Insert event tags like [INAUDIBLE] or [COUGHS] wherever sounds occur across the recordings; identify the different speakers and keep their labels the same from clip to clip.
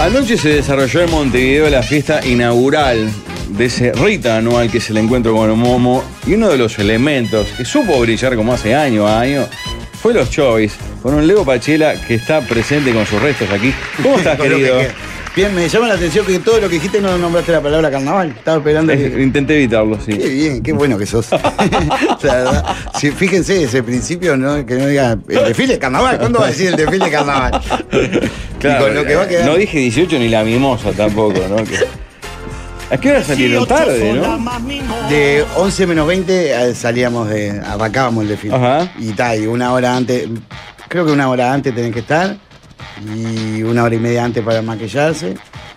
Speaker 1: Anoche se desarrolló en Montevideo la fiesta inaugural de ese rita anual que es el encuentro con Momo y uno de los elementos que supo brillar como hace año a año fue los Choice con un Leo Pachela que está presente con sus restos aquí.
Speaker 2: [LAUGHS]
Speaker 1: ¿Cómo estás,
Speaker 2: Con lo
Speaker 1: querido?
Speaker 2: que- Bien, me llama la atención que todo lo que dijiste no nombraste la palabra carnaval. Estaba esperando
Speaker 1: Eh,
Speaker 2: que...
Speaker 1: Intenté evitarlo, sí.
Speaker 2: Qué bien, qué bueno que
Speaker 1: [LAUGHS]
Speaker 2: sos. [LAUGHS] la verdad. Sí, fíjense ese principio, ¿no? que no diga el desfile de carnaval. ¿Cuándo va a decir el desfile de carnaval?
Speaker 1: Claro,
Speaker 2: y con lo que va a quedar.
Speaker 1: No dije 18 ni la mimosa tampoco, ¿no?
Speaker 2: [LAUGHS]
Speaker 1: Que- ¿A qué hora salieron tarde, no?
Speaker 2: De 11 menos 20 eh, salíamos de. Arrancábamos el desfile.
Speaker 1: Ajá.
Speaker 2: Y tal, y una hora antes. Creo que una hora antes tenés que estar. Y una hora y media antes para maquillarse.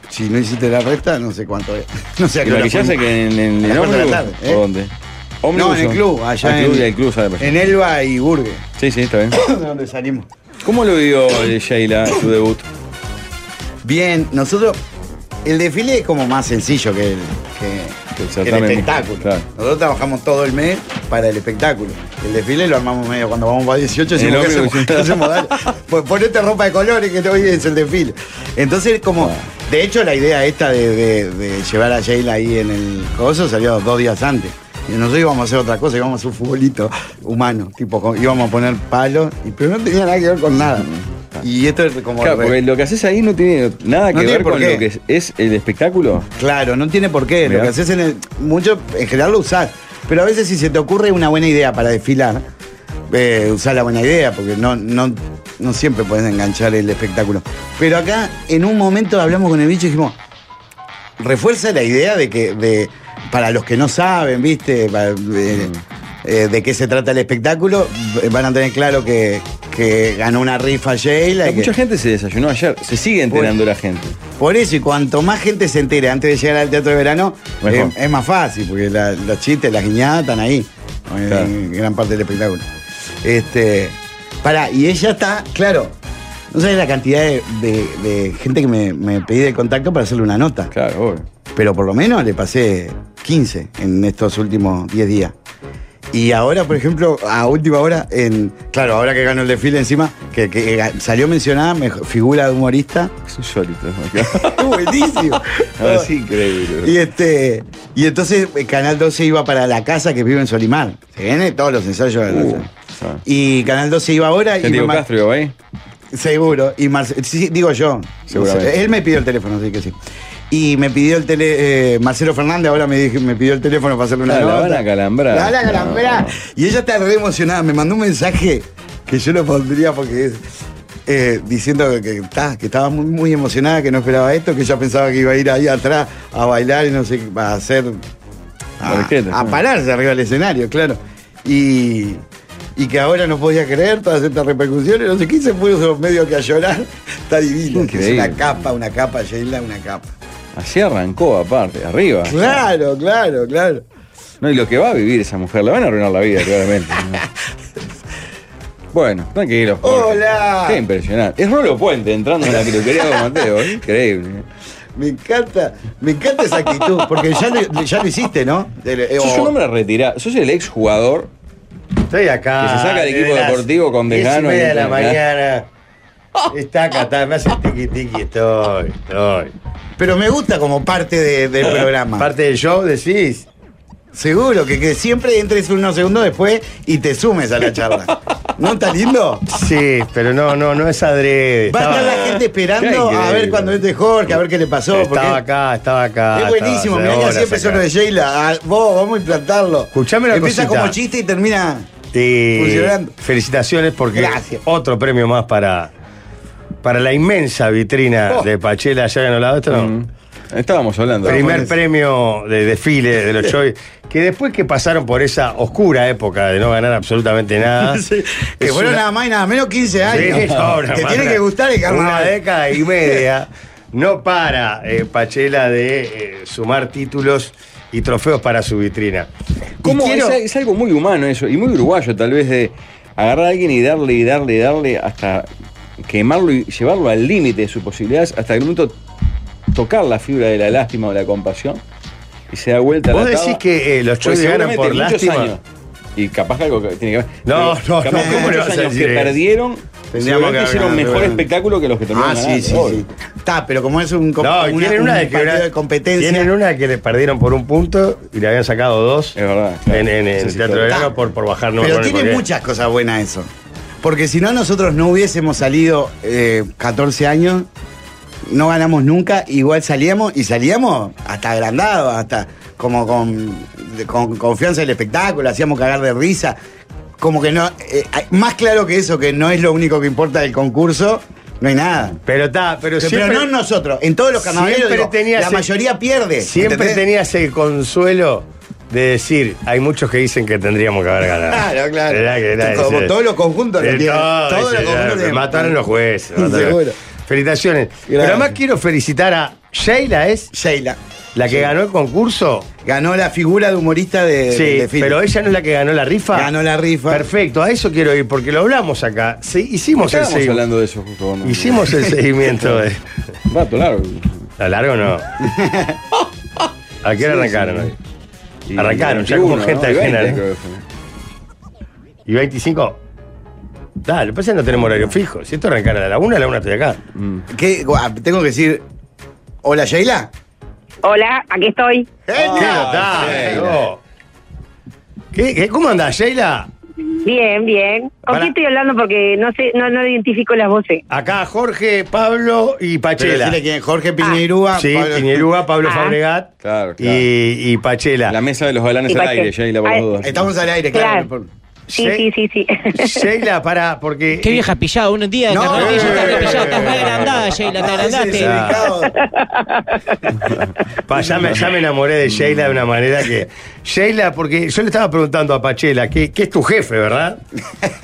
Speaker 2: Si no hiciste la resta, no sé cuánto es. [LAUGHS] No sé a
Speaker 1: ¿Y
Speaker 2: qué hora
Speaker 1: maquillarse
Speaker 2: fuimos.
Speaker 1: que en, en,
Speaker 2: A
Speaker 1: en
Speaker 2: las cuatro de
Speaker 1: ómnibus?
Speaker 2: la tarde, ¿eh?
Speaker 1: ¿O dónde?
Speaker 2: No,
Speaker 1: ¿Ómnibus
Speaker 2: en
Speaker 1: o-
Speaker 2: el club, allá
Speaker 1: Ah,
Speaker 2: en,
Speaker 1: club, y el club ¿Eh? sabe.
Speaker 2: en Elba y Burgue,
Speaker 1: Sí, sí, está bien.
Speaker 2: de donde salimos.
Speaker 1: ¿Cómo lo vio eh, Sheila su debut?
Speaker 2: Bien, nosotros, el desfile es como más sencillo que el, que-
Speaker 1: Que el
Speaker 2: que el
Speaker 1: certamen mismo,
Speaker 2: espectáculo.
Speaker 1: claro.
Speaker 2: Nosotros trabajamos todo el mes para el espectáculo. El desfile lo armamos medio cuando vamos para 18, decimos, ¿qué
Speaker 1: ómnibus,
Speaker 2: hacemos? ¿Qué
Speaker 1: sí.
Speaker 2: hacemos?
Speaker 1: [LAUGHS]
Speaker 2: Dale, pues ponete ropa de colores que hoy es el desfile. Entonces, como, de hecho, la idea esta de, de- de llevar a Sheila ahí en el coso salió dos días antes. Y nosotros íbamos a hacer otra cosa, íbamos a hacer un futbolito humano, tipo, con- íbamos a poner palos, y- pero no tenía nada que ver con nada. Y esto es como...
Speaker 1: Claro,
Speaker 2: re-
Speaker 1: porque lo que haces ahí no tiene nada Ah, que
Speaker 2: No tiene
Speaker 1: ver
Speaker 2: por
Speaker 1: con
Speaker 2: qué.
Speaker 1: lo que es, es el espectáculo.
Speaker 2: Claro, no tiene por qué.
Speaker 1: Mirá.
Speaker 2: Lo que haces en el. Mucho, en general lo usás. Pero a veces si se te ocurre una buena idea para desfilar, eh, usá la buena idea, porque no, no, no siempre puedes enganchar el espectáculo. Pero acá, en un momento hablamos con el bicho y dijimos, refuerza la idea de que, de, para los que no saben, ¿viste? Pa- eh, eh, de qué se trata el espectáculo, eh, van a tener claro que, que ganó una rifa Sheila. y que-
Speaker 1: Mucha gente se desayunó ayer, se sigue enterando la gente.
Speaker 2: por eso, y cuanto más gente se entere antes de llegar al teatro de verano,
Speaker 1: Mejor.
Speaker 2: eh, es, más fácil, porque la- los chistes, las guiñadas están ahí, en,
Speaker 1: Claro.
Speaker 2: en gran parte del espectáculo. Este, pará, y ella está, claro, no sabes la cantidad de, de- de gente que me, me pedí de contacto para hacerle una nota,
Speaker 1: Claro, obvio.
Speaker 2: pero por lo menos le pasé 15 en estos últimos 10 días. Y ahora, por ejemplo, a última hora, en, claro, ahora que ganó el desfile encima, que, que, eh, salió mencionada mejor- figura de humorista.
Speaker 1: Es insólito.
Speaker 2: [LAUGHS] Buenísimo.
Speaker 1: No, Ah, es increíble.
Speaker 2: Ah. Y este. Y entonces eh, Canal 12 iba para la casa que vive en Solimar. Se vienen todos los ensayos de la
Speaker 1: Uh,
Speaker 2: casa.
Speaker 1: ah.
Speaker 2: Y Canal 12 iba ahora y
Speaker 1: Santiago
Speaker 2: me mar-
Speaker 1: Castro iba ahí.
Speaker 2: seguro. Y Marce- sí, sí, digo yo.
Speaker 1: Seguramente.
Speaker 2: No sé, Él me pidió el teléfono, así que sí. Y me pidió el tele. eh, Marcelo Fernández ahora me, dije- me pidió el teléfono para hacerle una
Speaker 1: Ah, la
Speaker 2: nota.
Speaker 1: van a calambrar.
Speaker 2: La van a calambrar.
Speaker 1: No.
Speaker 2: Y ella está re emocionada. Me mandó un mensaje que yo lo pondría porque es. eh, diciendo que, que está- que estaba muy, muy emocionada, que no esperaba esto, que ella pensaba que iba a ir ahí atrás a bailar y no sé, qué, a hacer. A,
Speaker 1: Marqueta,
Speaker 2: Ah, a
Speaker 1: sí.
Speaker 2: pararse arriba del escenario, claro. Y, y que ahora no podía creer todas estas repercusiones, no sé qué, y se puso medio que a llorar. [LAUGHS] Está divino, que es
Speaker 1: Increíble.
Speaker 2: una capa, una capa, Sheila, una capa.
Speaker 1: Así arrancó, aparte, arriba.
Speaker 2: Claro, claro, claro.
Speaker 1: No, y lo que va a vivir esa mujer, la van a arruinar la vida, claramente.
Speaker 2: [LAUGHS]
Speaker 1: ¿no? Bueno, tranquilo. Jorge.
Speaker 2: Hola.
Speaker 1: Qué impresionante. Es Rolo Puente entrando en la peluquería de Mateo, ¿eh? increíble.
Speaker 2: [LAUGHS] Me encanta, me encanta esa actitud, porque ya lo, ya lo hiciste, ¿no? El- eh,
Speaker 1: Sos
Speaker 2: o-
Speaker 1: un hombre retirado, sos el ex jugador
Speaker 2: Estoy acá.
Speaker 1: Que se saca el equipo
Speaker 2: de las
Speaker 1: deportivo con
Speaker 2: diez y
Speaker 1: Vegano y
Speaker 2: media de la
Speaker 1: entra
Speaker 2: mañana. Está acá, está, me hace tiqui tiqui, estoy, estoy. Pero me gusta como parte de-
Speaker 3: [LAUGHS]
Speaker 2: del programa.
Speaker 3: Parte del show, decís.
Speaker 2: Seguro, que, que siempre entres unos segundos después y te sumes a la charla. ¿No está lindo?
Speaker 3: Sí, pero no, no, no es adrede.
Speaker 2: Va a
Speaker 3: Estaba-
Speaker 2: estar la gente
Speaker 1: Qué
Speaker 2: esperando
Speaker 1: increíble.
Speaker 2: a ver cuando entre Jorge, a ver qué le pasó. Porque
Speaker 3: Estaba acá, Ah, estaba acá.
Speaker 2: es buenísimo, mirá que
Speaker 3: mira,
Speaker 2: así empezó lo de Sheila. Ah, vos, vamos a implantarlo.
Speaker 3: Escuchame una
Speaker 2: Empieza
Speaker 3: cosita.
Speaker 2: como chiste y termina. funcionando.
Speaker 3: Felicitaciones porque
Speaker 2: Gracias.
Speaker 3: otro premio más para, para la inmensa vitrina
Speaker 2: Oh.
Speaker 3: de Pachela. ¿Ya ganó la otra?
Speaker 2: Mm.
Speaker 1: Estábamos hablando.
Speaker 3: Primer
Speaker 2: eso.
Speaker 3: premio de desfile de los Joy, que después que pasaron por esa oscura época de no ganar absolutamente
Speaker 2: [LAUGHS]
Speaker 3: nada,
Speaker 2: Que
Speaker 3: es
Speaker 2: fueron
Speaker 3: una-
Speaker 2: nada más y nada menos 15 años.
Speaker 3: Sí, [LAUGHS] ahora,
Speaker 2: Te
Speaker 3: más
Speaker 2: tiene
Speaker 3: atrás.
Speaker 2: que gustar el
Speaker 3: Una
Speaker 2: carnaval.
Speaker 3: década y media. No para eh, Pachela de eh, sumar títulos y trofeos para su vitrina. Y
Speaker 1: ¿Cómo?
Speaker 3: quiero-
Speaker 1: Es, es algo muy humano eso, y muy uruguayo tal vez de agarrar a alguien y darle y darle y darle hasta quemarlo y llevarlo al límite de sus posibilidades, hasta el momento tocar la fibra de la lástima o la compasión y se da vuelta.
Speaker 3: ¿Vos
Speaker 1: la
Speaker 3: decís
Speaker 1: taba.
Speaker 3: que, eh, los
Speaker 1: Porque
Speaker 3: Choice ganan
Speaker 1: seguramente
Speaker 3: por
Speaker 1: muchos
Speaker 3: lástima?
Speaker 1: años- y capaz que algo que tiene que ver.
Speaker 3: No,
Speaker 1: Pero
Speaker 3: no,
Speaker 1: capaz
Speaker 3: no,
Speaker 1: que
Speaker 3: ¿cómo le
Speaker 1: muchos
Speaker 3: vas a
Speaker 1: años
Speaker 3: decir
Speaker 1: que
Speaker 3: eso?
Speaker 1: perdieron
Speaker 2: Tendríamos
Speaker 1: Seguramente
Speaker 2: que
Speaker 1: hicieron
Speaker 2: ganar,
Speaker 1: mejor
Speaker 2: bueno.
Speaker 1: espectáculo que los que terminaron
Speaker 2: Ah, sí,
Speaker 1: ganando,
Speaker 2: sí,
Speaker 1: obvio.
Speaker 2: sí. Está, pero como es un, com-
Speaker 3: No,
Speaker 2: una-
Speaker 3: tienen
Speaker 2: un
Speaker 3: una de que
Speaker 2: partido
Speaker 3: una-
Speaker 2: de competencia.
Speaker 3: Tienen una que le perdieron por un punto y le habían sacado dos
Speaker 1: Es verdad. claro.
Speaker 3: en, en
Speaker 1: Sí,
Speaker 3: el
Speaker 1: sí,
Speaker 3: Teatro
Speaker 1: claro.
Speaker 3: de
Speaker 2: está.
Speaker 3: Verano por, por bajar no me
Speaker 2: Pero
Speaker 3: acuerdo
Speaker 2: tiene
Speaker 3: por qué.
Speaker 2: muchas cosas buenas eso. Porque si no, nosotros no hubiésemos salido eh, 14 años, no ganamos nunca, igual salíamos y salíamos hasta agrandados, hasta como con, de- con confianza en el espectáculo, hacíamos cagar de risa. Como que no. eh, hay- más claro que eso, que no es lo único que importa del concurso, no hay nada.
Speaker 3: Pero está, pero
Speaker 2: Pero,
Speaker 3: siempre,
Speaker 2: no en nosotros, en todos los carnavaleros
Speaker 3: siempre
Speaker 2: digo,
Speaker 3: tenías
Speaker 2: la
Speaker 3: el-
Speaker 2: mayoría pierde.
Speaker 3: siempre
Speaker 2: ¿entendés?
Speaker 3: tenías el consuelo de decir, hay muchos que dicen que tendríamos que haber
Speaker 2: [LAUGHS]
Speaker 3: ganado.
Speaker 2: Claro, claro.
Speaker 3: Era que era
Speaker 2: Como
Speaker 3: ese-
Speaker 2: todos los conjuntos lo
Speaker 3: Eh,
Speaker 2: tienen.
Speaker 3: todo,
Speaker 2: Todos los
Speaker 3: ese,
Speaker 2: conjuntos
Speaker 3: claro,
Speaker 2: tienen.
Speaker 3: Mataron los jueces.
Speaker 2: Seguro. [LAUGHS]
Speaker 3: mataron. Felicitaciones. Pero
Speaker 2: Gracias.
Speaker 3: además quiero felicitar a Sheila, ¿es?
Speaker 2: Sheila.
Speaker 3: La que ganó el concurso.
Speaker 2: Ganó la figura de humorista de,
Speaker 3: Sí,
Speaker 2: de film.
Speaker 3: pero ella no es la que ganó la rifa.
Speaker 2: Ganó la rifa.
Speaker 3: Perfecto, a eso quiero ir, porque lo hablamos acá. Sí, hicimos el
Speaker 1: Estábamos
Speaker 3: seguimiento.
Speaker 1: hablando de eso justo. cuando-
Speaker 3: Hicimos
Speaker 1: [LAUGHS]
Speaker 3: el seguimiento de.
Speaker 1: Un rato largo.
Speaker 3: ¿A largo
Speaker 1: [LAUGHS]
Speaker 3: no? ¿A qué hora arrancaron hoy?
Speaker 1: Y-
Speaker 3: Arrancaron, ya
Speaker 1: 21,
Speaker 3: como gente
Speaker 1: ¿no? Y
Speaker 3: ajena,
Speaker 1: 20
Speaker 3: ¿no?
Speaker 1: creo que fue.
Speaker 3: ¿Y 25? Dale, pasa que no tenemos horario fijo. Si esto arrancara a la una, a la una estoy acá.
Speaker 2: ¿Qué? Guau, Tengo que decir. Hola, Sheila.
Speaker 4: Hola, aquí estoy.
Speaker 3: ¿Qué oh.
Speaker 1: Ah,
Speaker 3: notable,
Speaker 1: Sheila.
Speaker 3: no? ¿Qué- qué- ¿Cómo andás, Sheila?
Speaker 4: Bien, bien. ¿Con
Speaker 3: Para-
Speaker 4: quién estoy hablando? Porque no sé, no, no identifico las voces.
Speaker 3: [LAUGHS] Acá Jorge, Pablo y
Speaker 2: Pero
Speaker 3: Pachela. Ah.
Speaker 2: decirle quién, Jorge Piñeirúa.
Speaker 3: Sí,
Speaker 2: Pablo-
Speaker 3: Piñerúa, Pablo
Speaker 4: Ah.
Speaker 3: Fabregat
Speaker 1: Claro, claro.
Speaker 3: y, y Pachela.
Speaker 1: La mesa de los galanes
Speaker 4: Y
Speaker 1: al
Speaker 4: Pache.
Speaker 1: aire, Sheila, por
Speaker 4: Ay.
Speaker 1: las dudas.
Speaker 2: Estamos al aire, claro.
Speaker 4: Claro. Sí,
Speaker 3: She-
Speaker 4: sí, sí, sí.
Speaker 3: Sheila, para, porque.
Speaker 5: Qué vieja pillada, un día de
Speaker 2: No,
Speaker 5: carnaval y yo
Speaker 2: eh,
Speaker 5: estaba
Speaker 2: eh,
Speaker 5: pillada, estás
Speaker 3: eh,
Speaker 5: más agrandada,
Speaker 3: eh,
Speaker 5: Sheila, te
Speaker 2: Ah, ese
Speaker 5: agrandaste.
Speaker 2: desubicado.
Speaker 3: Pa, ya, me, ya me enamoré de Sheila de una manera que. Sheila, porque yo le estaba preguntando a Pachela, que, que es tu jefe, ¿verdad?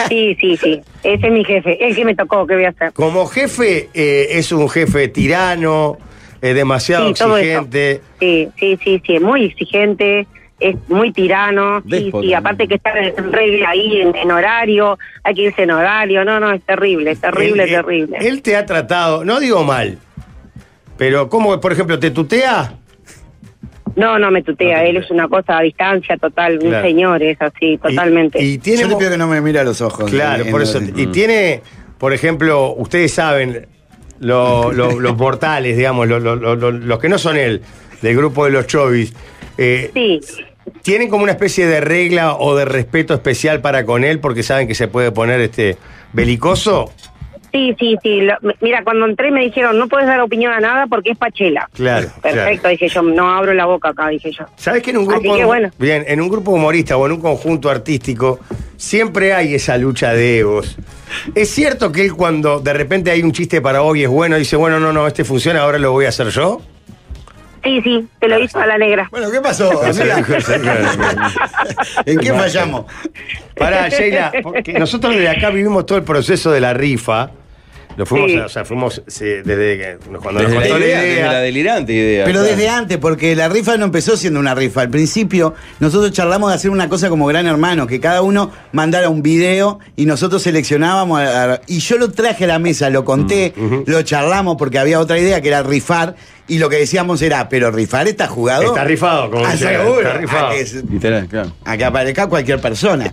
Speaker 4: sí, sí, sí. Ese es mi jefe, el que me tocó, ¿qué voy a hacer?
Speaker 3: Como jefe, eh, es un jefe tirano, eh, demasiado
Speaker 4: Sí, todo eso.
Speaker 3: exigente.
Speaker 4: Sí, sí, sí, sí, es muy exigente, es muy tirano, sí,
Speaker 1: Déspota,
Speaker 4: sí,
Speaker 1: ¿no?
Speaker 4: aparte que estar en regla ahí, en, en horario, hay que irse en horario, no, no, es terrible, es terrible,
Speaker 3: Él- él-
Speaker 4: terrible.
Speaker 3: Él, te ha tratado, no digo mal, pero ¿cómo, por ejemplo, te tutea?
Speaker 4: no, no me tutea,
Speaker 3: No te
Speaker 4: él
Speaker 3: tutea.
Speaker 4: es una cosa a distancia total,
Speaker 3: Claro.
Speaker 4: un señor es así, totalmente.
Speaker 3: Y, y tiene
Speaker 2: Yo le
Speaker 3: mo-
Speaker 2: pido que no me mire a los ojos.
Speaker 3: Claro,
Speaker 2: En-
Speaker 3: por
Speaker 2: en- Mm.
Speaker 3: eso. Y tiene, por ejemplo, ustedes saben, lo- lo- los mortales, digamos, lo- lo- lo- lo- los que no son él, del grupo de los chovis, eh,
Speaker 4: sí,
Speaker 3: ¿tienen como una especie de regla o de respeto especial para con él porque saben que se puede poner este belicoso?
Speaker 4: sí, sí, sí. lo- mira, cuando entré me dijeron, no puedes dar opinión a nada porque es Pachela.
Speaker 3: Claro,
Speaker 4: Perfecto,
Speaker 3: claro.
Speaker 4: dije yo, no abro la boca acá, dije yo.
Speaker 3: ¿Sabes que en un
Speaker 4: Así
Speaker 3: grupo
Speaker 4: que bueno.
Speaker 3: bien, en un grupo humorista o en un conjunto artístico siempre hay esa lucha de egos? Es cierto que él cuando de repente hay un chiste para hoy es bueno, dice, bueno, no, no, este funciona, ahora lo voy a hacer yo.
Speaker 4: Sí, sí, te
Speaker 3: Ah,
Speaker 4: lo hizo a la negra.
Speaker 2: Bueno, ¿qué pasó? Amiga? ¿En qué fallamos?
Speaker 3: Pará, Sheila, porque nosotros desde acá vivimos todo el proceso de la rifa. Lo fuimos,
Speaker 4: Sí.
Speaker 3: o sea, fuimos sí, desde que nos- cuando
Speaker 1: Desde
Speaker 3: nos
Speaker 1: la,
Speaker 3: contó la
Speaker 1: idea,
Speaker 3: idea.
Speaker 1: desde la delirante idea.
Speaker 2: Pero
Speaker 1: claro.
Speaker 2: desde antes, porque la rifa no empezó siendo una rifa. Al principio, nosotros charlamos de hacer una cosa como Gran Hermano, que cada uno mandara un video y nosotros seleccionábamos. a- a- y yo lo traje a la mesa, lo conté,
Speaker 3: Mm,
Speaker 2: lo charlamos porque había otra idea que era rifar. Y lo que decíamos era, pero rifar está jugado.
Speaker 3: Está rifado, como
Speaker 2: Ah,
Speaker 3: decía,
Speaker 2: seguro,
Speaker 3: está rifado.
Speaker 2: A que,
Speaker 1: Literal, claro.
Speaker 2: a que aparezca cualquier persona.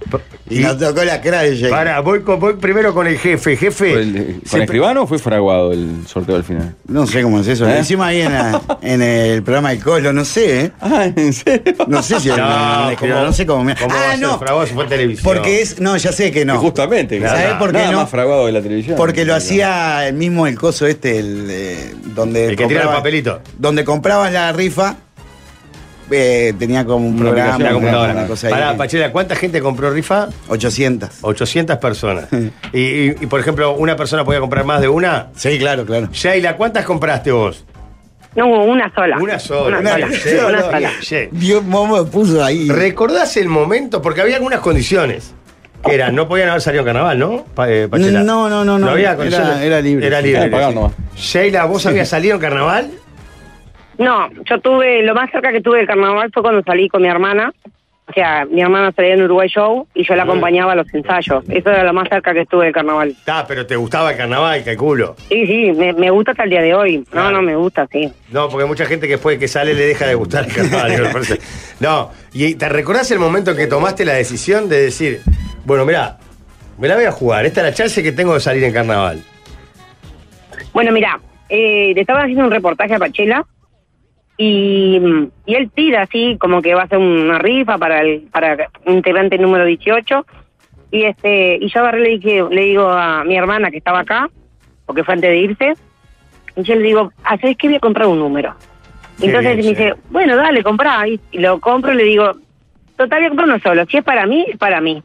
Speaker 2: Y,
Speaker 3: Y-
Speaker 2: nos tocó la cara de Jake.
Speaker 3: Pará, voy, con- voy primero con el jefe. Jefe.
Speaker 1: ¿Fue el- ¿Con
Speaker 3: siempre-
Speaker 1: escribano o fue fraguado el sorteo al final?
Speaker 2: No sé cómo es eso.
Speaker 1: ¿Eh?
Speaker 2: Lo hicimos ahí en,
Speaker 3: [LAUGHS]
Speaker 2: la- en el programa del Colo, no sé, ¿eh?
Speaker 1: Ah, ¿en serio?
Speaker 2: No sé si
Speaker 3: [LAUGHS] No,
Speaker 2: era- no, no,
Speaker 3: pero-
Speaker 2: no sé cómo me.
Speaker 3: va
Speaker 2: ah,
Speaker 3: a ser?
Speaker 2: no.
Speaker 3: Fragoso fue en televisión.
Speaker 2: Porque es. No, ya sé que no.
Speaker 1: Y justamente.
Speaker 2: ¿Sabés
Speaker 1: nada-
Speaker 2: por qué
Speaker 1: nada
Speaker 2: no?
Speaker 1: más fraguado de la televisión.
Speaker 2: Porque lo hacía el mismo el coso este, el, eh, donde.
Speaker 3: El que tira el
Speaker 2: compraba-
Speaker 3: papelito.
Speaker 2: Donde comprabas la rifa, eh, tenía como un
Speaker 1: Una
Speaker 2: programa,
Speaker 1: aplicación,
Speaker 3: La
Speaker 2: una
Speaker 3: computadora.
Speaker 2: cosa ahí.
Speaker 3: Pará, Pachela, ¿cuánta gente compró rifa?
Speaker 2: 800. [LAUGHS]
Speaker 3: 800 personas. y, y- y, por ejemplo, ¿una persona podía comprar más de una?
Speaker 2: Sí, claro, claro.
Speaker 3: Sheila, ¿cuántas compraste vos?
Speaker 4: [LAUGHS] No, una sola.
Speaker 3: Una sola.
Speaker 4: Una sola.
Speaker 3: Una
Speaker 4: una
Speaker 3: sola.
Speaker 4: sola.
Speaker 3: She-
Speaker 2: Dios, Momo puso ahí.
Speaker 3: ¿Recordás el momento? Porque había algunas condiciones. Que eran, no podían haber salido en carnaval, ¿no? Pa- eh, Pachela.
Speaker 2: No, no, no, no.
Speaker 3: había
Speaker 2: Era-
Speaker 3: condiciones.
Speaker 2: era libre.
Speaker 3: Era libre.
Speaker 1: Era pagar nomás.
Speaker 3: Sheila, ¿vos habías salido en carnaval?
Speaker 4: No, yo tuve, lo más cerca que tuve del carnaval fue cuando salí con mi hermana. O sea, mi hermana salía en Uruguay Show y yo la acompañaba a los ensayos. Eso era lo más cerca que estuve del carnaval.
Speaker 3: Está, Ah, pero te gustaba el carnaval, calculo.
Speaker 4: Sí, sí, me, me gusta hasta el día de hoy. No,
Speaker 3: Claro.
Speaker 4: no, me gusta, sí.
Speaker 3: No, porque mucha gente que después que sale le deja de gustar el carnaval. digo, me parece. no, y te recordás el momento que tomaste la decisión de decir, bueno, mira, Me la voy a jugar. Esta es la chance que tengo de salir en carnaval.
Speaker 4: Bueno, mira, eh, le estaban haciendo un reportaje a Pachela y, y él tira así como que va a hacer una rifa para el para integrante número 18 y este y yo agarré y le dije le digo a mi hermana que estaba acá porque fue antes de irse y yo le digo, ah, ¿sabes qué? Voy a comprar un número.
Speaker 3: Qué
Speaker 4: Entonces
Speaker 3: bien,
Speaker 4: me
Speaker 3: che.
Speaker 4: dice, bueno, dale, comprá. Y y lo compro y le digo, total, voy a comprar uno solo. Si es para mí, es para mí.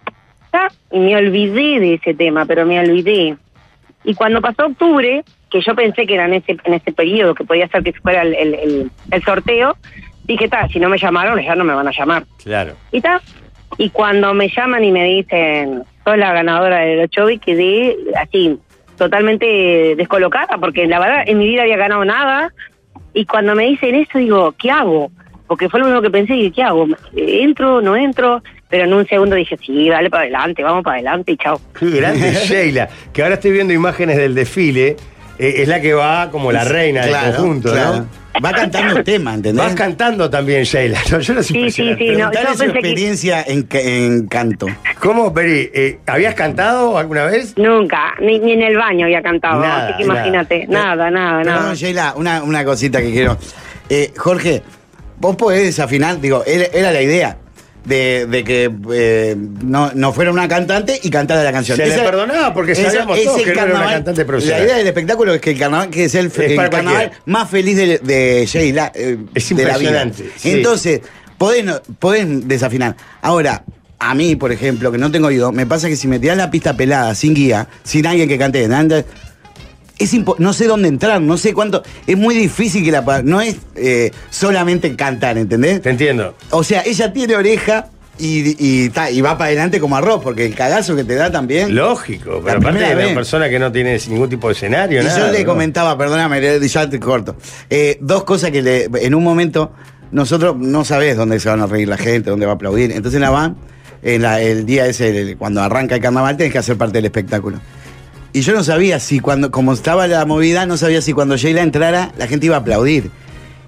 Speaker 4: Ta, Y me olvidé de ese tema, pero me olvidé. Y cuando pasó octubre, que yo pensé que era en ese, en ese periodo, que podía ser que fuera el, el- el- el sorteo, dije, ta, si no me llamaron, ya no me van a llamar.
Speaker 3: Claro.
Speaker 4: Y ta. Y cuando me llaman y me dicen, sos la ganadora del 8 y quedé así, totalmente descolocada, porque la verdad en mi vida había ganado nada. Y cuando me dicen eso, digo, ¿qué hago? Porque fue lo único que pensé, y ¿qué hago? ¿Entro? ¿No entro? Pero en un segundo dije, sí, dale para adelante, vamos para adelante y chao.
Speaker 2: [LAUGHS]
Speaker 3: Qué [LAUGHS] grande Sheila. Que ahora estoy viendo imágenes del desfile. Eh, es la que va como la reina del
Speaker 2: Claro,
Speaker 3: conjunto,
Speaker 2: claro.
Speaker 3: ¿no?
Speaker 2: Va cantando el tema, ¿entendés?
Speaker 3: Vas cantando también, Sheila. No, yo no soy
Speaker 4: Sí,
Speaker 3: impresionante.
Speaker 4: sí, sí, no.
Speaker 2: Preguntale
Speaker 4: yo
Speaker 2: su
Speaker 4: pensé que-
Speaker 2: experiencia en, ca- en canto.
Speaker 3: ¿Cómo, Peri? Eh, ¿Habías cantado alguna vez?
Speaker 4: Nunca, ni, ni en el baño había cantado,
Speaker 3: Nada,
Speaker 4: así que
Speaker 3: nada.
Speaker 4: imagínate, nada, nada, nada.
Speaker 2: Perdón, Sheila, una, una cosita que quiero. Eh, Jorge, vos podés desafinar, digo, era, era la idea de, de que eh, no, no fuera una cantante y cantara la canción.
Speaker 3: Se le perdonaba porque
Speaker 2: esa-
Speaker 3: sabíamos todos
Speaker 2: ese
Speaker 3: que no era una
Speaker 2: carnaval-
Speaker 3: cantante profesional.
Speaker 2: La idea del espectáculo es que el carnaval, que es el, fe-
Speaker 3: Es
Speaker 2: el
Speaker 3: para
Speaker 2: carnaval
Speaker 3: cualquiera.
Speaker 2: más feliz de, de Sheila. eh,
Speaker 3: Es
Speaker 2: de la vida.
Speaker 3: impresionante, sí.
Speaker 2: Entonces, podés, no- podés desafinar. Ahora, a mí, por ejemplo, que no tengo oído, me pasa que si me tirás la pista pelada, sin guía, sin alguien que cante, nada, es impo- no sé dónde entrar, no sé cuánto. Es muy difícil que la. pa- No es eh, solamente cantar, ¿entendés?
Speaker 3: Te entiendo.
Speaker 2: O sea, ella tiene oreja y, y, ta, y va para adelante como arroz, porque el cagazo que te da también.
Speaker 3: Lógico,
Speaker 2: La
Speaker 3: pero aparte
Speaker 2: primera
Speaker 3: de una
Speaker 2: vez.
Speaker 3: persona que no tiene ningún tipo de escenario,
Speaker 2: Y
Speaker 3: nada,
Speaker 2: yo le
Speaker 3: ¿no?
Speaker 2: comentaba, perdóname, le- ya te corto. eh, dos cosas que le, en un momento, nosotros no sabés dónde se van a reír la gente, dónde va a aplaudir. Entonces la van, en la- el día ese, el- cuando arranca el carnaval, tenés que hacer parte del espectáculo. Y yo no sabía si cuando, como estaba la movida, no sabía si cuando Sheila entrara, la gente iba a aplaudir.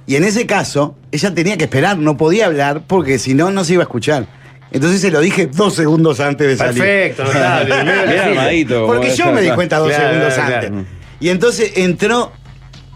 Speaker 2: Y en ese caso, ella tenía que esperar, no podía hablar, porque si no, no se iba a escuchar. Entonces se lo dije dos segundos antes de salir.
Speaker 3: Perfecto, notable.
Speaker 2: [LAUGHS]
Speaker 3: en medio de la
Speaker 1: Bien
Speaker 3: fila.
Speaker 1: armadito.
Speaker 2: Porque
Speaker 1: como
Speaker 2: yo
Speaker 1: esa-
Speaker 2: me di cuenta dos
Speaker 3: Claro,
Speaker 2: segundos
Speaker 3: claro.
Speaker 2: antes. Y entonces entró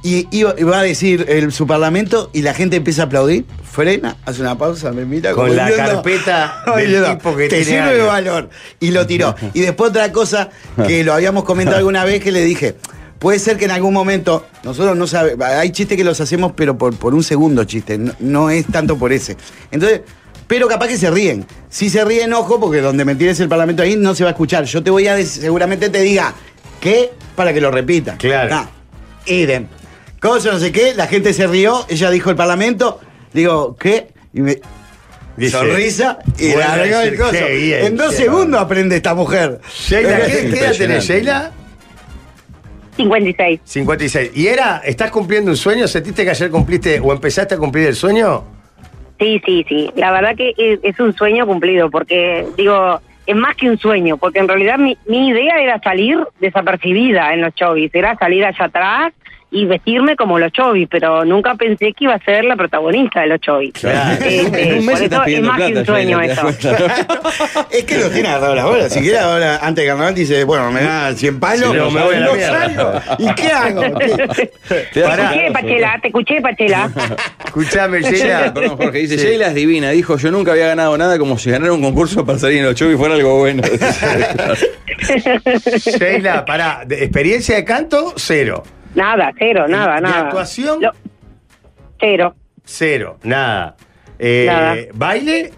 Speaker 2: y iba, iba a decir el, su parlamento y la gente empieza a aplaudir, frena, hace una pausa, me mira
Speaker 3: Con
Speaker 2: como
Speaker 3: la
Speaker 2: diciendo, [LAUGHS]
Speaker 3: carpeta
Speaker 2: "Ay,
Speaker 3: del
Speaker 2: no,
Speaker 3: tipo que
Speaker 2: te
Speaker 3: tiene
Speaker 2: sirve
Speaker 3: algo".
Speaker 2: valor. Y lo tiró. Y después otra cosa que lo habíamos
Speaker 3: [LAUGHS]
Speaker 2: comentado alguna vez que le dije. Puede ser que en algún momento, nosotros no sabemos, hay chistes que los hacemos, pero por, por un segundo chiste, no, no es tanto por ese. Entonces, pero capaz que se ríen. Si se ríen, ojo, porque donde me tires el parlamento ahí no se va a escuchar. Yo te voy a decir, seguramente te diga, ¿qué? Para que lo repita.
Speaker 3: Claro.
Speaker 2: Nah, Idem. Cosa, no sé qué, la gente se rió, ella dijo el parlamento, digo, ¿qué? Y me,
Speaker 3: Dice,
Speaker 2: sonrisa y
Speaker 3: vuelve a
Speaker 2: largó el
Speaker 3: decir,
Speaker 2: coso.
Speaker 3: "Qué bien,
Speaker 2: En dos
Speaker 3: che".
Speaker 2: segundos aprende esta mujer.
Speaker 3: Sheila, ¿qué, qué edad tenés,
Speaker 1: Impresionante.
Speaker 3: Sheila?
Speaker 4: 56.
Speaker 3: 56. ¿Y era, estás cumpliendo un sueño? ¿Sentiste que ayer cumpliste o empezaste a cumplir el sueño?
Speaker 4: Sí, sí, sí. La verdad que es, es un sueño cumplido, porque digo, es más que un sueño, porque en realidad mi, mi idea era salir desapercibida en los chovis, era salir allá atrás y vestirme como los chovis, pero nunca pensé que iba a ser la protagonista de los chovis.
Speaker 3: [LAUGHS] Claro.
Speaker 4: Este,
Speaker 1: en un mes
Speaker 4: por
Speaker 1: estás
Speaker 4: eso es
Speaker 1: pidiendo
Speaker 4: más que
Speaker 1: plata,
Speaker 4: un sueño
Speaker 1: Sheila,
Speaker 4: eso.
Speaker 1: ¿te das cuenta, no?
Speaker 2: [LAUGHS] es que lo tiene agarrado la bola. Si quiere ahora, antes de carnaval, dice, bueno, me da 100 palos,
Speaker 3: Sí, no, me voy a la
Speaker 2: no
Speaker 3: mierda.
Speaker 2: salgo. [LAUGHS] ¿Y qué
Speaker 4: [LAUGHS]
Speaker 2: hago? ¿Qué?
Speaker 1: Te das
Speaker 4: Te
Speaker 3: Pará.
Speaker 1: cuenta.
Speaker 4: escuché, Pachela, te escuché, Pachela.
Speaker 2: [LAUGHS]
Speaker 3: Escuchame,
Speaker 1: Sheila,
Speaker 3: Sheila.
Speaker 1: perdón, Jorge, dice,
Speaker 3: Sí.
Speaker 1: Sheila es divina, dijo, yo nunca había ganado nada como si ganara un concurso para salir en los shows y fuera
Speaker 3: [LAUGHS]
Speaker 1: algo bueno.
Speaker 3: Sheila, pará. De experiencia de canto, cero.
Speaker 4: nada, cero, nada,
Speaker 3: ¿De
Speaker 4: nada.
Speaker 3: actuación?
Speaker 4: Lo- cero.
Speaker 3: Cero. Nada. Eh,
Speaker 4: Nada.
Speaker 3: ¿Baile?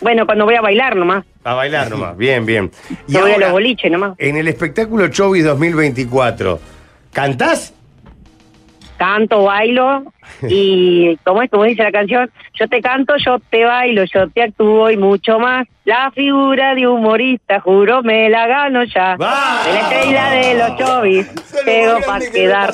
Speaker 4: Bueno, cuando voy a bailar nomás,
Speaker 3: A bailar nomás. Bien, bien.
Speaker 4: yo voy a los boliches nomás.
Speaker 3: en el espectáculo Chovis 2024, ¿cantás?
Speaker 4: canto, bailo y como es como dice la canción, yo te canto, yo te bailo, yo te actúo y mucho más. La figura de humorista, juro, me la gano ya.
Speaker 3: ¡Vamos!
Speaker 4: De la estrella de los chovis, tengo para quedar.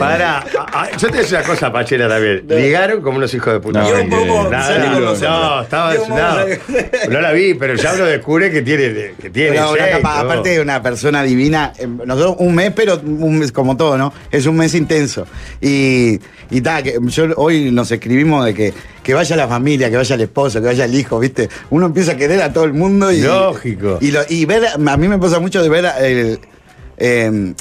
Speaker 3: Para, Ah, yo te decía una cosa, Pachera también. Ligaron como unos hijos de puta.
Speaker 1: No, Yo un poco
Speaker 3: Nada,
Speaker 1: salí con
Speaker 3: no,
Speaker 1: nosotros.
Speaker 3: no, estaba
Speaker 2: Yo un poco
Speaker 3: no.
Speaker 2: salí con-
Speaker 3: No la vi, pero ya lo descubre que tiene. Que tiene
Speaker 2: Pero una
Speaker 3: seis,
Speaker 2: capa-
Speaker 3: ¿no?
Speaker 2: aparte de una persona divina, eh, nosotros un mes, pero un mes como todo, ¿no? Es un mes intenso. Y, y ta, que yo hoy nos escribimos de que, que vaya la familia, que vaya el esposo, que vaya el hijo, ¿viste? Uno empieza a querer a todo el mundo. Y,
Speaker 3: Lógico.
Speaker 2: Y, lo- y ver, a mí me pasa mucho de ver el, eh,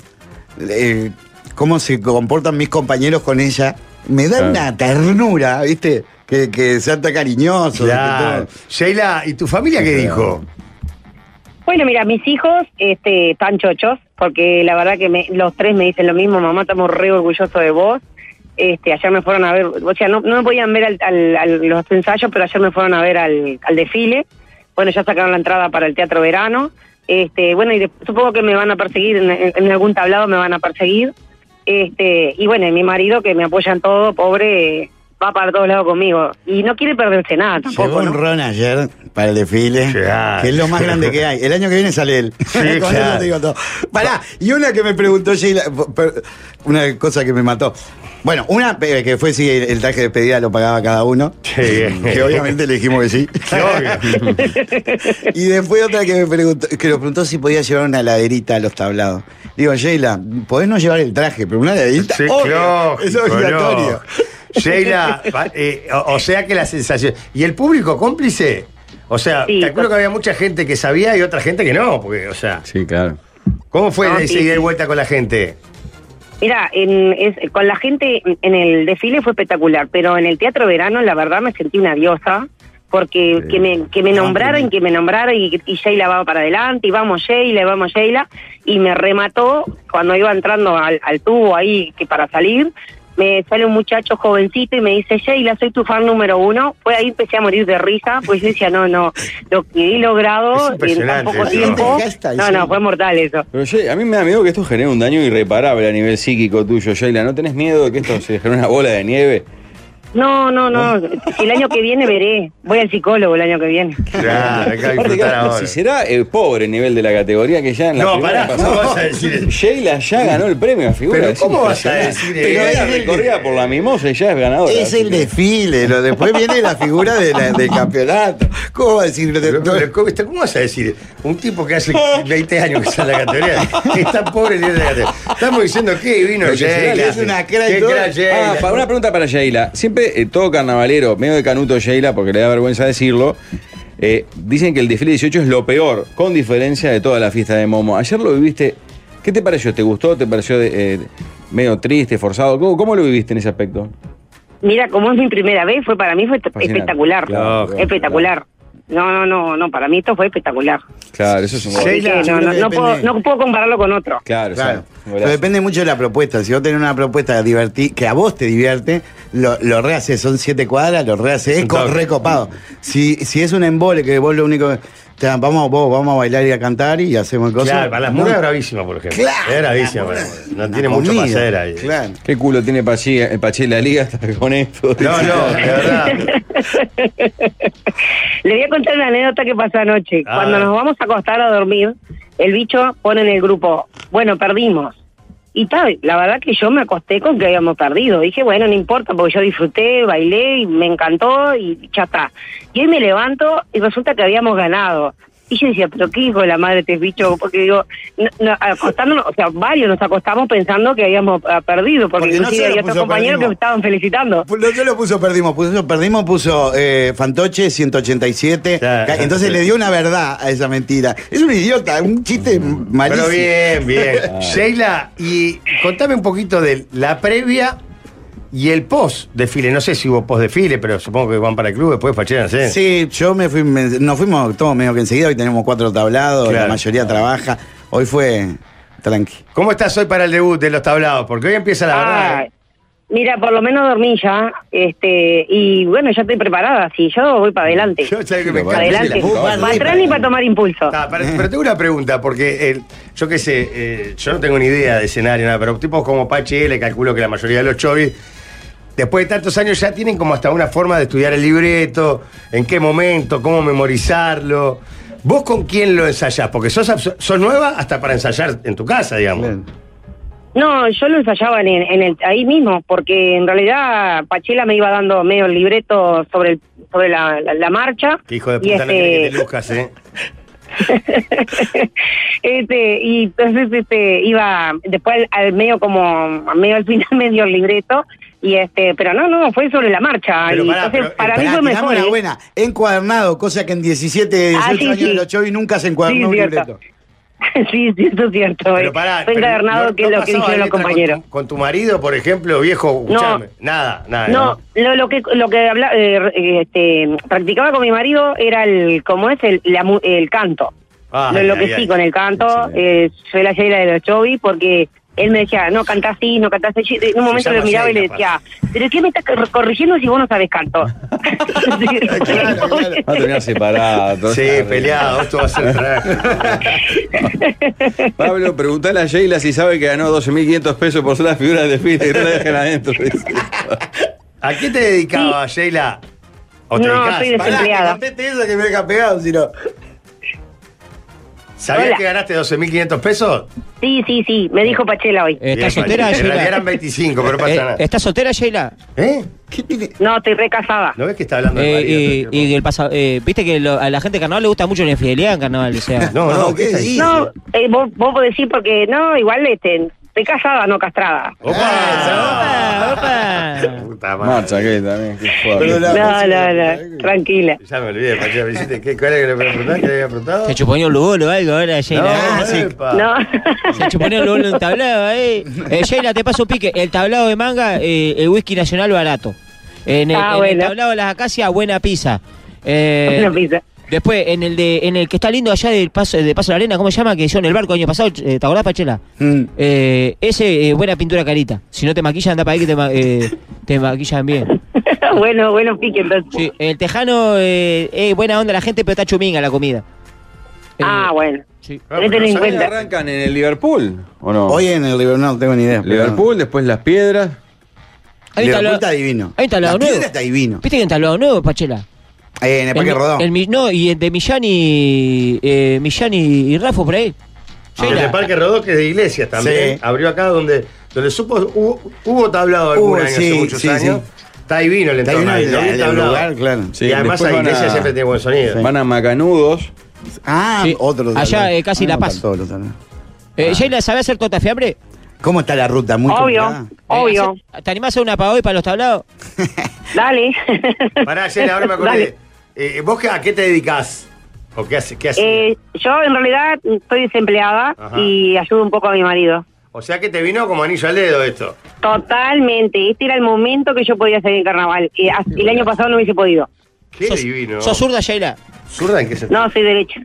Speaker 2: el- cómo se comportan mis compañeros con ella. Me da
Speaker 1: Claro.
Speaker 2: una ternura, ¿viste? Que, que sean tan cariñosos. que
Speaker 3: Claro.
Speaker 2: todo.
Speaker 3: Sheila, ¿y tu familia qué dijo?
Speaker 4: Bueno, mira, mis hijos este, están chochos, porque la verdad que me- los tres me dicen lo mismo, mamá, estamos re orgullosos de vos. Este, ayer me fueron a ver, o sea, no, no me podían ver al, al- al- los ensayos, pero ayer me fueron a ver al, al desfile. Bueno, ya sacaron la entrada para el Teatro Verano. Este, bueno, y de- supongo que me van a perseguir, en, en algún tablado me van a perseguir. Este, y bueno, y mi marido, que me apoya en todo, pobre, eh, va para todos lados conmigo. Y no quiere perderse nada tampoco.
Speaker 2: Llegó
Speaker 4: ¿no?
Speaker 2: un ron ayer para el desfile,
Speaker 3: Claro.
Speaker 2: que es lo más grande que hay. El año que viene sale él.
Speaker 3: ah.
Speaker 2: [LAUGHS]
Speaker 3: Sí,
Speaker 2: Con eso
Speaker 3: claro.
Speaker 2: te digo todo. Pará, y una que me preguntó Sheila, per- una cosa que me mató. Bueno, una eh, que fue si el, el traje de pedida lo pagaba cada uno,
Speaker 3: Sí, bien.
Speaker 2: [LAUGHS] que obviamente le dijimos que sí.
Speaker 3: Obvio.
Speaker 2: [LAUGHS] Y después otra que me preguntó, que nos preguntó si podía llevar una laderita a los tablados. Digo, Sheila, podés no llevar el traje, pero una laderita,
Speaker 3: Sí,
Speaker 2: obvio,
Speaker 3: lógico,
Speaker 2: es obligatorio.
Speaker 3: lógico. Sheila, va- eh, o, o sea que la sensación. ¿Y el público cómplice? O sea,
Speaker 4: Sí,
Speaker 3: te calculo que había mucha gente que sabía y otra gente que no, porque, o sea,
Speaker 1: Sí, claro.
Speaker 3: ¿cómo fue
Speaker 4: No,
Speaker 3: ese
Speaker 4: sí,
Speaker 3: ida y
Speaker 4: sí.
Speaker 3: vuelta con la gente?
Speaker 4: Mira, en- es- con la gente en el desfile fue espectacular, pero en el Teatro Verano la verdad me sentí una diosa, porque que me, que me
Speaker 2: Ah,
Speaker 4: nombraran,
Speaker 2: tremendo.
Speaker 4: que me nombraran y, y Sheila va para adelante, y vamos Sheila, y vamos Sheila, y me remató cuando iba entrando al, al tubo ahí que para salir, me sale un muchacho jovencito y me dice, Sheila, soy tu fan número uno, fue ahí empecé a morir de risa, pues yo decía, no,
Speaker 3: [LAUGHS]
Speaker 4: no, lo que he logrado
Speaker 3: Es
Speaker 4: en tan
Speaker 3: impresionante
Speaker 4: poco
Speaker 3: eso.
Speaker 4: tiempo,
Speaker 2: Ya está,
Speaker 4: no,
Speaker 2: sí.
Speaker 4: no, fue mortal eso.
Speaker 1: Pero Jay, a mí me da miedo que esto genere un daño irreparable a nivel psíquico tuyo, Sheila. ¿No tenés miedo de que esto se genere una bola de nieve?
Speaker 4: No, no, no. El año que viene veré. Voy al psicólogo el año que viene.
Speaker 3: Claro, hay que
Speaker 1: Aparte,
Speaker 3: disfrutar
Speaker 1: claro,
Speaker 3: ahora.
Speaker 1: Si será el pobre nivel de la categoría que ya en la
Speaker 3: No,
Speaker 1: primera
Speaker 3: pará, ¿cómo vas a decir eso?
Speaker 1: Sheila ya ganó el premio a figura.
Speaker 3: Pero
Speaker 1: es
Speaker 3: ¿cómo vas a
Speaker 1: impresionante.
Speaker 3: decir
Speaker 1: Pero
Speaker 3: eso?
Speaker 1: ella recorría por la mimosa y ya es ganadora.
Speaker 2: Es
Speaker 1: así
Speaker 2: el
Speaker 1: que-
Speaker 2: desfile, lo, después viene la figura de la- del campeonato. ¿Cómo va a decir?
Speaker 3: Pero, pero, ¿cómo, está- cómo vas a decir? Un tipo que hace 20 años que está en
Speaker 2: [LAUGHS]
Speaker 3: la categoría, que está pobre en la categoría. Estamos diciendo que vino
Speaker 1: Lo que
Speaker 3: Sheila.
Speaker 1: será, le
Speaker 2: hace una cara y
Speaker 3: ¿Qué
Speaker 2: todo.
Speaker 3: crack,
Speaker 1: Ah,
Speaker 3: Sheila?
Speaker 1: pa- una pregunta para Sheila. Siempre eh, todo carnavalero, medio de canuto Sheila, porque le da vergüenza decirlo. eh, dicen que el desfile 18 es lo peor, con diferencia de toda la fiesta de Momo. Ayer lo viviste. ¿Qué te pareció? ¿Te gustó? ¿Te pareció de- eh, medio triste, forzado? ¿Cómo, cómo lo viviste en ese aspecto?
Speaker 4: Mira, como es mi primera vez, fue para mí fue
Speaker 1: Fascinante.
Speaker 4: espectacular.
Speaker 1: Claro, claro,
Speaker 4: espectacular. No, no, no, no. Para mí esto fue espectacular.
Speaker 1: Claro, eso es un
Speaker 3: Sí.
Speaker 4: Así
Speaker 3: Sheila,
Speaker 4: que
Speaker 2: yo
Speaker 4: no, no,
Speaker 2: creo que
Speaker 4: no puedo,
Speaker 2: depende.
Speaker 4: no puedo compararlo con otro.
Speaker 1: Claro,
Speaker 2: Claro.
Speaker 1: claro.
Speaker 2: Pero
Speaker 1: Golazo.
Speaker 2: depende mucho de la propuesta. Si vos tenés una propuesta diverti que a vos te divierte, lo, lo rehaces. Son siete cuadras, lo rehaces. Es
Speaker 3: un
Speaker 2: co-
Speaker 3: toque.
Speaker 2: recopado. Si, si es un embole que vos lo único que. te dan, vamos, vos, vamos a bailar y a cantar y hacemos cosas.
Speaker 3: Claro, para las
Speaker 2: Muy-
Speaker 3: mujeres es bravísima, por ejemplo.
Speaker 2: Claro.
Speaker 3: es bravísima.
Speaker 2: Una-
Speaker 3: para las mujeres. no
Speaker 2: una
Speaker 3: tiene mucho para
Speaker 2: comida.
Speaker 3: hacer ahí.
Speaker 2: Claro.
Speaker 1: ¿Qué culo tiene Pachi, Pachi en la liga [LAUGHS] hasta con esto?
Speaker 3: No, no, de verdad.
Speaker 4: Le voy a contar una anécdota que pasó anoche.
Speaker 3: A
Speaker 4: Cuando
Speaker 3: ver.
Speaker 4: nos vamos a acostar a dormir, el bicho pone en el grupo, bueno, perdimos. Y tal, la verdad que yo me acosté con que habíamos perdido. Dije, bueno, no importa, porque yo disfruté, bailé y me encantó y ya está. Y hoy me levanto y resulta que habíamos ganado. Y yo decía, pero qué hijo de la madre este bicho, porque digo, no, no, acostándonos, o sea, varios nos acostamos pensando que habíamos ah, perdido, porque,
Speaker 2: Porque no
Speaker 4: inclusive
Speaker 2: solo
Speaker 4: había otros
Speaker 2: puso
Speaker 4: compañeros que
Speaker 2: perdimos.
Speaker 4: me estaban felicitando.
Speaker 2: No se lo puso perdimos, puso perdimos, puso eh, Fantoche 187.
Speaker 3: Claro.
Speaker 2: Ca- Entonces le dio una verdad a esa mentira. Es un idiota, un chiste malísimo. [LAUGHS]
Speaker 3: Pero bien, bien. Sheila, y contame un poquito de la previa y el post desfile. No sé si hubo post desfile, pero supongo que van para el club, después fachean, ¿sí?
Speaker 2: Sí, yo me fui, me- nos fuimos todos medio que enseguida, hoy tenemos cuatro tablados,
Speaker 3: Claro.
Speaker 2: la mayoría trabaja. Hoy fue tranqui.
Speaker 3: ¿Cómo estás hoy para el debut de los tablados? Porque hoy empieza la verdad. ¿eh?
Speaker 4: Ay, Mira, por lo menos dormí ya, este, y bueno, ya estoy preparada, si yo voy para adelante.
Speaker 3: Yo sé que me encanta.
Speaker 4: Adelante,
Speaker 2: Vos vas
Speaker 4: para
Speaker 2: re
Speaker 4: atrás ni
Speaker 2: para-
Speaker 4: para tomar impulso.
Speaker 3: Ah, para- pero tengo una pregunta, porque el- yo qué sé, eh, yo no tengo ni idea de escenario, nada, pero tipos como Pache, le calculo que la mayoría de los chovis, después de tantos años ya tienen como hasta una forma de estudiar el libreto, en qué momento, cómo memorizarlo. ¿Vos con quién lo ensayás? Porque sos, abs- sos nueva hasta para ensayar en tu casa, digamos.
Speaker 4: No, yo lo ensayaba en, en el, ahí mismo, porque en realidad Pachela me iba dando medio el libreto sobre el- sobre la, la- la marcha.
Speaker 3: Que hijo de
Speaker 4: y
Speaker 3: puta no quiere que te
Speaker 4: este,
Speaker 3: luzcas, ¿eh?
Speaker 4: este, y entonces este, iba después al, al [LAUGHS] medio como al medio al final medio el libreto Y este, pero no, no, fue sobre la marcha.
Speaker 3: Pero
Speaker 4: y
Speaker 3: pará,
Speaker 4: entonces,
Speaker 3: pero,
Speaker 4: para
Speaker 2: Pará,
Speaker 4: mí fue
Speaker 2: tirame
Speaker 4: mejor.
Speaker 2: una
Speaker 4: ¿eh?
Speaker 2: buena. Encuadernado, cosa que en 17, 18
Speaker 4: Ah, sí,
Speaker 2: años
Speaker 4: sí.
Speaker 2: de los Chovis nunca se encuadernó
Speaker 4: Sí,
Speaker 2: un
Speaker 4: cierto.
Speaker 2: libreto.
Speaker 4: [LAUGHS] sí, sí, esto es cierto.
Speaker 3: Pero
Speaker 4: eh.
Speaker 3: pará,
Speaker 4: fue
Speaker 3: pero
Speaker 4: encadernado
Speaker 3: ¿no-
Speaker 4: que
Speaker 3: no
Speaker 4: lo que
Speaker 3: pasaba
Speaker 4: hicieron los
Speaker 3: letra con tu-
Speaker 4: compañeros.
Speaker 3: Con tu, marido, por ejemplo, viejo,
Speaker 4: No.
Speaker 3: escuchame. Nada, nada.
Speaker 4: No, lo, lo que lo que habla- eh, eh, este, practicaba con mi marido era el cómo es el la mu- el canto.
Speaker 3: Ah,
Speaker 4: lo, lo
Speaker 3: ay,
Speaker 4: que
Speaker 3: ay,
Speaker 4: sí
Speaker 3: ay.
Speaker 4: con el canto eh, soy la Sheila de los Chovis porque él me decía no canta así, no canta así. En un momento
Speaker 3: llama
Speaker 4: lo miraba y le
Speaker 3: Sheila, pues.
Speaker 4: decía pero qué me estás cor- corrigiendo si vos no sabes
Speaker 3: [LAUGHS]
Speaker 4: canto.
Speaker 2: Claro, claro.
Speaker 1: Va a terminar separado.
Speaker 3: Sí, peleado, esto va a ser
Speaker 1: [LAUGHS] Pablo, preguntale a Sheila si sabe que ganó 12.500 pesos por ser la figura de fiesta y no la dejan adentro. dice.
Speaker 3: ¿A qué te dedicabas, Sheila? ¿O te
Speaker 4: No,
Speaker 3: dedicabas?
Speaker 4: soy
Speaker 3: Pará,
Speaker 2: que
Speaker 4: Empleada.
Speaker 2: cantete eso que me deja pegado, si no.
Speaker 3: ¿Sabías
Speaker 4: Hola.
Speaker 3: que ganaste 12.500 pesos?
Speaker 4: sí, sí, sí, me dijo Pachela hoy.
Speaker 5: Eh,
Speaker 3: Bien,
Speaker 5: ¿Estás soltera,
Speaker 3: Pachela. En realidad
Speaker 5: Sheila?
Speaker 3: eran 25, pero no pasa
Speaker 5: Eh,
Speaker 3: nada.
Speaker 5: ¿Estás soltera, Sheila?
Speaker 3: ¿Eh?
Speaker 2: ¿Qué tiene?
Speaker 4: No, estoy recasada.
Speaker 3: ¿No ves que está hablando de
Speaker 5: Eh,
Speaker 3: marido?
Speaker 5: y,
Speaker 3: todo el
Speaker 5: y
Speaker 3: tiempo?
Speaker 5: el pasa- eh, viste que lo- a la gente de carnaval le gusta mucho la infidelidad en carnaval, o sea.
Speaker 3: [LAUGHS] No, no,
Speaker 2: No,
Speaker 3: ¿qué
Speaker 2: ¿qué
Speaker 3: está
Speaker 2: decís?
Speaker 3: diciendo?
Speaker 4: No, eh, vos vos podés decir porque no, igual este, estoy casada, no castrada.
Speaker 3: Oh. ¡Opa!
Speaker 5: Ah, opa, opa.
Speaker 3: Puta madre.
Speaker 1: Marcha, que también. qué fuerte.
Speaker 2: Pero la-
Speaker 4: No,
Speaker 2: sí,
Speaker 4: no,
Speaker 2: sí.
Speaker 4: no, tranquila.
Speaker 3: Ya me olvidé, Pachela, me hiciste- ¿qué, ¿cuál era que le preguntaba? ¿Qué le había preguntado?
Speaker 5: Se chuponía un lugolo o algo ahora, Sheila.
Speaker 3: No,
Speaker 5: eh.
Speaker 3: epa.
Speaker 4: No.
Speaker 5: Se chuponía un lugolo en un tablado, eh. Eh, Sheila, te paso pique. El tablado de manga, eh, el whisky nacional barato. En el,
Speaker 4: Ah,
Speaker 5: en el
Speaker 4: bueno.
Speaker 5: tablado de las acacias, buena pizza. Eh,
Speaker 4: Una pizza.
Speaker 5: Después, en el de, en el que está lindo allá del paso, de Paso de la Arena, ¿cómo se llama? Que yo en el barco el año pasado, eh, ¿te acordás, Pachela?
Speaker 2: Mm.
Speaker 5: Eh, ese, eh, buena pintura carita. Si no te maquillan, anda para ahí que te, ma- eh, te maquillan bien.
Speaker 4: [LAUGHS] bueno, bueno, pique entonces.
Speaker 5: Sí, el tejano, eh, eh, buena onda la gente, pero está chuminga la comida. Eh,
Speaker 4: Ah, bueno.
Speaker 5: sí.
Speaker 3: Ah,
Speaker 4: Tenete
Speaker 3: pero
Speaker 4: en
Speaker 3: no
Speaker 1: ¿Hoy
Speaker 4: cuenta.
Speaker 1: arrancan en el Liverpool o no?
Speaker 2: Hoy en el Liverpool, no tengo ni idea. pero-
Speaker 1: Liverpool, después Las Piedras.
Speaker 5: Ahí
Speaker 2: Liverpool
Speaker 5: lo-
Speaker 2: está divino.
Speaker 5: Ahí está lo
Speaker 2: La
Speaker 5: nuevo.
Speaker 2: piedra está divino.
Speaker 5: ¿Viste que está lo nuevo, Pachela?
Speaker 2: Eh, en el Parque
Speaker 5: mi-
Speaker 2: Rodó.
Speaker 5: el mi- no, y el de Millán y, eh, Millán y, y Rafo por ahí.
Speaker 3: Y en
Speaker 5: Sheila.
Speaker 3: el Parque Rodó, que es de iglesias también,
Speaker 2: Sí.
Speaker 3: abrió acá donde, donde supo, hubo, hubo tablado algún
Speaker 2: Hubo,
Speaker 3: año, hace
Speaker 2: sí,
Speaker 3: muchos
Speaker 2: sí,
Speaker 3: años. Está divino el
Speaker 2: Está
Speaker 3: entorno
Speaker 2: divino
Speaker 3: ahí,
Speaker 2: el-
Speaker 3: ¿no?
Speaker 2: el
Speaker 3: Tablado.
Speaker 2: lugar, claro.
Speaker 1: Sí,
Speaker 3: y además
Speaker 1: después
Speaker 3: la
Speaker 1: van a-
Speaker 3: iglesia siempre tiene buen sonido.
Speaker 1: Van a Macanudos.
Speaker 2: Ah,
Speaker 5: Sí.
Speaker 2: otro.
Speaker 5: Allá,
Speaker 2: saludo.
Speaker 5: eh, casi
Speaker 2: Ah,
Speaker 5: La
Speaker 2: no,
Speaker 5: Paz.
Speaker 2: todos los saludos.
Speaker 5: Eh, Sheila, ¿sabés hacer torta de fiambre?
Speaker 2: ¿Cómo está la ruta? Muy complicada.
Speaker 4: Obvio, obvio.
Speaker 5: Eh, ¿hace- ¿Te animás a hacer una para hoy, para los tablados?
Speaker 4: Dale.
Speaker 3: Pará, Yela, ahora me acordé.
Speaker 4: Dale.
Speaker 3: Eh, ¿Vos qué- a qué te dedicás? ¿O qué haces? Qué haces?
Speaker 4: Eh, yo en realidad estoy desempleada
Speaker 3: Ajá.
Speaker 4: y ayudo un poco a mi marido.
Speaker 3: o sea que te vino como anillo al dedo esto.
Speaker 4: Totalmente. Este era el momento que yo podía salir en carnaval. Eh, as- el año pasado no hubiese podido.
Speaker 3: Qué
Speaker 5: sos,
Speaker 3: divino.
Speaker 5: ¿Sos zurda, Sheila?
Speaker 3: ¿Zurda en qué sentido?
Speaker 4: No, soy derecha.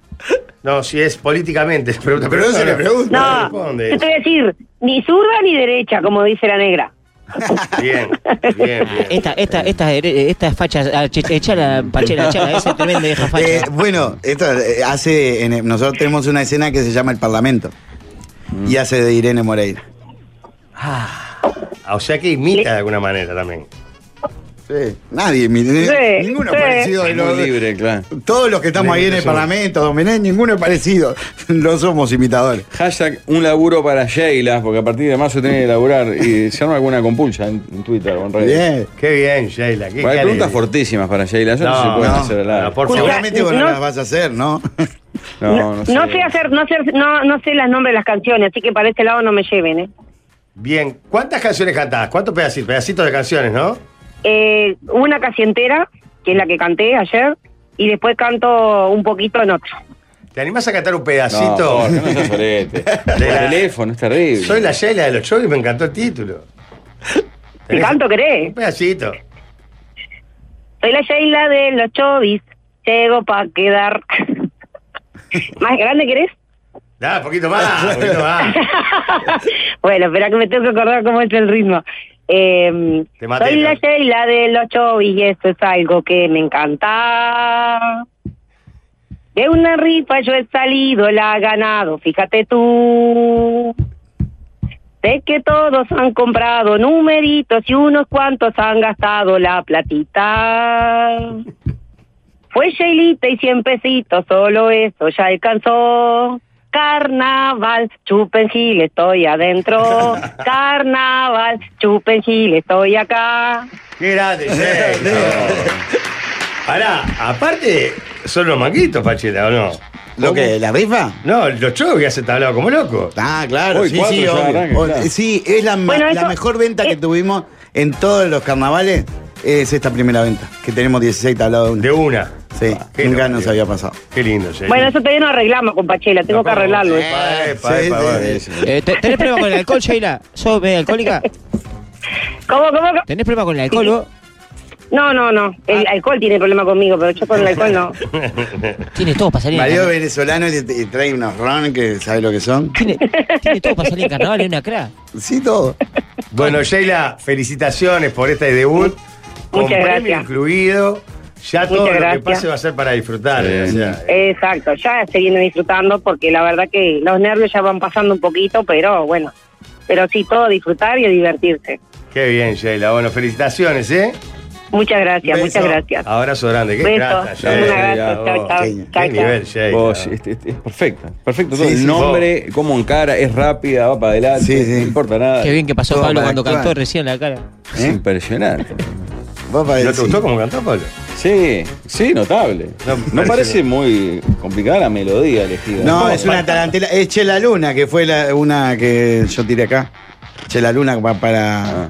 Speaker 3: No, si es políticamente. [LAUGHS] se pregunta,
Speaker 2: Pero no se le pregunta.
Speaker 3: No,
Speaker 4: No,
Speaker 3: responde.
Speaker 4: [LAUGHS] yo te voy a decir, ni zurda ni derecha, como dice la negra.
Speaker 3: Bien, bien, bien.
Speaker 5: Ah, Esta, esta, esta, esta facha, ah, che- echala, pachela,
Speaker 2: [LAUGHS]
Speaker 5: echala, esa es tremenda vieja facha.
Speaker 2: Eh, bueno, esto eh, hace. en el- nosotros tenemos una escena que se llama El Parlamento. Y hace de Irene Moreira.
Speaker 3: O sea que imita de alguna manera también.
Speaker 2: Sí. Nadie, mi- ninguno
Speaker 4: sí.
Speaker 2: es parecido de
Speaker 1: Es
Speaker 2: los.
Speaker 1: muy libre, claro.
Speaker 2: Todos los que estamos ahí en el
Speaker 3: Ninguno.
Speaker 2: Parlamento, Domenech, ninguno es parecido. [LAUGHS] No somos imitadores.
Speaker 1: Hashtag un laburo para Sheila, porque a partir de marzo tiene que laburar. Y se arma alguna compulsa en, en Twitter o en redes.
Speaker 2: Bien.
Speaker 3: Qué bien, Sheila. Qué, qué
Speaker 1: Bueno, hay preguntas
Speaker 3: alegría.
Speaker 1: fortísimas para Sheila. Yo no,
Speaker 3: No,
Speaker 1: sé si pueden
Speaker 2: no,
Speaker 1: hacer al aire.
Speaker 3: no, por favor.
Speaker 2: Seguramente vos no,
Speaker 4: No.
Speaker 2: las vas a hacer, ¿no? [LAUGHS]
Speaker 1: No,
Speaker 4: No,
Speaker 1: no sé.
Speaker 4: no sé hacer, no sé, no, no sé los nombres de las canciones, así que para este lado no me lleven, ¿eh?
Speaker 3: Bien, ¿cuántas canciones cantás? ¿Cuántos pedacitos? Pedacitos de canciones, ¿no?
Speaker 4: Eh, una casi entera, que es la que canté ayer, y después canto un poquito en otro.
Speaker 3: ¿Te animás a cantar un
Speaker 1: No,
Speaker 3: pedacito?
Speaker 1: Jorge, no seas
Speaker 3: [LAUGHS]
Speaker 1: solete. Por
Speaker 3: la-
Speaker 1: teléfono, es terrible.
Speaker 3: Soy la Sheila de los shows y me encantó el título.
Speaker 4: ¿Y canto querés?
Speaker 3: Un pedacito.
Speaker 4: Soy la Sheila de los Chovis, llego para quedar. [LAUGHS] ¿Más grande querés?
Speaker 3: Da, poquito más, un poquito más.
Speaker 4: bueno, espera que me tengo que acordar cómo es el ritmo. Eh,
Speaker 3: Te maté,
Speaker 4: soy la
Speaker 3: ¿no?
Speaker 4: Sheila de los Chovis y esto es algo que me encanta. De una rifa yo he salido, la ha ganado, fíjate tú. Sé que todos han comprado numeritos y unos cuantos han gastado la platita. Fue Sheilita y 100 pesitos, solo eso ya alcanzó. Carnaval, chupen gil, estoy
Speaker 3: [LAUGHS]
Speaker 4: adentro. Carnaval, chupen gil, estoy acá.
Speaker 3: Qué [LAUGHS] grande, Sheila. Pará, aparte, son los manguitos, Pachela, ¿o no?
Speaker 2: ¿Lo que? ¿La rifa?
Speaker 3: No, los shows que hacen tablado como loco.
Speaker 2: Ah, claro,
Speaker 1: Hoy
Speaker 2: sí,
Speaker 1: cuatro
Speaker 2: sí,
Speaker 1: ya
Speaker 2: obvio.
Speaker 1: arranca,
Speaker 2: Hoy-
Speaker 1: claro.
Speaker 2: sí, es la, ma-
Speaker 4: Bueno,
Speaker 2: la
Speaker 4: eso-
Speaker 2: mejor venta que
Speaker 4: eh,
Speaker 2: tuvimos en todos los carnavales es esta primera venta, que tenemos 16 tablados de una.
Speaker 3: De una.
Speaker 2: Sí,
Speaker 3: Ah, qué
Speaker 2: nunca nos
Speaker 3: locura.
Speaker 2: había pasado.
Speaker 3: Qué lindo, che. [LAUGHS]
Speaker 4: Bueno, eso todavía no arreglamos con Pachela, tengo que arreglarlo. ¿eh?
Speaker 3: Epa, epa,
Speaker 2: Sí,
Speaker 3: epa,
Speaker 2: sí,
Speaker 3: va.
Speaker 2: sí.
Speaker 5: Eh, te- ¿Tenés problema con el alcohol, Sheila? ¿Sos medio alcohólica?
Speaker 4: ¿Cómo, cómo? cómo?
Speaker 5: ¿Tenés problema con el alcohol vos?
Speaker 4: [LAUGHS] No, no, no. El
Speaker 5: Ah.
Speaker 4: alcohol tiene problema conmigo, pero yo con el alcohol
Speaker 3: [LAUGHS]
Speaker 4: no.
Speaker 5: Tiene todo para salir en
Speaker 2: Marido
Speaker 5: carnaval.
Speaker 2: venezolano y, y trae unos ron que sabe lo
Speaker 4: [LAUGHS]
Speaker 2: que son.
Speaker 5: Tiene, tiene todo para salir en carnaval, es una cra.
Speaker 2: Sí, todo.
Speaker 3: Bueno, Sheila, felicitaciones por este debut. Con
Speaker 4: Muchas
Speaker 3: premio
Speaker 4: gracias.
Speaker 3: incluido. Ya
Speaker 4: Muchas
Speaker 3: todo lo que
Speaker 4: gracias.
Speaker 3: pase va a ser para disfrutar.
Speaker 1: Sí.
Speaker 3: eh, o sea, eh,
Speaker 4: Exacto, ya se viene disfrutando porque la verdad que los nervios ya van pasando un poquito, pero bueno. Pero sí, todo disfrutar y divertirse.
Speaker 3: qué bien, Sheila. Bueno, felicitaciones, ¿eh?
Speaker 4: Muchas gracias, muchas
Speaker 3: Beso.
Speaker 4: gracias.
Speaker 3: Abrazo grande. Qué grata,
Speaker 4: Besos,
Speaker 3: Sheila.
Speaker 4: un
Speaker 1: ya,
Speaker 4: abrazo, chao,
Speaker 3: vos.
Speaker 4: chao.
Speaker 2: Qué
Speaker 4: chao,
Speaker 3: Qué nivel,
Speaker 4: chao.
Speaker 3: Sheila.
Speaker 1: Vos, este, este, es perfecta, perfecto. todo.
Speaker 2: Sí, sí,
Speaker 1: nombre, cómo encara, es rápida, va para adelante,
Speaker 2: Sí, sí.
Speaker 1: no importa nada.
Speaker 5: Qué bien que pasó
Speaker 2: Todo
Speaker 5: Pablo
Speaker 2: para
Speaker 5: cuando
Speaker 2: actuar.
Speaker 5: cantó ¿eh? recién la cara.
Speaker 1: Es impresionante.
Speaker 2: Vos para
Speaker 3: ¿No te
Speaker 2: decir.
Speaker 3: gustó cómo cantó, Pablo?
Speaker 1: Sí, sí, notable.
Speaker 3: No,
Speaker 1: No,
Speaker 3: parece-
Speaker 1: parece, muy complicada la melodía elegida.
Speaker 2: No, es una
Speaker 1: falta-
Speaker 2: tarantela. Es Chela Luna, que fue la- una que yo tiré acá. Chela Luna pa- para.
Speaker 1: Ah.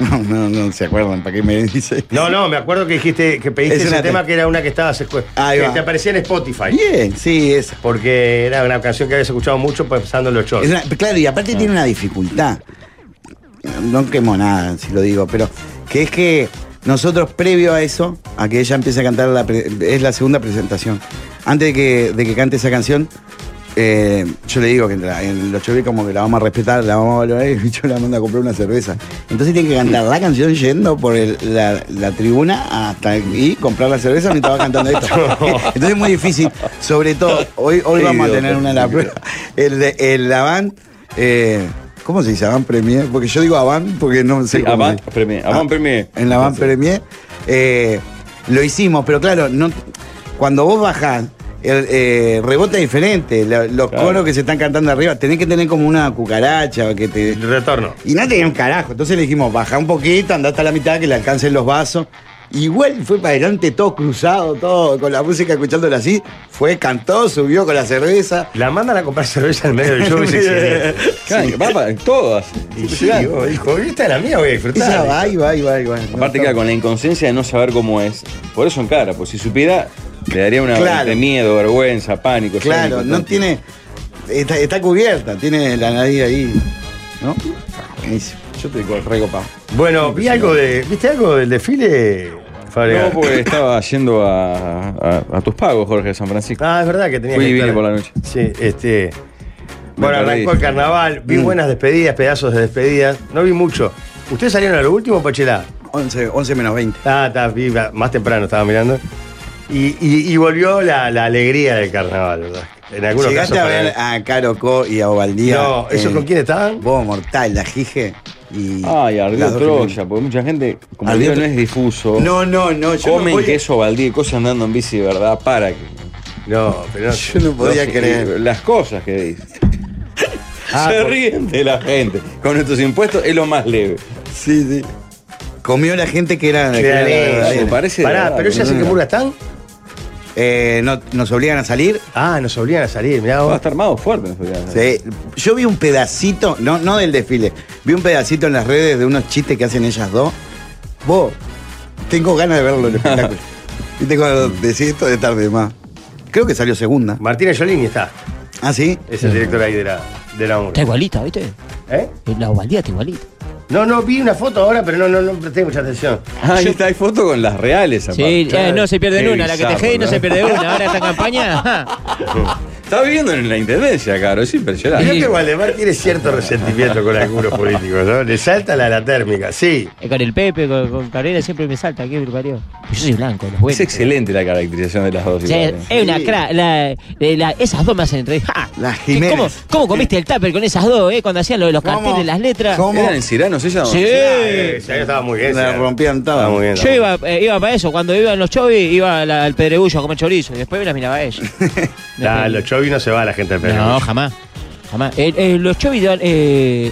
Speaker 2: No, [LAUGHS] no, no se acuerdan, ¿para qué me dice?
Speaker 3: Ah. No, no, me acuerdo que dijiste que pediste
Speaker 2: Es
Speaker 3: ese
Speaker 2: una
Speaker 3: tema
Speaker 2: te-
Speaker 3: que era una que estabas escu-
Speaker 2: Ahí
Speaker 3: que
Speaker 2: va.
Speaker 3: te aparecía en Spotify.
Speaker 2: Bien, sí, esa.
Speaker 3: Porque era una canción que habías escuchado mucho pensando en los shorts.
Speaker 2: Es una- claro, y aparte tiene una dificultad. No quemo nada, si lo digo, pero que es que nosotros previo a eso, a que ella empiece a cantar, la pre- es la segunda presentación. Antes de que, de que cante esa canción, eh, yo le digo que en, la- en los chovis como que la vamos a respetar, la vamos a valorar, [LAUGHS] y el bicho la manda a comprar una cerveza. Entonces tiene que cantar la canción yendo por el- la, la tribuna hasta y comprar la cerveza mientras va cantando
Speaker 1: [LAUGHS]
Speaker 2: esto. Entonces es muy difícil. Sobre todo, hoy, hoy
Speaker 1: Qué
Speaker 2: vamos a
Speaker 1: idiota.
Speaker 2: tener una en la prueba. El, de- el Avant, eh, ¿cómo se dice? Avant Premier, porque yo digo Avant porque no sé
Speaker 1: Sí,
Speaker 2: cómo
Speaker 1: Avant
Speaker 2: es.
Speaker 1: Premier, Avant Premier.
Speaker 2: Ah, En la Avant Premier eh, lo hicimos, pero claro, no, cuando vos bajás, el, eh, rebota diferente. la- los
Speaker 1: Claro.
Speaker 2: coros que se están cantando arriba, tenés que tener como una cucaracha que te.
Speaker 3: El retorno.
Speaker 2: Y no tenía un carajo. Entonces le dijimos, baja un poquito, andá hasta la mitad que le alcancen los vasos. Igual fue para adelante, todo cruzado, todo con la música escuchándola así. Fue, cantó, subió con la cerveza.
Speaker 3: La mandan a comprar cerveza en medio [LAUGHS] del show.
Speaker 2: [LAUGHS]
Speaker 3: y se-
Speaker 1: Claro, va para todas.
Speaker 3: Y sí, digo, dijo, esta es la mía, voy a disfrutar.
Speaker 2: Ella va, y va, y va, y va.
Speaker 1: Aparte,
Speaker 2: No,
Speaker 1: claro, con la inconsciencia de no saber cómo es. Por eso encara, pues si supiera, le daría una
Speaker 2: Claro.
Speaker 1: de miedo, vergüenza, pánico.
Speaker 2: Claro,
Speaker 1: pánico,
Speaker 2: no
Speaker 1: todo.
Speaker 2: tiene. Está, está cubierta, tiene la nariz ahí. ¿No? Buenísimo. Yo te digo, recopado.
Speaker 3: Bueno, vi algo de. ¿Viste algo del desfile? Fabregat?
Speaker 1: No, porque estaba yendo a, a- a tus pagos, Jorge de San Francisco.
Speaker 3: Ah, es verdad que tenía
Speaker 1: Fui
Speaker 3: que
Speaker 1: y vine
Speaker 3: estar-
Speaker 1: por la noche.
Speaker 3: Sí, este. Bueno,
Speaker 1: perdí. Mm.
Speaker 3: arrancó el carnaval, vi buenas despedidas, pedazos de despedidas. No vi mucho. ¿Ustedes salieron a lo último, Pachela?
Speaker 2: 11, 11 menos 20.
Speaker 3: Ah, está, vi más temprano, estaba mirando. Y, y- y volvió la, la alegría del carnaval, ¿verdad? En algunos
Speaker 2: Llegaste
Speaker 3: casos.
Speaker 2: a
Speaker 3: para-
Speaker 2: ver a Caro Co y a Ovaldía.
Speaker 3: No, ¿eso
Speaker 2: en
Speaker 3: con quién estaban?
Speaker 2: Bobo Mortal, la Jige y.
Speaker 1: Ay,
Speaker 2: las
Speaker 1: ardió
Speaker 2: dos
Speaker 1: Troya,
Speaker 2: gemelas.
Speaker 1: porque mucha gente, como
Speaker 2: Ardió
Speaker 1: digo, no
Speaker 2: Tro-
Speaker 1: es difuso.
Speaker 2: No, no, no. Yo
Speaker 1: comen
Speaker 2: no podía,
Speaker 1: queso baldí y cosas andando en bici de verdad para que.
Speaker 3: No, pero no.
Speaker 2: Yo no podía
Speaker 1: no sé,
Speaker 2: creer.
Speaker 1: Las cosas que dicen.
Speaker 3: Ah,
Speaker 1: [LAUGHS] Se
Speaker 3: por-
Speaker 1: ríen de la gente. Con estos impuestos es lo más leve.
Speaker 2: Sí, sí. Comió la gente que era. que era la
Speaker 3: alegre.
Speaker 2: verdadera.
Speaker 1: Me parece de
Speaker 3: Pará,
Speaker 1: verdad,
Speaker 3: pero ellas en
Speaker 1: no,
Speaker 3: qué
Speaker 1: no.
Speaker 3: murga están.
Speaker 2: Eh, no- nos obligan a salir.
Speaker 3: Ah, nos obligan a salir, mirá
Speaker 1: Va a
Speaker 3: vos.
Speaker 1: estar armado fuerte. en realidad.
Speaker 2: Sí, Yo vi un pedacito, no, no del desfile, vi un pedacito en las redes de unos chistes que hacen ellas dos. Vos, tengo ganas de verlo el
Speaker 1: [LAUGHS]
Speaker 2: espectáculo. y tengo ganas de decir esto de tarde más. Creo que salió segunda.
Speaker 3: Martina Jolini está,
Speaker 2: ¿Ah, sí?
Speaker 3: es el director ahí de la, de la murga.
Speaker 5: Está igualita, ¿viste?
Speaker 3: ¿Eh?
Speaker 5: La ovaldía está igualita.
Speaker 3: No, no, vi una foto ahora, pero no, no, no presté mucha atención.
Speaker 1: Ah, ahí está, hay foto con las reales.
Speaker 5: Sí,
Speaker 1: aparte.
Speaker 5: eh, no se pierde
Speaker 1: Qué
Speaker 5: una. La que te
Speaker 1: bizarro,
Speaker 5: dejé no se pierde
Speaker 1: [LAUGHS]
Speaker 5: una. Ahora esta campaña.
Speaker 2: [LAUGHS]
Speaker 5: ajá.
Speaker 1: Está viviendo en la intendencia, caro. Es impresionante.
Speaker 3: Creo
Speaker 5: Sí.
Speaker 3: que Valdemar tiene cierto resentimiento con algunos políticos, ¿no? Le salta la, la térmica, sí.
Speaker 5: Eh, Con el Pepe, con, con Cabrera siempre me salta. ¿Qué me parió? Yo soy blanco, los buenos.
Speaker 1: Es excelente la caracterización de las dos.
Speaker 5: O sea,
Speaker 1: igual, ¿eh?
Speaker 5: es una cra, la- eh, la- esas dos me hacen entre. ¡Ja!
Speaker 2: Las
Speaker 5: ¿Qué-
Speaker 2: Jiménez.
Speaker 5: ¿Cómo, cómo comiste el tupper con esas dos, eh? Cuando hacían lo de los
Speaker 2: ¿Cómo?
Speaker 5: carteles, las letras.
Speaker 2: ¿Cómo?
Speaker 1: ¿Eran ciranos ellas?
Speaker 5: Sí.
Speaker 3: Eh, ese año estaba muy bien.
Speaker 2: La
Speaker 3: ese año.
Speaker 2: rompían todas.
Speaker 3: Estaba muy bien.
Speaker 5: Yo iba, eh, iba para eso, cuando iban los chovis, iba al- al pedregullo a comer chorizo y después me las miraba a
Speaker 2: [LAUGHS]
Speaker 5: ella.
Speaker 3: Nah, los chovis no se va la gente del
Speaker 5: No,
Speaker 3: Perú.
Speaker 5: jamás. Jamás. Eh, eh, los chovis eh,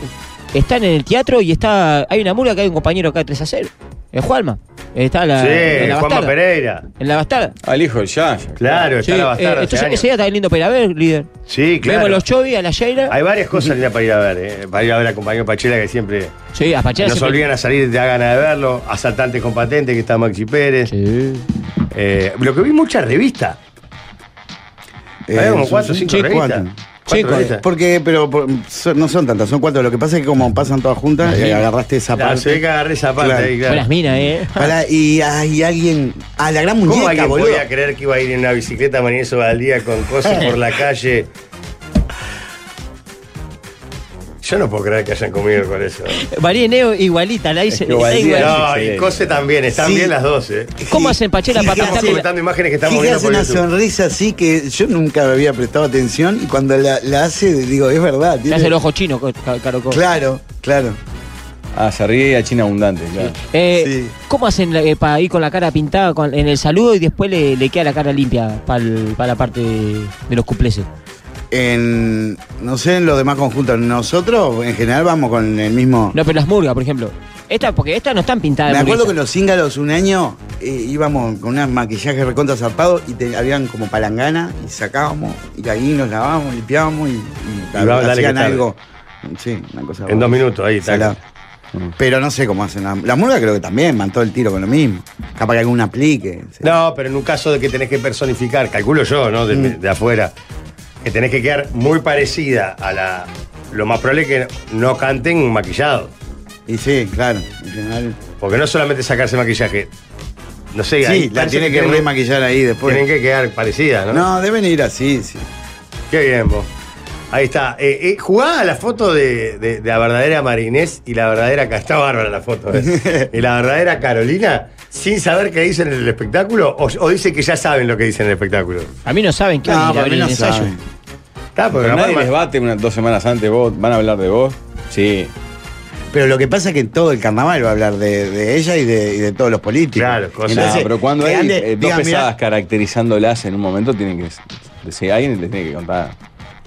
Speaker 5: están en el teatro y está hay una murga que hay un compañero acá de 3 a 0. Es Juanma. Está la,
Speaker 3: sí,
Speaker 5: en la
Speaker 3: Juanma
Speaker 5: bastarda.
Speaker 3: Pereira.
Speaker 5: En la bastarda.
Speaker 1: Al hijo de Yaya.
Speaker 3: Claro,
Speaker 5: Sí,
Speaker 3: está la bastarda.
Speaker 5: eh,
Speaker 3: hace
Speaker 5: entonces,
Speaker 3: años.
Speaker 5: ese día está lindo para ir a ver, líder.
Speaker 3: Sí, claro.
Speaker 5: Vemos los chovis, a la Sheila.
Speaker 3: Hay varias cosas lindas para ir a ver, eh, para ir a ver al compañero Pachela que siempre
Speaker 5: Sí, a Pachela
Speaker 3: no se
Speaker 5: siempre-
Speaker 3: olvidan a salir, te da ganas de verlo. Asaltantes con patente, que está Maxi Pérez.
Speaker 5: Sí.
Speaker 3: Eh, lo que vi muchas revistas. Había como
Speaker 2: son-
Speaker 3: cuatro,
Speaker 2: son-
Speaker 3: cinco
Speaker 2: sí,
Speaker 3: revistas.
Speaker 2: cuatro.
Speaker 3: Cuatro
Speaker 5: Sí, cuatro.
Speaker 3: revistas.
Speaker 2: eh, Porque, pero por- son- no son tantas, son cuatro. Lo que pasa es que como pasan todas juntas, eh, agarraste esa
Speaker 3: Claro, se ve que
Speaker 2: parte.
Speaker 3: agarré esa parte
Speaker 2: Claro.
Speaker 3: ahí, claro.
Speaker 5: Buenas minas, eh.
Speaker 2: Pará, y hay alguien. A la gran
Speaker 3: ¿Cómo
Speaker 2: muñeca,
Speaker 3: alguien
Speaker 2: boludo.
Speaker 3: podía creer que iba a ir en una bicicleta Manieso al día con cosas por la calle? Yo no puedo creer que hayan comido con eso.
Speaker 5: María y Neo igualita, la hice.
Speaker 1: que Valdía-
Speaker 5: está igual.
Speaker 3: No, y
Speaker 1: excelente.
Speaker 3: Cose también, están
Speaker 2: Sí.
Speaker 3: bien las dos, ¿eh?
Speaker 5: ¿Cómo hacen Pachela para
Speaker 3: Estamos
Speaker 5: cantar?
Speaker 3: comentando imágenes que estamos
Speaker 2: Sí, que
Speaker 3: viendo
Speaker 2: hace
Speaker 3: por
Speaker 2: una
Speaker 3: YouTube.
Speaker 2: sonrisa así que yo nunca me había prestado atención y cuando la, la hace, digo, es verdad.
Speaker 5: Le
Speaker 2: tiene-
Speaker 5: hace el ojo chino, co- ca- Carocó.
Speaker 2: Claro, claro.
Speaker 1: Ah, se ríe y a China abundante. claro.
Speaker 5: Eh,
Speaker 2: Sí.
Speaker 5: ¿Cómo hacen para ir con la cara pintada con- en el saludo y después le, le queda la cara limpia para la parte de, de los cupleses?
Speaker 2: En, no sé, en los demás conjuntos. Nosotros, en general, vamos con el mismo...
Speaker 5: No, pero las murgas, por ejemplo. Ah, Estas, porque estas no están pintadas.
Speaker 2: Me
Speaker 5: de
Speaker 2: acuerdo que en
Speaker 5: murguita.
Speaker 2: los cíngalos un año eh, íbamos con unas maquillajes recontra zarpados y te, habían como palangana y sacábamos y ahí nos lavábamos, limpiábamos y, y
Speaker 3: va- dale que
Speaker 2: hacían
Speaker 3: tarde.
Speaker 2: algo. Sí, una cosa.
Speaker 3: En dos minutos, ahí está.
Speaker 2: Salado. Pero no sé cómo hacen. La, la murga creo que también man todo el tiro con lo mismo. Capaz que algún aplique. sí.
Speaker 3: No, pero en un caso de que tenés que personificar, calculo yo, ¿no? De,
Speaker 2: Mm.
Speaker 3: de afuera, que tenés que quedar muy parecida a la. Lo más probable es que no canten maquillado.
Speaker 2: Y sí, claro. En general.
Speaker 3: Porque no es solamente sacarse maquillaje. No sé,
Speaker 2: Sí,
Speaker 3: ahí
Speaker 2: la
Speaker 3: parece
Speaker 2: tiene que
Speaker 3: tienen-
Speaker 2: remaquillar ahí después.
Speaker 3: Tienen que quedar parecidas, ¿no?
Speaker 2: No, deben ir así, sí.
Speaker 3: Qué bien, vos. Ahí está. Eh, eh, jugá a la foto de, de- de la verdadera Marinés y la verdadera. acá Está bárbara la foto. ¿eh? y la verdadera Carolina, sin saber qué dicen en el espectáculo, o, o dice que ya saben lo que dicen en el espectáculo.
Speaker 5: A mí no saben qué
Speaker 2: No,
Speaker 5: hablan
Speaker 2: para
Speaker 5: en
Speaker 2: mí
Speaker 5: el
Speaker 2: no
Speaker 5: ensayo.
Speaker 2: saben.
Speaker 3: Está, porque
Speaker 1: Pero
Speaker 3: capaz
Speaker 1: nadie
Speaker 3: ma-
Speaker 1: les bate unas dos semanas antes, vos, van a hablar de vos. Sí.
Speaker 2: Pero lo que pasa es que todo el carnaval va a hablar de, de ella y de, y de todos los políticos.
Speaker 3: Claro, cosa-
Speaker 1: Nah,
Speaker 2: Entonces,
Speaker 1: pero cuando
Speaker 2: que
Speaker 1: hay
Speaker 2: ande-
Speaker 1: eh, dos
Speaker 2: digan, mirá,
Speaker 1: pesadas caracterizándolas en un momento, tienen que decir, alguien les tiene que contar.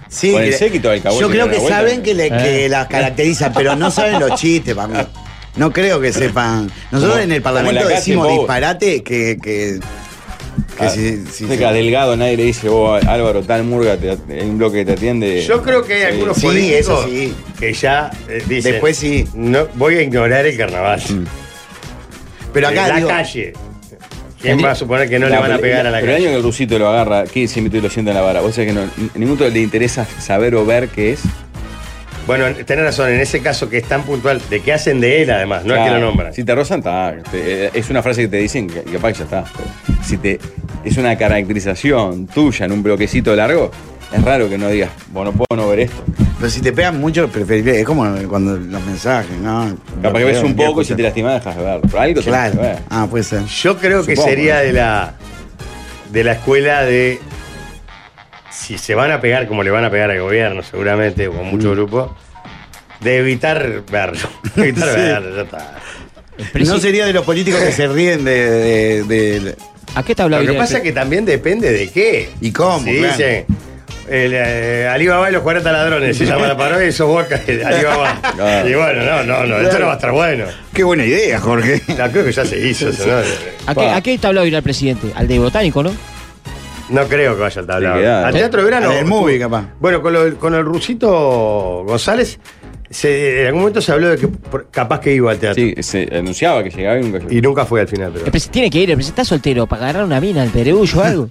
Speaker 2: sí,
Speaker 1: con el
Speaker 2: que-
Speaker 1: séquito del cabote
Speaker 2: Yo
Speaker 1: que
Speaker 2: creo
Speaker 1: da
Speaker 2: que
Speaker 1: la vuelta.
Speaker 2: saben que, le- que
Speaker 3: Eh.
Speaker 2: las caracterizan, pero no saben los chistes para mí. No creo que sepan. Nosotros
Speaker 1: Como-
Speaker 2: en el
Speaker 1: como
Speaker 2: Parlamento
Speaker 1: la Katy
Speaker 2: decimos
Speaker 1: Pou.
Speaker 2: disparate que. que, que
Speaker 1: Ah,
Speaker 2: si- si-
Speaker 1: Seca, Delgado, nadie le dice, vos, Álvaro, tal murga, te at- hay un bloque que te atiende.
Speaker 3: Yo creo que hay
Speaker 1: Sí.
Speaker 3: algunos
Speaker 2: Sí,
Speaker 3: políticos
Speaker 2: eso sí.
Speaker 3: que ya eh, dicen.
Speaker 2: Después sí.
Speaker 3: No, voy a ignorar el carnaval.
Speaker 2: Pero acá.
Speaker 3: En la
Speaker 2: digo,
Speaker 3: calle. ¿Quién va a suponer que no le
Speaker 1: Nah,
Speaker 3: van a
Speaker 1: pero-
Speaker 3: pegar a la
Speaker 1: Pero el año
Speaker 3: calle?
Speaker 1: que el rusito lo agarra, 15 minutos y lo sienta en la vara. Vos sabés que no, en ningún momento le interesa saber o ver qué es.
Speaker 3: Bueno, tenés razón, en ese caso que es tan puntual, de que hacen de él además, no es que lo nombran.
Speaker 1: Si te rozan, está. Te- eh, Es una frase que te dicen que que capaz que ya está. Si te, es una caracterización tuya en un bloquecito largo, es raro que no digas, vos no puedo no ver esto.
Speaker 2: Pero si te pegan mucho, preferible. Es como cuando los mensajes, ¿no?
Speaker 1: Capaz que ves un poco y si
Speaker 2: se
Speaker 1: te lastimas dejas de ver. Pero algo tenés que
Speaker 2: Claro.
Speaker 1: ver.
Speaker 2: Ah, puede ser.
Speaker 3: Yo creo que
Speaker 1: Supongo,
Speaker 3: sería
Speaker 1: ¿no?
Speaker 3: de la de la escuela de si se van a pegar como le van a pegar al gobierno seguramente o a muchos grupos de evitar verlo, [LAUGHS] evitar
Speaker 2: Sí.
Speaker 3: verlo, ya está.
Speaker 5: Presi-
Speaker 2: No sería de los políticos que se ríen de- de- de
Speaker 5: ¿A qué te hablaba?
Speaker 3: Lo que
Speaker 5: Vidal?
Speaker 3: pasa es que también depende de qué.
Speaker 2: ¿Y cómo?
Speaker 3: Si
Speaker 2: Claro.
Speaker 3: dicen, el, eh, Alibaba y los 40 ladrones, se llama la parodia y sos vos, que- Alibaba.
Speaker 1: Claro.
Speaker 3: Y bueno, no, no, no, esto no va a estar bueno.
Speaker 2: Qué buena idea, Jorge.
Speaker 3: No, creo que ya se hizo eso, ¿no?
Speaker 5: ¿A qué,
Speaker 1: Pa.
Speaker 5: ¿A qué tablado irá el presidente? Al de botánico, ¿no?
Speaker 3: No creo que vaya al
Speaker 1: Sí, quedá.
Speaker 3: tablado. Al teatro de verano.
Speaker 2: Al del
Speaker 3: estuvo-
Speaker 2: movie, capaz.
Speaker 3: Bueno, con, lo- con el rusito González, se- en algún momento se habló de que por- capaz que iba al teatro.
Speaker 1: Sí, se anunciaba que llegaba y nunca llegó.
Speaker 3: Y nunca fue al final, pero.
Speaker 5: El presi- tiene que ir, el presidente está soltero para agarrar una mina, el perullo o algo.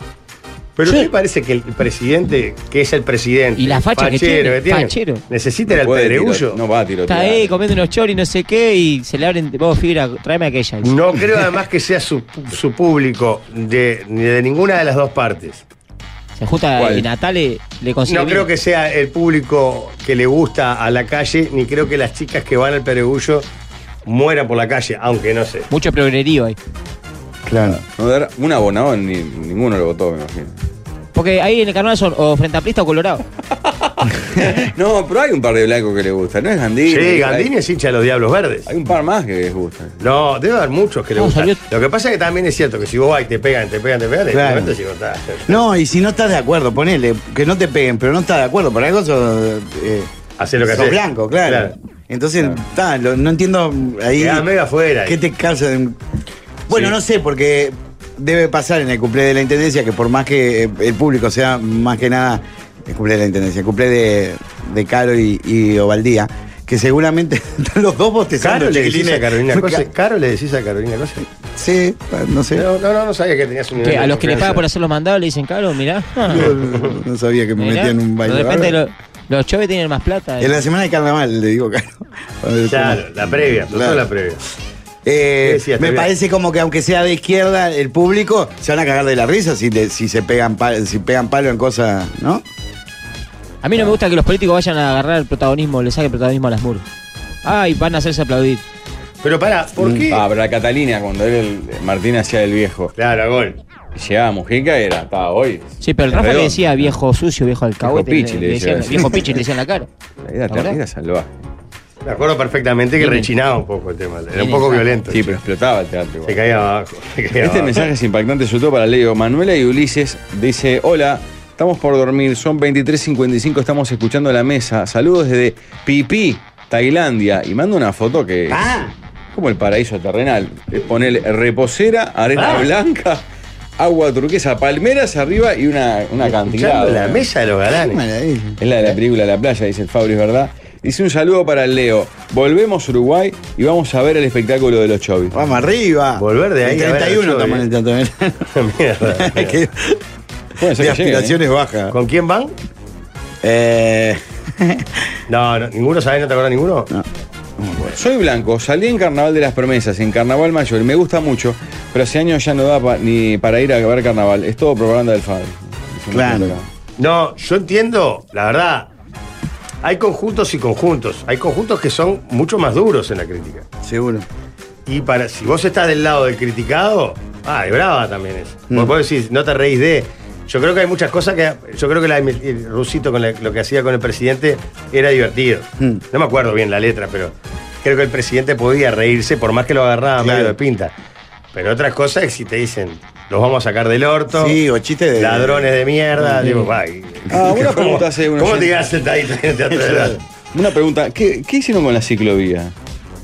Speaker 3: Pero
Speaker 5: Sí.
Speaker 3: me parece que el presidente, que es el presidente.
Speaker 5: Y la facha que
Speaker 3: fachero
Speaker 5: tiene, fachero.
Speaker 3: Necesita ir al
Speaker 1: Puede tiro-
Speaker 3: pedregullo.
Speaker 1: No va a tirotear.
Speaker 5: Está ahí comiendo unos choris, no sé qué, y se le abren, vos, fibra, tráeme aquella.
Speaker 3: No creo además que sea su, su público de, ni de ninguna de las dos partes.
Speaker 5: Se junta
Speaker 1: ¿Cuál?
Speaker 5: y Natale le consigue.
Speaker 3: No
Speaker 5: mil.
Speaker 3: creo que sea el público que le gusta a la calle, ni creo que las chicas que van al peregullo mueran por la calle, aunque no sé.
Speaker 5: Mucho progrerío ahí.
Speaker 2: Claro.
Speaker 1: No dar un abonado, ni, ninguno lo votó, me imagino.
Speaker 5: Porque ahí en el carnaval son o frente a o colorado.
Speaker 1: no, pero hay un par de blancos que le gusta. No es Gandini.
Speaker 3: Sí,
Speaker 1: Hay-
Speaker 3: Gandini es hincha de los Diablos Verdes.
Speaker 1: Hay un par más que les gusta.
Speaker 3: No, debe haber muchos que le
Speaker 5: No,
Speaker 3: gustan.
Speaker 5: salió-
Speaker 3: Lo que pasa es que también es cierto que si vos vas y te pegan, te pegan, te pegan,
Speaker 2: Claro.
Speaker 3: de repente sí contás.
Speaker 2: No, y si no estás de acuerdo, ponele, que no te peguen, pero no estás de acuerdo, por algo sos, eh,
Speaker 3: Hacé lo que
Speaker 2: sos
Speaker 3: hacés.
Speaker 2: blanco, claro.
Speaker 3: Claro.
Speaker 2: Entonces, ta, lo- no entiendo ahí
Speaker 3: Quedás medio afuera.
Speaker 2: qué te causa. Bueno,
Speaker 1: Sí.
Speaker 2: no sé, porque debe pasar en el cumple de la intendencia que por más que eh, el público sea más que nada el cumple de la intendencia, el cumple de, de Caro y, y Ovaldía, que seguramente [LAUGHS] están los dos bostezando.
Speaker 3: Caro le decís
Speaker 2: chiquilines.
Speaker 3: a Carolina
Speaker 2: Fue
Speaker 3: Cose.
Speaker 2: ca-
Speaker 3: Caro le decís a Carolina Cose.
Speaker 2: Sí, no sé.
Speaker 3: No, no, no, no sabía que tenías un nivel
Speaker 5: Que a
Speaker 3: de
Speaker 5: los que le
Speaker 3: confianza.
Speaker 5: pagan por hacer los mandados le dicen, claro, mirá. ah,
Speaker 2: Yo no sabía que me
Speaker 5: mirá,
Speaker 2: metía en un baile.
Speaker 5: De repente
Speaker 2: Ahora,
Speaker 5: lo- los choves tienen más plata. eh.
Speaker 2: En la semana de carnaval, le digo, [LAUGHS] Caro. A ver,
Speaker 3: Claro, la previa, sobre todo
Speaker 2: Claro.
Speaker 3: la previa.
Speaker 2: Eh,
Speaker 3: ¿Qué decías,
Speaker 2: me
Speaker 3: Tevez?
Speaker 2: parece como que aunque sea de izquierda, el público se van a cagar de la risa si, le- si se pegan pa- si pegan palo en cosas, ¿no?
Speaker 5: A mí no me gusta que los políticos vayan a agarrar el protagonismo, le saquen protagonismo a las muros. Ay, van a hacerse aplaudir.
Speaker 3: Pero pará, ¿por qué?
Speaker 1: Ah, pero la Catalina, cuando era el Martín hacía el viejo,
Speaker 3: Claro, a gol.
Speaker 1: llegaba Mujica y era, estaba hoy.
Speaker 5: Sí, pero el Rafa
Speaker 1: Redondo.
Speaker 5: le decía viejo sucio, viejo alcahuete.
Speaker 1: Viejo pichi,
Speaker 5: le-
Speaker 1: le
Speaker 5: le decían-
Speaker 1: decía.
Speaker 5: viejo pichi, le decían la cara.
Speaker 1: Era,
Speaker 5: ¿La verdad?
Speaker 1: era salvaje.
Speaker 3: Me acuerdo perfectamente que
Speaker 5: Miren.
Speaker 3: rechinaba un poco el tema. Era un
Speaker 5: Miren,
Speaker 3: poco
Speaker 5: exacto.
Speaker 3: violento.
Speaker 1: Sí, pero explotaba el teatro. igual.
Speaker 3: Se caía abajo. se caía
Speaker 1: Este
Speaker 3: abajo.
Speaker 1: mensaje es impactante, sobre todo para Leo. Manuela y Ulises dice, hola, estamos por dormir, son 23.55, estamos escuchando la mesa. Saludos desde Pipí, Tailandia. Y manda una foto que
Speaker 2: Ah.
Speaker 1: es como el paraíso terrenal. Poner reposera, arena
Speaker 3: Ah.
Speaker 1: blanca, agua turquesa, palmeras arriba y una, ¿eh? una cantidad.
Speaker 3: Escuchando la mesa de los
Speaker 2: Qué
Speaker 3: galanes.
Speaker 2: maravilla.
Speaker 1: Es la de la película La Playa, dice el Fabri, es verdad. Dice un saludo para el Leo. Volvemos a Uruguay y vamos a ver el espectáculo de los chovis.
Speaker 2: Vamos arriba.
Speaker 3: Volver de ahí
Speaker 2: El
Speaker 3: a ver al
Speaker 2: 31
Speaker 3: show,
Speaker 2: estamos en el teatro.
Speaker 3: [LAUGHS]
Speaker 2: [LAUGHS]
Speaker 3: Mierda.
Speaker 2: Que-
Speaker 1: Puede
Speaker 2: de
Speaker 1: ser que llegue, ¿eh?
Speaker 2: aspiraciones bajas.
Speaker 3: ¿Con quién van?
Speaker 2: Eh,
Speaker 3: No, no, ninguno sabe, no te acordás ninguno.
Speaker 1: Soy blanco, salí en Carnaval de las Promesas, en Carnaval Mayor, y me gusta mucho, pero hace años ya no da pa- ni para ir a ver Carnaval. Es todo propaganda del Fabri. Es una
Speaker 2: Claro. Ah,
Speaker 1: locura.
Speaker 3: No, yo entiendo, la verdad. Hay conjuntos y conjuntos. Hay conjuntos que son mucho más duros en la crítica.
Speaker 2: seguro.
Speaker 3: Y para, si vos estás del lado del criticado, ah, es brava también es. Vos podés decir, no te reís de. Yo creo que hay muchas cosas que. Yo creo que la, el rusito con la- lo que hacía con el presidente era divertido.
Speaker 2: Mm.
Speaker 3: No me acuerdo bien la letra, pero creo que el presidente podía reírse por más que lo agarraba
Speaker 2: Claro.
Speaker 3: medio de pinta. Pero otras cosas es si te dicen, los vamos a sacar del orto.
Speaker 2: Sí, o chiste de-
Speaker 3: Ladrones de mierda. Digo, "Ay,
Speaker 1: Ah, una
Speaker 3: ¿cómo-
Speaker 1: pregunta hace uno
Speaker 3: ¿Cómo te
Speaker 1: siempre.
Speaker 3: quedas sentadito en el teatro de
Speaker 1: [LAUGHS]
Speaker 3: la-
Speaker 1: Una pregunta, ¿qué, qué hicieron con la ciclovía?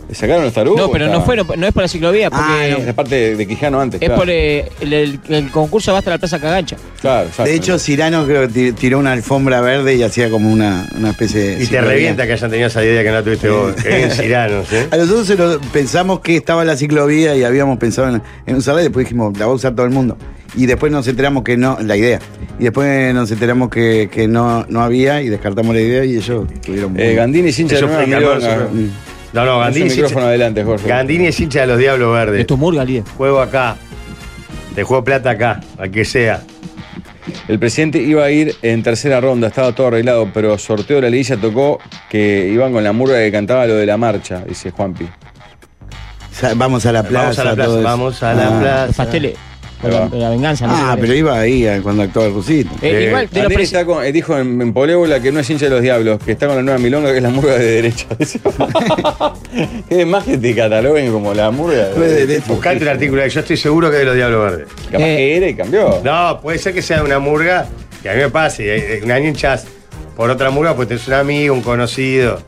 Speaker 1: ¿Le sacaron los tarugos?
Speaker 5: No, pero no
Speaker 1: Estaba-
Speaker 5: fueron, no es por la ciclovía, porque
Speaker 2: Ah,
Speaker 1: Es la parte de Quijano antes.
Speaker 5: es
Speaker 1: claro.
Speaker 5: por eh, el, el- el concurso va hasta la Plaza Cagancha.
Speaker 1: Claro, exacto.
Speaker 2: De hecho, Cirano creo que ti- tiró una alfombra verde y hacía como una, una especie de.
Speaker 3: Y te
Speaker 2: ciclovía.
Speaker 3: revienta que hayan tenido esa idea que no tuviste vos. Qué bien Ciranos,
Speaker 2: [LAUGHS]
Speaker 3: ¿eh?
Speaker 2: A nosotros se lo- pensamos que estaba la ciclovía y habíamos pensado en, en usarla y después dijimos, la va a usar todo el mundo. Y después nos enteramos que no, la idea. Y después nos enteramos que, que no, no había y descartamos la idea y ellos tuvieron...
Speaker 1: Eh, Gandini es hincha de
Speaker 3: Eso
Speaker 1: Nueva
Speaker 3: fue calor,
Speaker 1: Milonga.
Speaker 3: eso fue- No, no,
Speaker 1: Pon ese
Speaker 3: Gandini es,
Speaker 1: micrófono
Speaker 3: hincha,
Speaker 1: adelante, Jorge.
Speaker 3: Gandini es hincha de los Diablos Verdes.
Speaker 5: Es tu murga, líder.
Speaker 3: Juego acá. Te juego plata acá, al que sea.
Speaker 1: El presidente iba a ir en tercera ronda, estaba todo arreglado, pero sorteo de la liguilla tocó que iban con la murga que cantaba lo de la marcha, dice Juanpi.
Speaker 2: Sa- Vamos a la plaza.
Speaker 3: vamos a la plaza,
Speaker 2: todo eso.
Speaker 3: vamos a la
Speaker 2: Ah.
Speaker 3: plaza.
Speaker 5: Los pasteles.
Speaker 1: Ahí
Speaker 5: La,
Speaker 1: va.
Speaker 5: la venganza. no
Speaker 2: Ah,
Speaker 5: sé.
Speaker 2: pero iba ahí eh, cuando actuaba el rusito.
Speaker 5: Eh,
Speaker 3: Sí.
Speaker 5: igual, de los
Speaker 1: Andrés
Speaker 5: presi-
Speaker 1: está con- eh, dijo en, en Polévola que no es hincha de los diablos, que está con la nueva milonga, que es la murga de derecha. [LAUGHS] es más que te cataloguen como la murga de
Speaker 2: De
Speaker 1: derecha.
Speaker 2: derecha.
Speaker 3: Buscate un artículo ahí, yo estoy seguro que es de los Diablos Verdes.
Speaker 1: Capaz
Speaker 5: Eh.
Speaker 1: que era y cambió.
Speaker 3: No, puede ser que sea una murga, que a mí me pase, eh, eh, un año hinchas por otra murga, pues tenés un amigo, un conocido.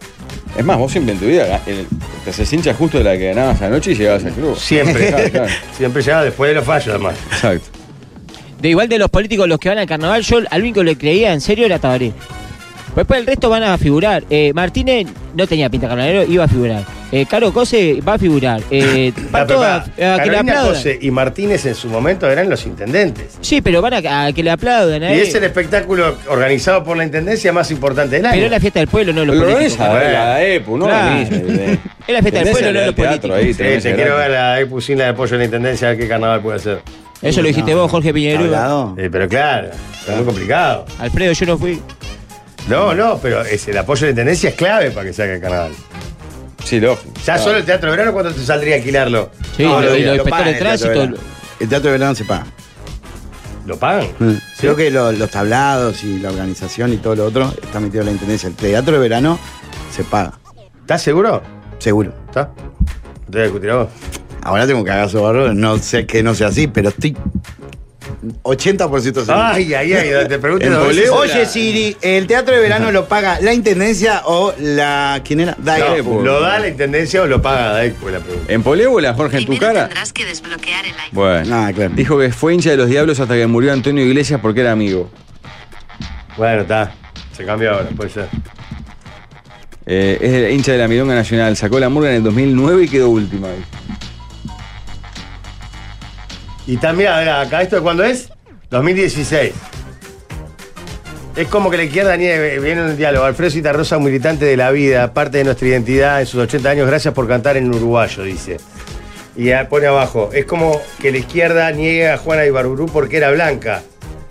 Speaker 1: Es más, vos siempre en tu vida el- te haces hincha justo de la que ganabas anoche y llegabas al club.
Speaker 3: Siempre.
Speaker 1: [LAUGHS]
Speaker 2: [LAUGHS]
Speaker 1: Claro, claro.
Speaker 3: Siempre llegaba después de los fallos, además.
Speaker 1: Exacto.
Speaker 5: de igual de los políticos, los que van al carnaval, yo al único que le creía en serio era Tabaré. Después el resto van a figurar. Eh, Martínez no tenía pinta de carnavalero, iba a figurar. Eh, Caro Cose va a figurar.
Speaker 2: [LAUGHS]
Speaker 5: Eh,
Speaker 3: La
Speaker 5: van todos a, a
Speaker 3: preparada.
Speaker 5: que le
Speaker 3: Carolina
Speaker 5: aplaudan.
Speaker 3: Cose y Martínez en su momento eran los intendentes.
Speaker 5: Sí, pero van a, a que le aplaudan.
Speaker 3: Y
Speaker 5: eh.
Speaker 3: es el espectáculo organizado por la Intendencia más importante del año.
Speaker 5: Pero es la fiesta del pueblo, no los
Speaker 1: Lo
Speaker 5: políticos.
Speaker 1: organiza
Speaker 3: bueno.
Speaker 1: la EPU, ¿no?
Speaker 5: Claro. [LAUGHS] Es
Speaker 1: Es
Speaker 5: la fiesta del pueblo, no los políticos.
Speaker 1: Ahí,
Speaker 3: Sí, te
Speaker 1: tenés
Speaker 3: quiero
Speaker 1: gratis.
Speaker 3: ver a la Pusina de Pollo de la Intendencia, a ver qué carnaval puede hacer.
Speaker 5: Eso lo dijiste vos, Jorge Piñeiro.
Speaker 2: Hablado.
Speaker 3: Eh, pero claro, es muy complicado.
Speaker 5: Alfredo, yo no fui.
Speaker 3: No, no, pero es- el apoyo de la Intendencia es clave para que saque el carnaval.
Speaker 1: Sí, lógico.
Speaker 3: Ya solo el Teatro Verano, ¿cuánto te saldría alquilarlo?
Speaker 5: Sí,
Speaker 2: No,
Speaker 5: y lo- y
Speaker 2: lo
Speaker 5: los inspectores de
Speaker 2: pagan el teatro
Speaker 5: tránsito.
Speaker 2: verano. El teatro de verano se paga.
Speaker 3: ¿Lo pagan?
Speaker 2: Creo que lo- los tablados y la organización y todo lo otro está metido en la intendencia. El teatro de verano se paga,
Speaker 3: ¿Estás seguro?
Speaker 2: seguro.
Speaker 3: ¿Está? ¿Te voy a discutir a vos?
Speaker 2: Ahora tengo un cagazo barro, no sé que no sea así, pero estoy 80% seguro.
Speaker 3: Ay, ay, ay, te pregunto.
Speaker 1: En
Speaker 3: dos veces.
Speaker 1: Boleo.
Speaker 2: Oye, Siri, ¿el teatro de verano lo paga la intendencia o la. ¿Quién era? pues. Daire.
Speaker 3: No, ¿Lo da la intendencia o lo paga Daipo? La pregunta.
Speaker 1: ¿En Polébola, Jorge, en tu
Speaker 6: Primero
Speaker 1: cara?
Speaker 6: Tendrás que desbloquear el iPhone.
Speaker 1: Bueno.
Speaker 2: Ah, claro.
Speaker 1: Dijo que fue hincha de los diablos hasta que murió Antonio Iglesias porque era amigo.
Speaker 3: Bueno, está. Se cambia ahora, puede ser.
Speaker 1: Eh, es el hincha de la Milonga Nacional. Sacó la murga en el 2009 y quedó última.
Speaker 3: Y también, a ver, acá, ¿esto de cuándo es? 2016. Es como que la izquierda nieve, viene un diálogo. Alfredo Citarrosa, militante de la vida, parte de nuestra identidad en sus 80 años, gracias por cantar en uruguayo, dice. Y ah, pone abajo, es como que la izquierda niega a Juana Ibarburú porque era blanca.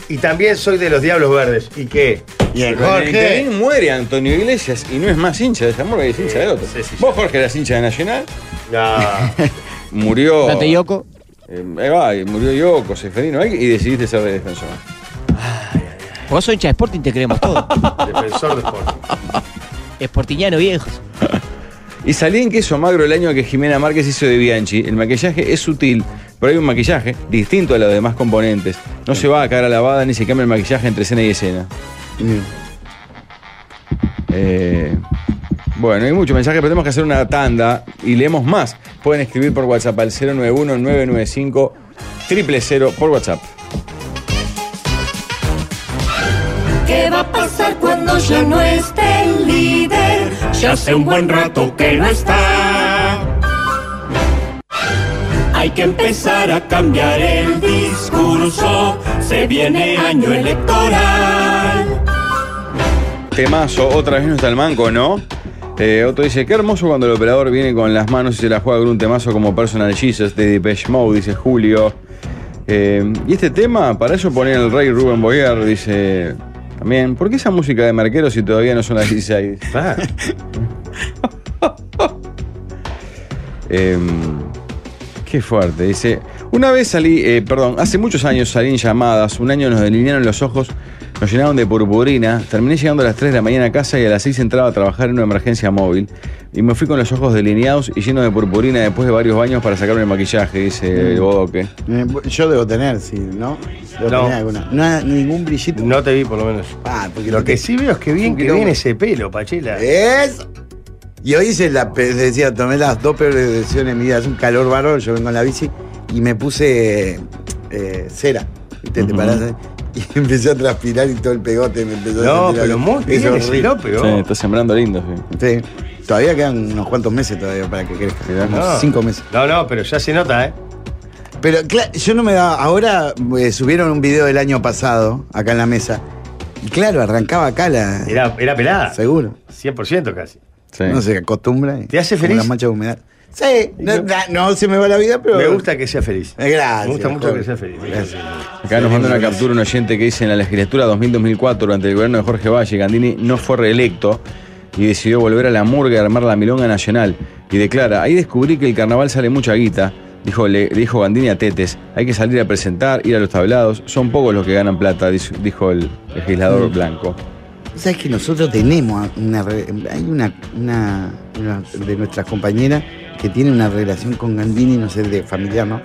Speaker 3: Y también soy de los Diablos Verdes. ¿Y qué?
Speaker 2: Bien,
Speaker 1: Con el
Speaker 3: Jorge.
Speaker 1: interín muere Antonio Iglesias y no es más hincha de esa murga, es hincha de otro.
Speaker 3: Sí, sí, sí.
Speaker 1: Vos, Jorge, eras hincha de Nacional.
Speaker 3: No.
Speaker 1: [LAUGHS] Murió.
Speaker 5: Dante Yoko.
Speaker 1: Eh, ahí va, y murió Yoko, Seferino, ahí, y decidiste ser de defensor.
Speaker 5: Vos sos hincha de Sporting, te creemos todo.
Speaker 3: [LAUGHS] Defensor de Sporting.
Speaker 5: Sportingiano viejos.
Speaker 1: Y salí en queso magro el año que Jimena Márquez hizo de Bianchi. El maquillaje es sutil, pero hay un maquillaje distinto a los demás componentes. No se va a cara lavada ni se cambia el maquillaje entre escena y escena. Eh, bueno, hay muchos mensajes, pero tenemos que hacer una tanda y leemos más. Pueden escribir por WhatsApp al 091-995. Triple por WhatsApp.
Speaker 7: ¿Qué va a pasar cuando ya no esté el líder? Ya hace un buen rato que no está. Hay que empezar a cambiar el discurso. Se viene año electoral.
Speaker 1: Temazo, otra vez no está el manco, ¿no? Eh, otro dice, qué hermoso cuando el operador viene con las manos y se la juega con un temazo como Personal Jesus de Depeche Mode, dice Julio. Eh, y este tema, para eso poner el rey Rubén Boyer, dice también, ¿por qué esa música de marqueros si todavía no son las 16? [LAUGHS]
Speaker 3: Ah,
Speaker 1: Eh, qué fuerte, dice. Una vez salí, eh, perdón, hace muchos años salí en llamadas, un año nos delinearon los ojos, nos llenaron de purpurina, terminé llegando a las 3 de la mañana a casa y a las 6 entraba a trabajar en una emergencia móvil y me fui con los ojos delineados y llenos de purpurina después de varios baños para sacarme el maquillaje, dice el bodoque.
Speaker 2: Eh, Yo debo tener, sí, ¿no? Debo
Speaker 3: No.
Speaker 2: tener alguna. No, hay ningún brillito.
Speaker 3: no te vi, por lo menos.
Speaker 2: Ah, porque
Speaker 3: Lo que
Speaker 2: sí.
Speaker 3: sí veo es que bien que
Speaker 2: quilombo.
Speaker 3: viene ese pelo, Pachela.
Speaker 2: Es. Y hoy hice la. pe- Decía, tomé las dos peores decisiones de mi vida. Es un calor bárbaro. Yo vengo en la bici y me puse eh, cera. ¿Viste? Te parás ahí, [LAUGHS] y empecé a transpirar y todo el pegote me empezó a
Speaker 3: No,
Speaker 2: salir
Speaker 3: pero
Speaker 2: ahí.
Speaker 3: muy
Speaker 2: Es
Speaker 3: bien ese
Speaker 2: horrible.
Speaker 3: lope,
Speaker 1: Sí,
Speaker 3: vos.
Speaker 1: está sembrando lindo, sí.
Speaker 2: Sí. Todavía quedan unos cuantos meses todavía para que crezca.
Speaker 1: Mirá.
Speaker 2: Unos
Speaker 3: No.
Speaker 2: cinco meses.
Speaker 3: No, no, pero ya se nota, ¿eh?
Speaker 2: Pero claro, yo no me daba. Ahora eh, subieron un video del año pasado acá en la mesa. Y claro, arrancaba acá la.
Speaker 3: Era, era pelada.
Speaker 2: Seguro.
Speaker 3: 100% casi.
Speaker 1: Sí.
Speaker 2: No se acostumbra. y-
Speaker 3: ¿Te hace
Speaker 2: como
Speaker 3: feliz?
Speaker 2: Las manchas de humedad. Sí, no,
Speaker 3: Yo-
Speaker 2: na- no se me va la vida, pero.
Speaker 3: Me gusta que sea feliz.
Speaker 2: Eh, Gracias.
Speaker 3: Me gusta mucho
Speaker 2: Jorge.
Speaker 3: que sea feliz.
Speaker 2: Gracias.
Speaker 1: Acá nos manda una captura un oyente que dice en la legislatura 2000-2004 durante el gobierno de Jorge Valle, Gandini no fue reelecto y decidió volver a la murga y armar la milonga nacional. Y declara, ahí descubrí que el carnaval sale mucha guita, dijo, le, le dijo Gandini a Tetes, hay que salir a presentar, ir a los tablados, son pocos los que ganan plata, dis- dijo el legislador blanco.
Speaker 2: ¿Sabes que nosotros tenemos una. re- Hay una, una, una de nuestras compañeras que tiene una relación con Gandini, no sé, de familiar, ¿no?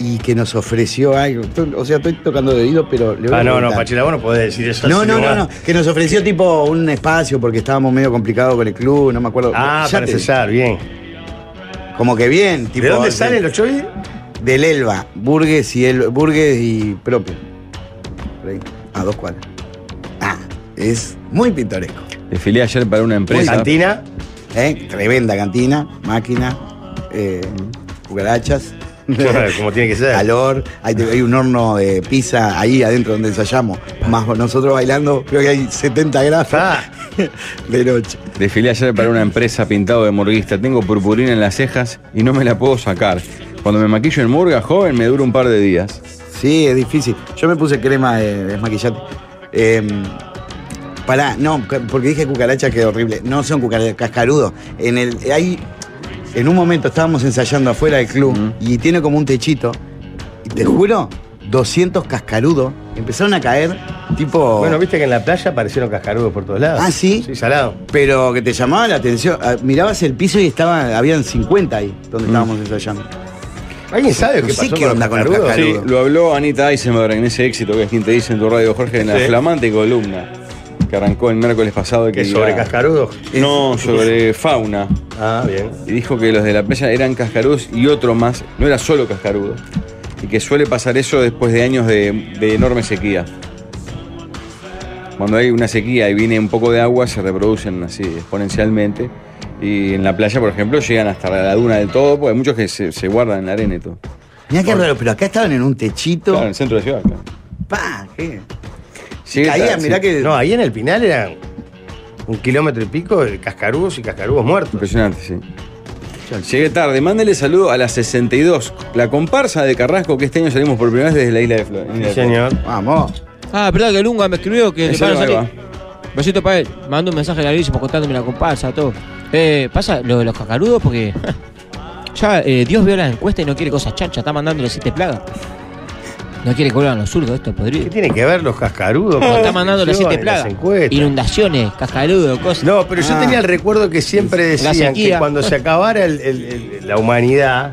Speaker 2: Y que nos ofreció algo. Estoy- O sea, estoy tocando de oído, pero le voy a
Speaker 3: Ah, no, no,
Speaker 2: preguntar.
Speaker 3: Pachela, vos no podés decir eso.
Speaker 2: No,
Speaker 3: así
Speaker 2: no, no,
Speaker 3: nomás.
Speaker 2: no. Que nos ofreció tipo un espacio porque estábamos medio complicados con el club, no me acuerdo.
Speaker 3: Ah,
Speaker 2: Ya
Speaker 3: para
Speaker 2: te-
Speaker 3: cesar, bien.
Speaker 2: Como que bien, tipo.
Speaker 3: ¿De dónde
Speaker 2: sí.
Speaker 3: salen los chovis?
Speaker 2: Del Elba, Burgues y el, Burgues y propio. Por ahí, A dos cuadras. Ah, es muy pintoresco.
Speaker 1: Desfilé ayer para una
Speaker 2: Pues,
Speaker 1: empresa.
Speaker 3: Santina.
Speaker 2: ¿eh? Tremenda cantina, máquina, eh, cucarachas.
Speaker 3: Claro, como tiene que ser.
Speaker 2: Calor, hay, hay un horno de pizza ahí adentro donde ensayamos. Más nosotros bailando, creo que hay 70 grados
Speaker 3: Ah.
Speaker 2: [LAUGHS] de noche.
Speaker 1: Desfilé ayer para una empresa pintado de murguista. Tengo purpurina en las cejas y no me la puedo sacar. Cuando me maquillo en murga, joven, me dura un par de días.
Speaker 2: Sí, es difícil. Yo me puse crema de desmaquillante. Eh, pará, no, ca- porque dije cucaracha que horrible. No son cucarachas, cascarudos. En el. Hay. En un momento estábamos ensayando afuera del club y tiene como un techito. Y te juro, 200 cascarudos empezaron a caer, tipo.
Speaker 3: Bueno, viste que en la playa aparecieron cascarudos por todos lados.
Speaker 2: Ah, ¿sí?
Speaker 3: Sí, salado.
Speaker 2: pero que te llamaba la atención. Ah, Mirabas el piso y estaba, habían 50 ahí donde estábamos ensayando.
Speaker 3: Mm. ¿Alguien sabe
Speaker 2: No
Speaker 3: qué
Speaker 2: sé
Speaker 3: pasó
Speaker 2: qué
Speaker 3: con
Speaker 2: onda
Speaker 3: los
Speaker 2: con los
Speaker 3: cascarudos?
Speaker 2: cascarudos.
Speaker 3: Sí.
Speaker 1: Sí, lo habló Anita Eisenberg en ese éxito que es quien te dice en tu radio, Jorge, en la
Speaker 3: Sí.
Speaker 1: flamante columna que arrancó el miércoles pasado. y Que
Speaker 3: ¿Que sobre
Speaker 1: iba-
Speaker 3: cascarudos?
Speaker 1: No, sobre fauna.
Speaker 3: Ah, bien.
Speaker 1: Y dijo que los de la playa eran cascarudos y otro más, no era solo cascarudos. Y que suele pasar eso después de años de, de enorme sequía. Cuando hay una sequía y viene un poco de agua, se reproducen así exponencialmente. Y en la playa, por ejemplo, llegan hasta la laguna del todo, porque hay muchos que se, se guardan en la arena y todo.
Speaker 2: Mirá qué raro, pero acá estaban en un techito.
Speaker 1: Claro, en el centro de la ciudad. claro.
Speaker 2: Pa, qué.
Speaker 1: Sí,
Speaker 2: Caía,
Speaker 1: sí.
Speaker 2: mirá que.
Speaker 3: No, ahí en el Pinal eran un kilómetro y pico de cascarudos y cascarudos muertos.
Speaker 1: Impresionante, sí. Llegué tarde. Mándale saludo a las 62, la comparsa de Carrasco que este año salimos por primera vez desde la isla de Flores.
Speaker 3: Sí, señor.
Speaker 2: Vamos.
Speaker 5: Ah, verdad que Lunga me escribió que
Speaker 1: En
Speaker 5: le van a
Speaker 1: serio,
Speaker 5: salir. Besito para él. Mandó un mensaje larguísimo contándome la comparsa, todo. Eh, pasa lo de los cacarudos [LAUGHS] porque. Ya eh, Dios vio las encuestas y no quiere cosas chanchas, está mandando las siete plagas. No quiere cobrar a los zurdos esto, podrido.
Speaker 3: ¿Qué tiene que ver los cascarudos? con
Speaker 5: No está
Speaker 3: las
Speaker 5: mandando las siete
Speaker 3: elecciones,
Speaker 5: plagas.
Speaker 3: las encuestas?
Speaker 5: Inundaciones, cascarudos, cosas.
Speaker 3: No, pero yo
Speaker 2: Ah.
Speaker 3: tenía el recuerdo que siempre
Speaker 5: La
Speaker 3: decían que
Speaker 5: sequía.
Speaker 3: cuando se acabara el- el- el- la humanidad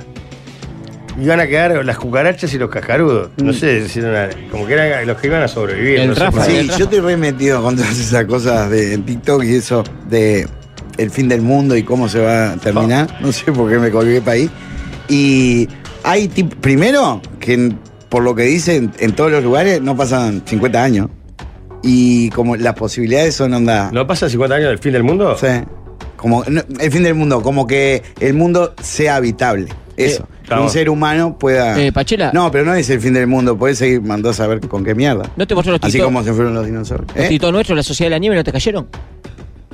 Speaker 3: iban a quedar las cucarachas y los cascarudos. No sé, si era una- como que eran los que iban a sobrevivir.
Speaker 5: Mm. El
Speaker 3: no sé
Speaker 5: Rafa,
Speaker 3: por qué.
Speaker 5: el
Speaker 2: Sí, yo estoy re metido con todas esas cosas de TikTok y eso de el fin del mundo y cómo se va a terminar. No sé por qué me colgué para ahí. Y hay, tip- primero, que en- por lo que dicen, en todos los lugares no pasan 50 años. Y como las posibilidades son onda...
Speaker 3: ¿No pasa 50 años del fin del mundo?
Speaker 2: o sea, Como, no, el fin del mundo, como que el mundo sea habitable. Eso.
Speaker 3: Eh,
Speaker 2: Que un ser humano pueda...
Speaker 5: Eh, Pachela.
Speaker 2: no, pero no es el fin del mundo. Podés seguir, mandó a saber con qué mierda.
Speaker 5: ¿No te mostró los
Speaker 2: Así
Speaker 5: TikTok?
Speaker 2: como se fueron los dinosaurios.
Speaker 5: Los
Speaker 2: ¿Eh?
Speaker 5: titón nuestros, la sociedad de la nieve, ¿no te cayeron?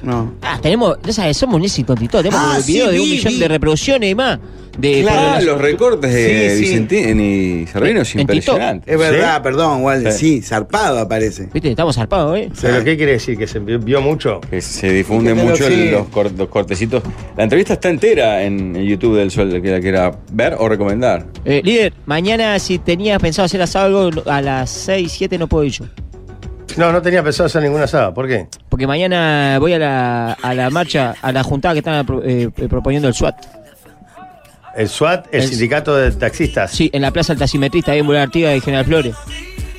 Speaker 2: No.
Speaker 5: Ah, tenemos, ya sabes, somos un éxito en TikTok, tenemos
Speaker 2: Ah,
Speaker 5: un video
Speaker 2: sí,
Speaker 5: de un
Speaker 2: vi,
Speaker 5: millón
Speaker 2: vi.
Speaker 5: de reproducciones y más. De,
Speaker 1: Ah,
Speaker 5: pero-
Speaker 1: los recortes de
Speaker 2: Sí, sí.
Speaker 1: Vicentín y Cervino es
Speaker 5: En TikTok.
Speaker 1: impresionante.
Speaker 2: Es verdad, perdón, Walde.
Speaker 1: Sí.
Speaker 2: Sí. zarpado aparece.
Speaker 5: Viste, estamos zarpados, ¿eh?
Speaker 3: ¿Pero qué quiere decir? ¿Que se vio vio mucho?
Speaker 1: Que se difunde
Speaker 2: Pero
Speaker 1: mucho
Speaker 2: sí.
Speaker 1: los, cor- los cortecitos. La entrevista está entera en el YouTube del Sol, que la quiera ver o recomendar.
Speaker 5: Eh, líder, mañana si tenías pensado hacer asado algo, a las 6, 7 no puedo ir yo.
Speaker 3: No, no tenía pensado hacer ninguna asada. ¿Por qué?
Speaker 5: Porque mañana voy a la, a la marcha, a la juntada que están pro- eh, eh, proponiendo el SWAT.
Speaker 3: El SWAT, el,
Speaker 5: El-
Speaker 3: sindicato de taxistas.
Speaker 5: Sí, en la Plaza Altasimetrista, ahí en Boulevard Artigas de General Flores.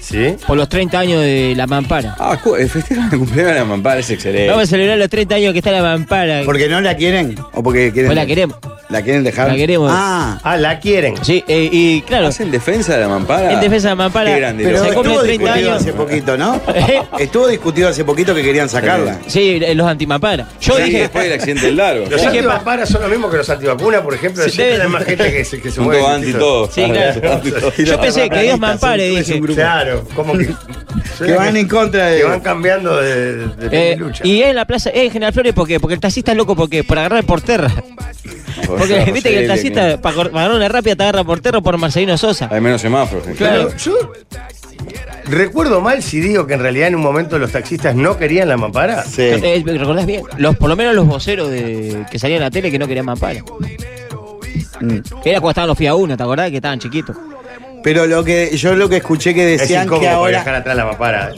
Speaker 3: ¿Sí?
Speaker 5: Por los 30 años de la mampara.
Speaker 1: Ah, cu- eh, festejan el cumpleaños de la mampara, es excelente.
Speaker 5: Vamos a celebrar los 30 años que está la mampara.
Speaker 2: ¿Porque no la quieren? ¿O porque quieren?
Speaker 5: Pues la queremos.
Speaker 2: ¿La quieren dejar?
Speaker 5: La queremos.
Speaker 2: Ah,
Speaker 3: Ah, la quieren.
Speaker 5: Sí, eh, y claro,
Speaker 1: ¿Hacen defensa de la mampara?
Speaker 5: En defensa de la mampara.
Speaker 1: Qué grande.
Speaker 2: pero
Speaker 5: Se
Speaker 1: loco.
Speaker 5: cumplen
Speaker 2: estuvo
Speaker 5: 30
Speaker 2: discutido
Speaker 5: años.
Speaker 2: hace poquito, ¿no?
Speaker 5: ¿Eh? [LAUGHS]
Speaker 2: estuvo discutido hace poquito que querían sacarla.
Speaker 5: sí, eh, los antimampara. Yo
Speaker 1: Sí,
Speaker 5: dije,
Speaker 1: Después del accidente del largo.
Speaker 3: Los
Speaker 5: Dije,
Speaker 3: antivacunas son lo mismo que los antivacunas, por ejemplo.
Speaker 5: Se
Speaker 3: Siempre
Speaker 5: deben-
Speaker 3: hay más gente que se, que se
Speaker 1: Son
Speaker 3: mueve.
Speaker 1: todos anti todos.
Speaker 5: Sí,
Speaker 1: [LAUGHS]
Speaker 5: claro. yo pensé que Dios me ampare, dije.
Speaker 3: Claro, como
Speaker 5: [LAUGHS]
Speaker 3: que.
Speaker 2: Que van en contra de.
Speaker 3: que van cambiando de, de- de
Speaker 5: Eh,
Speaker 3: lucha.
Speaker 5: y en la plaza, eh, en General Flores, ¿por qué? Porque el taxista es loco, ¿por qué? Por agarrar por terra. Porque viste que el taxista, para cor- para agarrar una rápida, te agarra por terra o por Marcelino Sosa.
Speaker 1: Hay menos semáforos. eh.
Speaker 5: Claro.
Speaker 3: Pero yo recuerdo mal si digo que en realidad en un momento los taxistas no querían la mampara.
Speaker 2: Sí.
Speaker 5: Eh, ¿Recordás bien? Los, por lo menos los voceros de, que salían en la tele que no querían mampara.
Speaker 2: Mm.
Speaker 5: Era cuando estaban los FIA 1, ¿te acordás? Que estaban chiquitos.
Speaker 2: Pero lo que yo lo que escuché que
Speaker 3: Es
Speaker 2: decían
Speaker 3: incómodo
Speaker 2: que
Speaker 3: poder
Speaker 2: ahora.
Speaker 3: dejar atrás la mampara.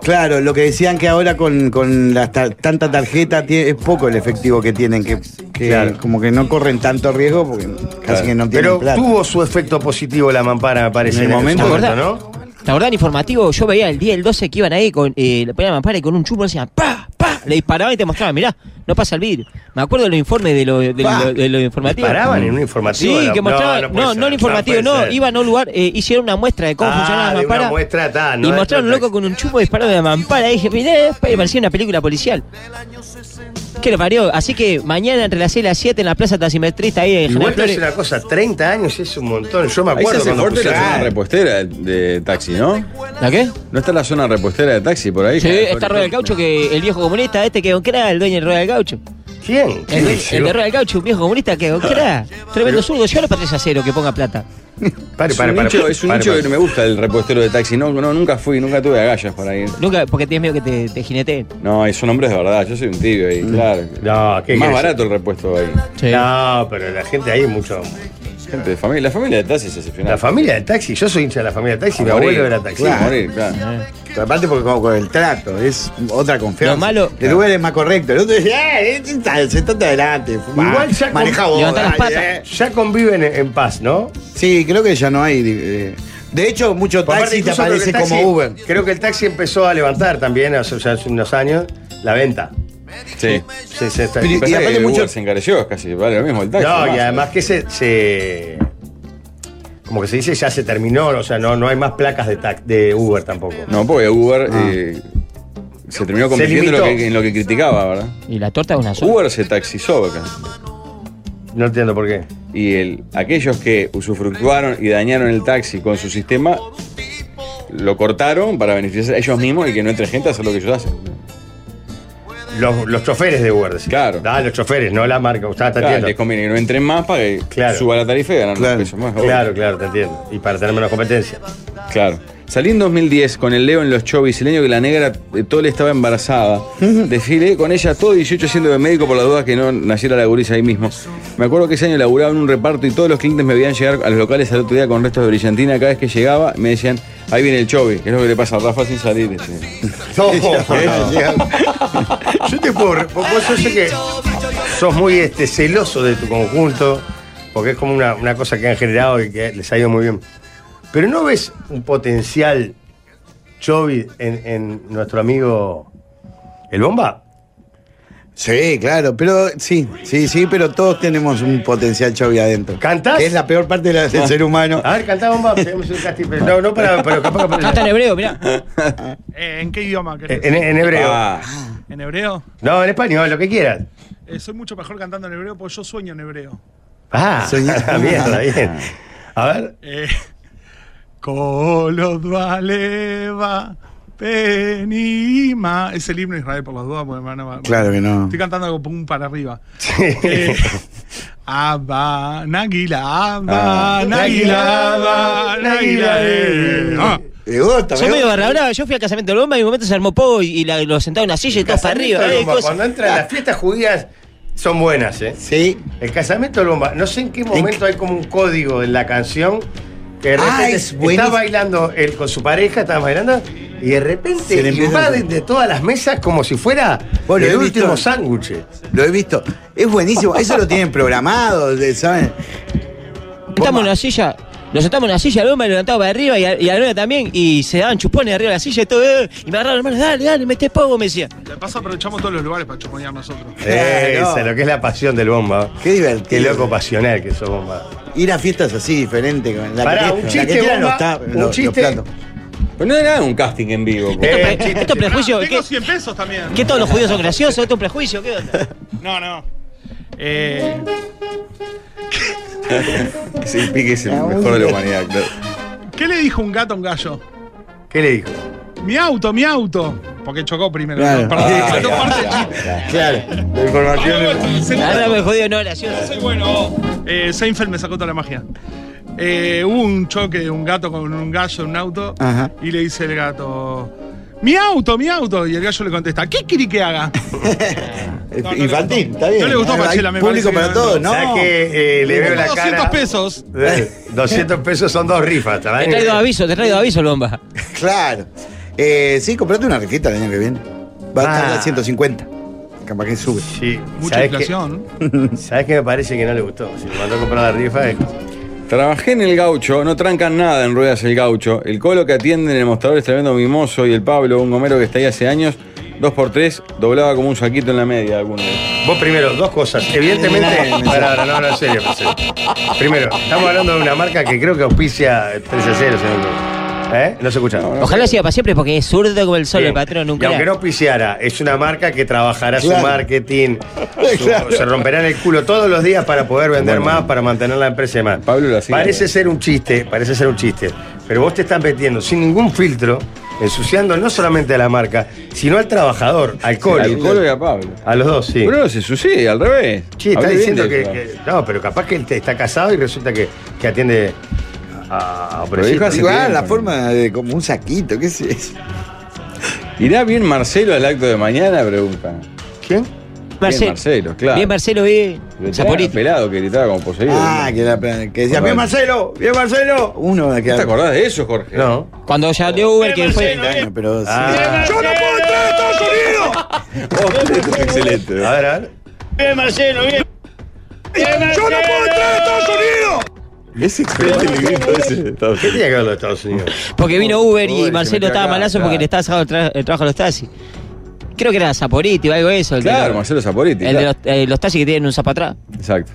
Speaker 2: Claro, lo que decían que ahora con, con las tar- tanta tarjeta tiene- es poco el efectivo que tienen, que, que
Speaker 3: Claro.
Speaker 2: como que no corren tanto riesgo porque casi que no tienen
Speaker 3: Pero
Speaker 2: plata.
Speaker 3: tuvo su efecto positivo la mampara, me parece.
Speaker 2: En el momento,
Speaker 3: ¿no?
Speaker 5: ¿Te acordás en informativo? Yo veía el día el 12 que iban ahí con eh, le ponían mampara y con un chumbo le decían ¡pa! ¡pa! Le disparaban y te mostraban, mirá, no pasa el vidrio. Me acuerdo de los informes de lo, de,
Speaker 2: Pa.
Speaker 5: lo- de lo informativo.
Speaker 3: Paraban en un informativo.
Speaker 5: Sí,
Speaker 3: No,
Speaker 5: que mostraban.
Speaker 3: no
Speaker 5: No,
Speaker 3: puede
Speaker 5: no,
Speaker 3: ser,
Speaker 5: el informativo,
Speaker 3: no
Speaker 5: no.
Speaker 3: puede ser.
Speaker 5: Iban a un lugar, eh, hicieron una muestra de cómo
Speaker 3: Ah,
Speaker 5: funcionaban
Speaker 3: de
Speaker 5: las
Speaker 3: una
Speaker 5: mamparas.
Speaker 3: muestra, ta, no
Speaker 5: y
Speaker 3: de
Speaker 5: mostraron un
Speaker 3: otro
Speaker 5: loco con un chumbo disparado de la mampara. Y dije, mirá, eh, parecía una película policial. ¿Qué le parió? Así que mañana entre las 6 y las 7 en la plaza Taximetrista ahí de General
Speaker 3: Igual te voy a
Speaker 5: Flores.
Speaker 3: decir una cosa, 30 años es un montón. Yo me
Speaker 1: Ahí se
Speaker 3: acuerdo
Speaker 1: hace
Speaker 3: cuando
Speaker 1: fuerte la
Speaker 3: pusieron-
Speaker 1: zona repostera de taxi, ¿no?
Speaker 5: ¿La qué?
Speaker 1: ¿No está la zona repostera de taxi por ahí?
Speaker 5: Sí,
Speaker 1: Claro,
Speaker 5: está
Speaker 1: por-
Speaker 5: Rueda del Gaucho, que el viejo comunista, este que era el dueño del Rueda del Gaucho.
Speaker 3: ¿Quién? ¿Quién
Speaker 5: El, de-
Speaker 3: dice?
Speaker 5: el de Rueda del Gaucho, un viejo comunista que era tremendo zurdo. Yo a los Patricia Cero que ponga plata.
Speaker 3: Ah. [LAUGHS] Pare,
Speaker 1: Es un
Speaker 3: pare, pare,
Speaker 1: nicho, es un
Speaker 3: pare,
Speaker 1: nicho
Speaker 3: pare.
Speaker 1: que no me gusta el repostero de taxi. No, no, nunca fui, nunca tuve agallas para ir.
Speaker 5: Nunca, porque tienes miedo que te, te jineteen.
Speaker 1: No, y son hombres de verdad, yo soy un tibio ahí, claro.
Speaker 3: Mm. No, ¿qué
Speaker 1: Más
Speaker 3: querés?
Speaker 1: barato el repuesto ahí.
Speaker 5: Sí.
Speaker 3: No, pero la gente ahí es mucho.
Speaker 1: Gente de familia. La familia de Tassi es excepcional.
Speaker 3: La familia del taxi, yo soy hincha de la familia del taxi, mi
Speaker 1: Morir.
Speaker 3: abuelo era taxi.
Speaker 1: Sí, morir, claro.
Speaker 2: Aparte porque como con el trato, es otra confianza.
Speaker 5: Lo malo-
Speaker 2: El Uber es más correcto. El otro dice, "Eh, eh, está- sentate adelante, fuma,
Speaker 3: Igual ya con-
Speaker 2: maneja vos.
Speaker 5: Levantá las
Speaker 2: dale,
Speaker 5: patas.
Speaker 2: eh".
Speaker 3: Ya conviven en, en paz, ¿no?
Speaker 2: Sí, creo que ya no hay. eh, De hecho, mucho
Speaker 3: Aparte,
Speaker 2: taxi te
Speaker 3: incluso creo que
Speaker 2: aparece
Speaker 3: el taxi-
Speaker 2: como Uber.
Speaker 3: Creo que el taxi empezó a levantar también hace, ya hace unos años la venta.
Speaker 1: Sí.
Speaker 3: Se- se está-
Speaker 2: Pero- Y
Speaker 1: Pasa que
Speaker 2: aparte
Speaker 1: el
Speaker 2: mucho-
Speaker 1: Uber se encareció, casi vale lo mismo el taxi.
Speaker 3: no,
Speaker 1: más.
Speaker 3: y además que se, se- Como que se dice, ya se terminó, o sea, no, no hay más placas de, tax- de Uber tampoco.
Speaker 1: No, porque Uber eh, se terminó convirtiendo en lo
Speaker 3: Ah. limitó.
Speaker 1: que- en lo que criticaba, ¿verdad?
Speaker 5: Y la torta es
Speaker 1: [LAUGHS]
Speaker 5: una sola.
Speaker 1: Uber se taxizó acá.
Speaker 3: No entiendo por qué.
Speaker 1: Y el, aquellos que usufructuaron y dañaron el taxi con su sistema, lo cortaron para beneficiarse a ellos mismos y que no entre gente a hacer lo que ellos hacen.
Speaker 3: Los, los choferes de Uber, decís.
Speaker 1: Claro.
Speaker 3: Ah, los choferes, no la marca. Usted está
Speaker 1: Claro,
Speaker 3: entiendo.
Speaker 1: les conviene que no entren más para que
Speaker 3: Claro.
Speaker 1: suba la tarifa y ganan unos
Speaker 2: Claro,
Speaker 1: pesos más.
Speaker 3: Claro, claro, te entiendo. Y para tener menos competencia.
Speaker 1: Claro. Salí en 2010 con el Leo en los chovis, el año que la negra eh, Tole estaba
Speaker 3: [LAUGHS]
Speaker 1: embarazada. Desfilé con ella todo 18 siendo de médico por la duda que no naciera la gurisa ahí mismo. Me acuerdo que ese año laburaba en un reparto y todos los clientes me veían llegar a los locales al otro día con restos de brillantina. Cada vez que llegaba me decían, ahí viene el chovi, que es lo que le pasa a Rafa sin salir.
Speaker 3: [LAUGHS]
Speaker 1: este.
Speaker 3: No,
Speaker 1: [LAUGHS]
Speaker 3: Yo te puedo. re- Vos vos sos, que sos muy este, celoso de tu conjunto, porque es como una, una cosa que han generado y que les ha ido muy bien. Pero ¿no ves un potencial Chovi en, en nuestro amigo El Bomba?
Speaker 2: Sí, claro, pero sí, sí, sí, pero todos tenemos un potencial chovi adentro.
Speaker 3: ¿Cantás?
Speaker 2: Que es la peor parte de la- del ser humano.
Speaker 3: Ah. A ver, cantá Bomba. tenemos un casting, pero No, no para. Pero capaz que
Speaker 5: Canta en
Speaker 3: para-
Speaker 5: hebreo, mirá.
Speaker 6: Eh, ¿En qué idioma querés?
Speaker 3: en, en hebreo.
Speaker 1: Ah,
Speaker 6: ¿En hebreo?
Speaker 3: No, en español, lo que quieras.
Speaker 6: Eh, soy mucho mejor cantando en hebreo porque yo sueño en hebreo.
Speaker 3: Ah,
Speaker 2: Soy-
Speaker 3: [LAUGHS] bien, bien. A ver.
Speaker 6: Eh, [LAUGHS] Kolodvaleva Penima. Es el himno de Israel por las dudas, porque me van a-
Speaker 2: Claro que no.
Speaker 6: Estoy cantando algo pum para arriba.
Speaker 3: Sí.
Speaker 6: Eh, Abba, Nagila,
Speaker 1: Ah.
Speaker 6: Abba, Nagila, Abba, Nagila. eh. Ah.
Speaker 2: Me gusta,
Speaker 5: Yo
Speaker 2: me
Speaker 5: medio
Speaker 2: gusta.
Speaker 5: barra brava, yo fui al casamiento de Lomba y en un momento se armó pogo y, y la- lo sentaron en una silla y todos para arriba.
Speaker 3: Casamiento
Speaker 5: eh,
Speaker 3: de Lomba.
Speaker 5: cosas.
Speaker 3: Cuando entran las fiestas judías son buenas, ¿eh?
Speaker 2: Sí.
Speaker 3: El casamiento de Lomba, no sé en qué momento hay como un código en la canción que de
Speaker 2: Ah,
Speaker 3: repente
Speaker 2: es buenísimo.
Speaker 3: está bailando él con su pareja, está bailando y de repente
Speaker 2: Se le empieza a-
Speaker 3: invaden de todas las mesas como si fuera
Speaker 2: Bueno,
Speaker 3: el
Speaker 2: he visto-
Speaker 3: último sándwich.
Speaker 2: Lo he visto. Es buenísimo. Eso lo tienen programado, de- ¿saben?
Speaker 5: Sentamos en una silla, lo sentamos en una silla, el hombre lo levantaba para arriba y a, y a la novia también, y se daban chupones arriba de la silla y todo, eh, y me agarraron, hermano, dale, dale, mete pogo, me decía.
Speaker 6: De paso aprovechamos todos los lugares para chuponear nosotros.
Speaker 3: Eh,
Speaker 2: Claro.
Speaker 3: Esa, lo que es la pasión del bomba.
Speaker 2: Qué divertido.
Speaker 3: Qué loco pasional que sos bomba.
Speaker 2: Ir a fiestas así diferente. con La
Speaker 3: Pará,
Speaker 2: que-
Speaker 3: un
Speaker 2: la
Speaker 3: chiste,
Speaker 2: que tiran
Speaker 3: bomba,
Speaker 2: los ta-
Speaker 3: un
Speaker 2: los- los
Speaker 3: chiste.
Speaker 2: platos.
Speaker 1: pero no era un casting en vivo.
Speaker 5: Esto,
Speaker 3: Eh,
Speaker 5: es pre- esto
Speaker 3: chiste,
Speaker 5: es
Speaker 6: Pará,
Speaker 5: prejuicio,
Speaker 6: Tengo
Speaker 5: ¿qué,
Speaker 6: 100 pesos también.
Speaker 5: qué todos los judíos son graciosos? ¿Esto es un prejuicio? ¿Qué onda?
Speaker 6: No, no. Eh,
Speaker 1: Sí, Pique es el mejor de la humanidad. claro.
Speaker 6: ¿Qué le dijo un gato a un gallo?
Speaker 3: ¿Qué le dijo?
Speaker 6: Mi auto, mi auto. Porque chocó primero.
Speaker 2: Claro.
Speaker 6: ¿no? Perdón,
Speaker 1: Ah,
Speaker 6: faltó
Speaker 1: claro,
Speaker 6: parte del
Speaker 1: claro,
Speaker 6: chiste.
Speaker 2: Claro. Ah,
Speaker 3: La información.
Speaker 5: Ahora
Speaker 6: Soy
Speaker 5: me jodido no gracioso.
Speaker 6: bueno. Eh, Seinfeld me sacó toda la magia. Eh, hubo un choque de un gato con un gallo en un auto
Speaker 2: Ajá.
Speaker 6: y le dice el gato, mi auto, mi auto. Y el gallo le contesta, ¿qué quiere que
Speaker 2: [LAUGHS]
Speaker 6: haga? no le
Speaker 2: Eh, Infantil,
Speaker 6: gustó.
Speaker 2: está bien.
Speaker 6: No le gustó
Speaker 2: Hay
Speaker 6: Pachela, me
Speaker 2: Público
Speaker 6: parece
Speaker 2: para
Speaker 6: que
Speaker 2: todos,
Speaker 6: no.
Speaker 2: ¿no?
Speaker 3: ¿Sabés que eh, le veo la
Speaker 6: 200
Speaker 3: cara?
Speaker 6: pesos.
Speaker 3: Eh, 200 pesos son dos rifas,
Speaker 5: Te
Speaker 2: [LAUGHS]
Speaker 3: ¿sabes?
Speaker 5: traigo dos avisos, te traigo dos avisos, Lomba.
Speaker 2: Claro. Eh, sí, comprate una rifita el año que viene. Va a estar
Speaker 3: Ah.
Speaker 2: a 150. Capaz que sube.
Speaker 3: Sí,
Speaker 6: Mucha
Speaker 3: ¿sabés qué?
Speaker 6: inflación.
Speaker 3: ¿Sabes qué me parece que no le gustó? Si me mandó a comprar la rifa, eh,
Speaker 1: Trabajé en el gaucho, no trancan nada en ruedas el gaucho. El colo que atienden en el mostrador es tremendo mimoso y el Pablo, un gomero que está ahí hace años, dos por tres, doblaba como un saquito en la media alguna vez.
Speaker 3: vos primero, dos cosas. Evidentemente, para, no, no, en serio, en serio. Primero, estamos hablando de una marca que creo que auspicia 13 a 0, señor. ¿Eh? No se escucha.
Speaker 5: Ojalá siga para siempre porque es zurdo como el sol,
Speaker 3: Bien.
Speaker 5: el patrón
Speaker 3: Y
Speaker 5: nunca.
Speaker 3: aunque no auspiciara, es una marca que trabajará
Speaker 2: Claro.
Speaker 3: su [LAUGHS] marketing, su- se romperán el culo todos los días para poder vender
Speaker 1: Bueno.
Speaker 3: más, para mantener la empresa y más.
Speaker 1: Pablo lo hacía.
Speaker 3: Parece ser un chiste, parece ser un chiste. Pero vos te estás metiendo sin ningún filtro, ensuciando no solamente a la marca, sino al trabajador, al colo.
Speaker 1: Al colo y a Pablo.
Speaker 3: A los dos, sí.
Speaker 1: Pero no se sucede, al revés.
Speaker 3: Sí, está
Speaker 1: Hablé bien
Speaker 3: diciendo
Speaker 1: de
Speaker 3: que,
Speaker 1: eso.
Speaker 3: que- No, pero capaz que él te- está casado y resulta que, que atiende a, a
Speaker 1: Pero dijo
Speaker 3: pobrecitos.
Speaker 1: hace
Speaker 2: Igual,
Speaker 1: tiempo,
Speaker 2: la
Speaker 1: ¿no?
Speaker 2: forma de como un saquito, qué sé yo.
Speaker 1: ¿Irá bien Marcelo al acto de mañana? Pregunta.
Speaker 3: ¿Quién?
Speaker 5: Marcelo.
Speaker 1: Marcelo, claro.
Speaker 5: Bien, Marcelo, eh. bien.
Speaker 1: Era
Speaker 5: Zaporiti.
Speaker 1: pelado que gritaba como poseído.
Speaker 2: Ah, que, la- que decía, bien Marcelo, bien Marcelo. Uno de
Speaker 1: ¿Te
Speaker 2: que
Speaker 1: acordás de eso, Jorge?
Speaker 3: No.
Speaker 5: Cuando llamó Uber, que fue.
Speaker 2: pero sí.
Speaker 3: Ah,
Speaker 6: ¡Yo no puedo entrar a Estados Unidos!
Speaker 1: Excelente.
Speaker 3: a ver, a ver.
Speaker 6: ¡Yo no puedo entrar a Estados Unidos!
Speaker 1: Es excelente el grito ese.
Speaker 3: ¿Qué tenía que ver los Estados Unidos?
Speaker 5: Porque vino Uber
Speaker 3: Uber,
Speaker 5: y
Speaker 3: se
Speaker 5: Marcelo
Speaker 3: metió
Speaker 5: estaba
Speaker 3: acá,
Speaker 5: malazo
Speaker 3: claro.
Speaker 5: porque le estaba sacando el, tra- el trabajo a los taxis. Creo que era Zaporiti o algo de eso. el que
Speaker 1: Claro,
Speaker 5: lo-
Speaker 1: Marcelo Zaporiti.
Speaker 5: El de
Speaker 1: claro.
Speaker 5: los, eh, los taxis que tienen un zapato atrás.
Speaker 1: Exacto.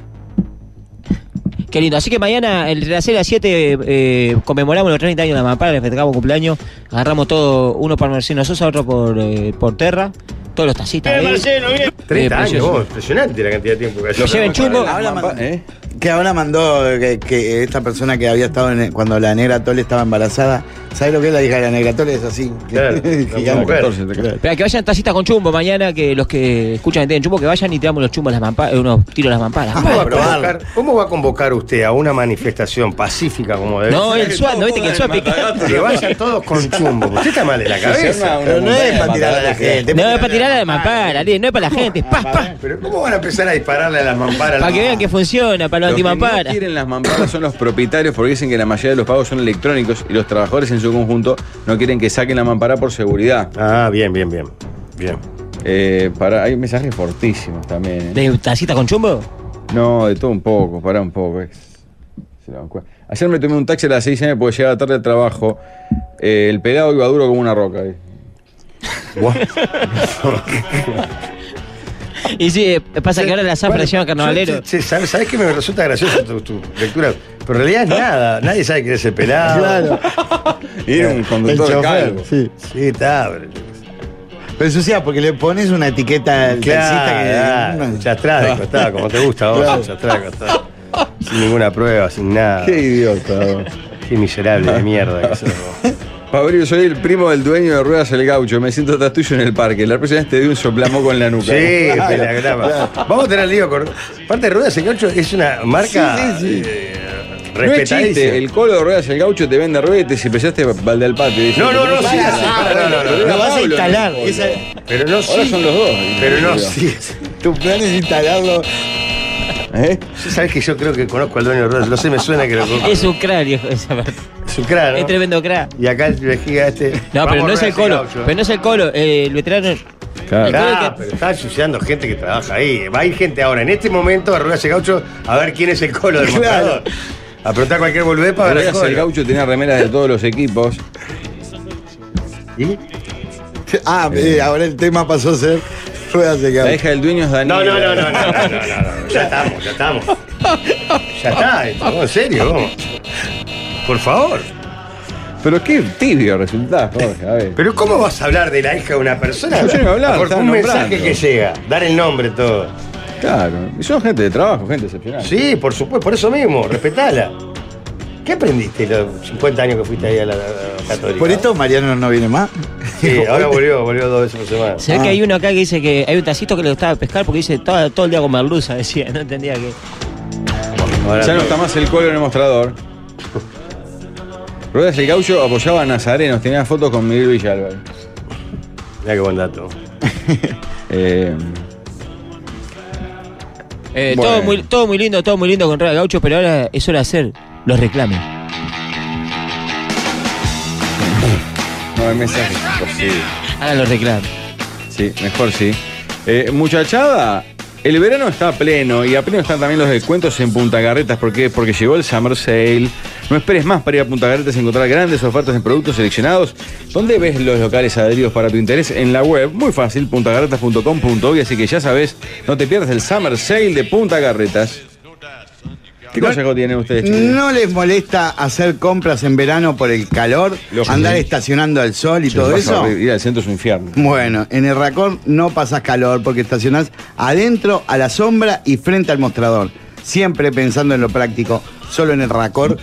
Speaker 5: Qué lindo. Así que mañana, entre las 6 y las 7, eh, conmemoramos los 30 años de la Mampara, le festejamos cumpleaños. Agarramos todo, uno para Marcelo Sosa, otro por, eh, por Terra. Todos los taxistas. ahí.
Speaker 3: 30
Speaker 5: Eh,
Speaker 3: años,
Speaker 5: precioso.
Speaker 3: vos, impresionante la cantidad de tiempo que
Speaker 5: Lo lleven chumbo.
Speaker 2: Ahora mandó-
Speaker 1: ¿Eh?
Speaker 2: Que ahora mandó que, que esta persona que había estado en- cuando la negra Tole estaba embarazada. ¿Sabes lo que es la hija de la negra Tole? Es así.
Speaker 3: Claro,
Speaker 2: [LAUGHS] Gigante.
Speaker 3: mujer.
Speaker 1: 14, te-
Speaker 5: Pero que vayan taxistas con chumbo mañana, que los que escuchan que tienen chumbo, que vayan y tiramos los chumbos a las mamparas, eh, unos tiros a las mamparas.
Speaker 3: ¿Cómo va, Ah, a
Speaker 2: probarlo.
Speaker 3: convocar, ¿Cómo va a convocar usted a una manifestación pacífica como debe
Speaker 5: No,
Speaker 3: ser?
Speaker 5: el SWAT, ¿no viste que el SWAT pica?
Speaker 3: Que vayan todos con chumbo. Usted
Speaker 5: [LAUGHS]
Speaker 3: está mal de la
Speaker 1: Se
Speaker 3: cabeza.
Speaker 1: arma una
Speaker 2: Pero no es
Speaker 1: montaña
Speaker 2: para
Speaker 1: de
Speaker 2: tirar a la
Speaker 1: patatas.
Speaker 2: gente.
Speaker 5: No, es para tirar a la mampara, tío, no es para la gente, pa, pa.
Speaker 3: Pero ¿cómo van a empezar a dispararle a las mamparas?
Speaker 5: Para que vean que funciona, para los
Speaker 1: Los que no
Speaker 5: antimamparas.
Speaker 1: quieren las mamparas son los propietarios porque dicen que la mayoría de los pagos son electrónicos y los trabajadores en su conjunto no quieren que saquen la mampara por seguridad.
Speaker 3: Ah, bien, bien, bien. Bien.
Speaker 1: Eh, para, hay mensajes fortísimos también. ¿eh?
Speaker 5: ¿De taxista con chumbo?
Speaker 1: No, de todo un poco, pará un poco. eh. Se lo encuentro. Ayer me tomé un taxi a las 6 AM porque llegaba tarde al trabajo. Eh, el pelado iba duro como una roca. eh.
Speaker 3: [LAUGHS]
Speaker 5: Y sí, eh, pasa que ahora la zafra lleva carnavalero.
Speaker 3: ¿sabes, ¿Sabes que me resulta gracioso tu, tu lectura? Pero en realidad es nada. Nadie sabe quién es el pelado.
Speaker 2: Claro.
Speaker 1: Y era un conductor
Speaker 2: chofer,
Speaker 1: calvo.
Speaker 2: sí.
Speaker 3: Sí, está. pero-
Speaker 2: Pero sucia, porque le pones una etiqueta al
Speaker 3: Claro,
Speaker 2: taxista
Speaker 3: ah,
Speaker 2: que.
Speaker 3: chastrá de costado, como te gusta a vos,
Speaker 2: Claro.
Speaker 3: chastrá de costado. Sin ninguna prueba, sin nada.
Speaker 1: Qué idiota. vos.
Speaker 3: Qué miserable de mierda que sos vos.
Speaker 1: Fabrio, soy el primo del dueño de Ruedas El Gaucho. Me siento atrás tuyo en el parque. La próxima vez te doy un soplamo en la nuca. [LAUGHS]
Speaker 3: Sí, te la graba. Vamos a tener lío con. Aparte, Rueda 8 es una marca eh,
Speaker 1: No es
Speaker 3: respetadísima.
Speaker 1: chiste, el colo de ruedas el gaucho te vende ruedas y empezaste balde al patio. Dice,
Speaker 3: No, no, no,
Speaker 1: para,
Speaker 3: sí,
Speaker 1: para,
Speaker 3: sí,
Speaker 1: para,
Speaker 3: no, no,
Speaker 1: para,
Speaker 3: no,
Speaker 1: para,
Speaker 2: Lo vas a
Speaker 1: Pablo,
Speaker 2: instalar.
Speaker 1: no,
Speaker 2: Esa-
Speaker 3: Pero no
Speaker 1: Ahora
Speaker 3: sí.
Speaker 1: son los dos.
Speaker 3: Pero no
Speaker 1: Digo.
Speaker 3: sí.
Speaker 2: tu plan es instalarlo.
Speaker 1: ¿Eh?
Speaker 3: Sabes que yo creo que conozco al dueño de Rueda. No sé, me suena que lo conozco.
Speaker 5: Es un crack, viejo, esa parte.
Speaker 3: Es un cráneo.
Speaker 5: Es tremendo crack.
Speaker 3: Y acá el vejiga este.
Speaker 5: No, pero no es el colo. Pero no es el colo. eh, El veterano.
Speaker 1: Claro.
Speaker 5: el colo
Speaker 3: Ah,
Speaker 5: que-
Speaker 3: pero está ensuciando gente que trabaja ahí. Va a ir gente ahora, en este momento, a Rueda Gaucho a ver quién es el colo del mostrador. A preguntar cualquier volvé para ver el
Speaker 1: Ruedas el
Speaker 3: colo.
Speaker 1: gaucho tenía remeras de todos los equipos.
Speaker 3: ¿Y?
Speaker 2: Ah, eh, ahora el tema pasó a ser ruedas de
Speaker 1: La
Speaker 2: cabeza.
Speaker 1: hija del dueño es Daniela.
Speaker 3: No, no, no, no, no, no, no, no, no. Ya estamos, ya estamos. Ya está, esto, vos, en serio, vos. Por favor.
Speaker 1: [LAUGHS] Pero qué tibio resultás, Jorge. A ver.
Speaker 3: Pero ¿cómo vas a hablar de la hija de una persona?
Speaker 1: Yo no he hablado,
Speaker 3: Por
Speaker 1: estaba
Speaker 3: un
Speaker 1: nombrando.
Speaker 3: mensaje que llega, dar el nombre todo.
Speaker 1: Claro. Y son gente de trabajo, gente excepcional.
Speaker 3: Sí, por supuesto, por eso mismo, respetala. ¿Qué aprendiste los 50 años que fuiste ahí a la, a la católica?
Speaker 2: Por esto Mariano no viene más.
Speaker 3: Sí, ahora volvió, volvió dos veces por semana.
Speaker 5: Se ve que hay uno acá que dice que hay un tacito que le gustaba pescar porque dice todo, todo el día con merluza, [LAUGHS] decía, no entendía que.
Speaker 3: Ahora
Speaker 1: Ya no
Speaker 3: todo.
Speaker 1: está más el colo en el mostrador. Ruedas el gaucho apoyaba a Nazarenos, tenía fotos con Miguel Villalba.
Speaker 3: Mirá qué buen dato.
Speaker 1: [LAUGHS] Eh,
Speaker 5: Eh,
Speaker 1: Bueno.
Speaker 5: todo, muy, todo muy lindo, todo muy lindo con Rueda Gaucho, pero ahora es hora de hacer los reclames.
Speaker 1: no hay mensajes. Imposible.
Speaker 5: Hagan los reclames.
Speaker 1: Sí, mejor sí. Eh, muchachada, el verano está pleno y a pleno están también los descuentos en Punta Carretas. ¿Por qué? Porque llegó el Summer Sale. No esperes más para ir a Punta Carretas y encontrar grandes ofertas en productos seleccionados. ¿Dónde ves los locales adheridos para tu interés? En la web, muy fácil, puntacarretas.com.uy. Así que ya sabes, no te pierdas el Summer Sale de Punta Carretas. ¿Qué consejo tienen ustedes? chicos?
Speaker 2: Ah. ¿No les molesta hacer compras en verano por el calor?
Speaker 1: Lógico.
Speaker 2: Andar estacionando al sol y
Speaker 1: Se
Speaker 2: todo
Speaker 1: pasa
Speaker 2: eso.
Speaker 1: horrible. Ir al centro es un infierno.
Speaker 2: Bueno, en el racón no pasas calor porque estacionás adentro, a la sombra y frente al mostrador. Siempre pensando en lo práctico. Solo en el racón,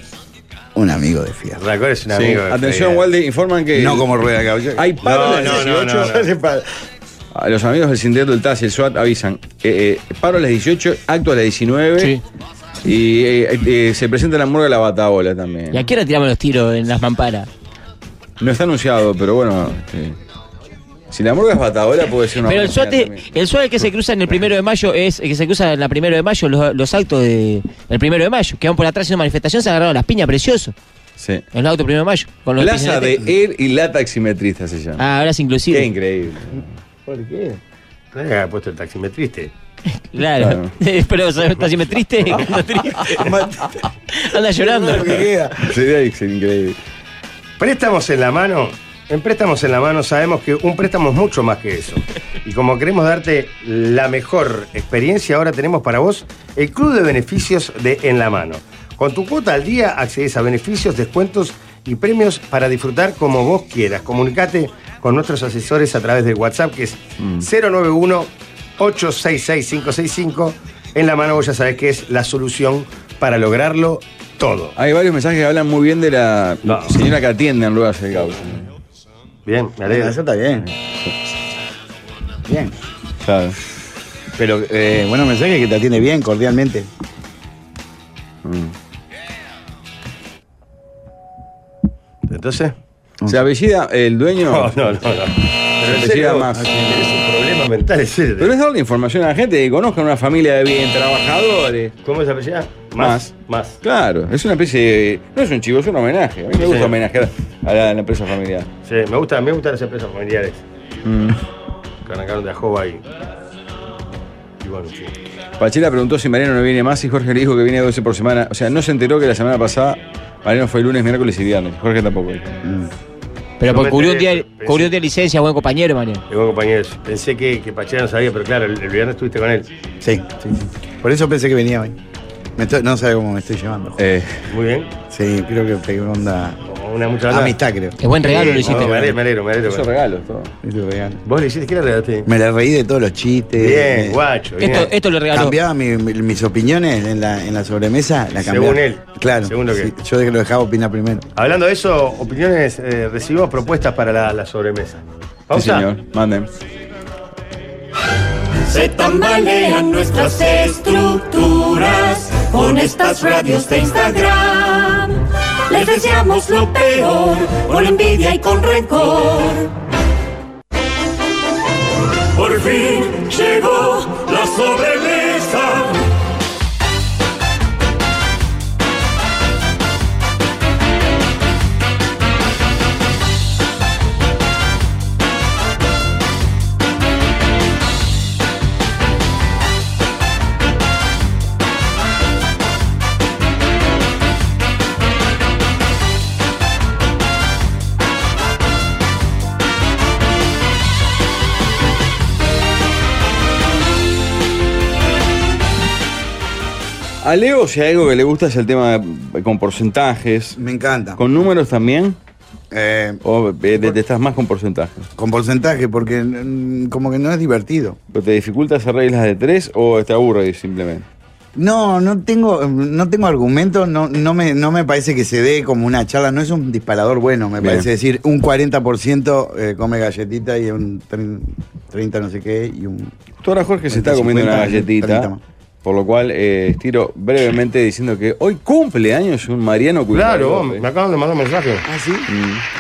Speaker 2: un amigo de fierro.
Speaker 3: Racor es un
Speaker 1: Sí.
Speaker 3: amigo. de
Speaker 1: Atención,
Speaker 3: Fede.
Speaker 1: Walde, informan que.
Speaker 2: No como rueda de caballo.
Speaker 1: Hay paro
Speaker 3: No,
Speaker 1: a las
Speaker 3: no, no,
Speaker 1: 18.
Speaker 3: no, no.
Speaker 1: A los amigos del sindicato del TAS y el SWAT avisan. eh, eh, paro a las 18, acto a las 19.
Speaker 5: Sí.
Speaker 1: Y eh, eh, se presenta la murga de la batabola también.
Speaker 5: ¿Y a qué hora tiramos los tiros en las mamparas?
Speaker 1: No está anunciado, pero bueno. este, Si la murga es batadora, puede ser una
Speaker 5: Pero el
Speaker 1: oportunidad
Speaker 5: SOAT, es-
Speaker 1: también.
Speaker 5: el SOAT que se cruza en el primero de mayo es el que se cruza en la primero de mayo, los, los actos de, el primero de mayo, que van por atrás haciendo manifestación, se agarraron las piñas precioso.
Speaker 1: Sí.
Speaker 5: En los autos primero de mayo. Con los
Speaker 1: Plaza de
Speaker 5: piñates.
Speaker 1: él y la taximetrista se llama.
Speaker 5: Ah, ahora es inclusive.
Speaker 1: Qué increíble.
Speaker 3: ¿Por qué? No le había puesto el taximetriste.
Speaker 5: Claro. [LAUGHS] Pero está así me
Speaker 1: [LAUGHS]
Speaker 5: triste. anda triste. Anda llorando.
Speaker 2: Lo que queda.
Speaker 1: Sería ex- increíble.
Speaker 3: Préstamos en la mano. En préstamos en la mano sabemos que un préstamo es mucho más que eso. Y como queremos darte la mejor experiencia, ahora tenemos para vos el Club de Beneficios de En la Mano. Con tu cuota al día accedes a beneficios, descuentos y premios para disfrutar como vos quieras. Comunicate con nuestros asesores a través del WhatsApp que es
Speaker 1: Mm.
Speaker 3: 091 866 565. En la mano vos ya sabés que es la solución para lograrlo todo.
Speaker 1: Hay varios mensajes que hablan muy bien de la
Speaker 3: No.
Speaker 1: señora que atiende en Ruedas del Gaucho.
Speaker 3: Bien, me alegro.
Speaker 2: Eso está bien. Bien.
Speaker 1: Claro.
Speaker 2: Pero eh, bueno, mensaje que te atiende bien, cordialmente.
Speaker 3: Entonces.
Speaker 1: ¿Se apellida el dueño?
Speaker 3: No, no, no. no. Pero en
Speaker 1: Me
Speaker 3: serio,
Speaker 1: llega
Speaker 3: vos
Speaker 1: más.
Speaker 3: tenés un problema mental, es serio.
Speaker 1: Pero es darle información a la gente que conozcan una familia de bien, trabajadores.
Speaker 3: ¿Cómo se apellida?
Speaker 1: Más.
Speaker 3: Más.
Speaker 1: Claro, es una especie de. No es un chivo, es un homenaje. A mí me gusta
Speaker 3: Sí.
Speaker 1: homenajear a la, a la empresa familiar. Mm.
Speaker 3: Sí, me gusta, me gustan las empresas familiares. Que arrancaron de Ajoba y. Y bueno, sí.
Speaker 1: Pachela preguntó si Mariano no viene más y Jorge le dijo que viene dos veces por semana. O sea, no se enteró que la semana pasada Mariano fue lunes, miércoles y viernes. Jorge tampoco.
Speaker 5: Pero porque cubrió un día,
Speaker 3: Pensé.
Speaker 5: cubrió un día de licencia, buen compañero, Mario.
Speaker 3: Y bueno, compañeros, pensé que, que Pachera no sabía, pero claro, el, el viernes estuviste con él.
Speaker 2: Sí, sí, sí. Por eso pensé que venía hoy. Me estoy- no sabe cómo me estoy llevando.
Speaker 1: Eh,
Speaker 3: Muy bien.
Speaker 2: Sí, creo que pegué onda.
Speaker 3: Una mucha lata.
Speaker 2: Amistad, creo.
Speaker 5: Qué buen regalo lo
Speaker 3: No,
Speaker 5: hiciste.
Speaker 3: me alegro, me alegro, me alegro.
Speaker 1: hizo regalos, todo.
Speaker 2: Este regalo.
Speaker 3: Vos le hiciste, ¿qué le regalaste?
Speaker 2: Me la reí de todos los chistes.
Speaker 3: Bien,
Speaker 2: Me-
Speaker 3: guacho. Bien.
Speaker 5: esto, esto lo regaló.
Speaker 2: Cambiaba mi- mi- mis opiniones en la, en la sobremesa. La
Speaker 3: Según
Speaker 2: cambiaba.
Speaker 3: él.
Speaker 2: Claro.
Speaker 3: Según lo que-
Speaker 2: sí, yo de que lo dejaba opinar primero.
Speaker 3: Hablando de eso, opiniones, eh, recibimos propuestas para la, la sobremesa.
Speaker 1: Sí,
Speaker 3: Pausa.
Speaker 1: señor. Manden.
Speaker 7: Se tambalean nuestras estructuras con estas radios de Instagram. Les deseamos lo peor, con envidia y con rencor. Por fin llegó la sobremesa.
Speaker 1: A Leo, si hay algo que le gusta es el tema de- con porcentajes.
Speaker 2: Me encanta.
Speaker 1: ¿Con números también?
Speaker 2: Eh,
Speaker 1: ¿O eh, detestás más con porcentajes?
Speaker 2: con porcentaje, porque mm, como que no es divertido.
Speaker 1: ¿Pero ¿Te dificulta hacer reglas de tres o te aburre simplemente?
Speaker 2: No, no tengo, no tengo argumento, no, no, me, no me parece que se dé como una charla, no es un disparador bueno, me
Speaker 1: Bien.
Speaker 2: parece decir, un 40% eh, come galletita y un tre- 30 no sé qué y un...
Speaker 1: Tú ahora Jorge se está
Speaker 2: 40,
Speaker 1: comiendo una
Speaker 2: 50,
Speaker 1: galletita.
Speaker 2: 30.
Speaker 1: Por lo cual, eh, estiro brevemente diciendo que hoy cumple años un Mariano
Speaker 3: Claro,
Speaker 1: Cuidadote.
Speaker 3: me acaban de mandar un mensaje.
Speaker 2: ¿Ah, sí?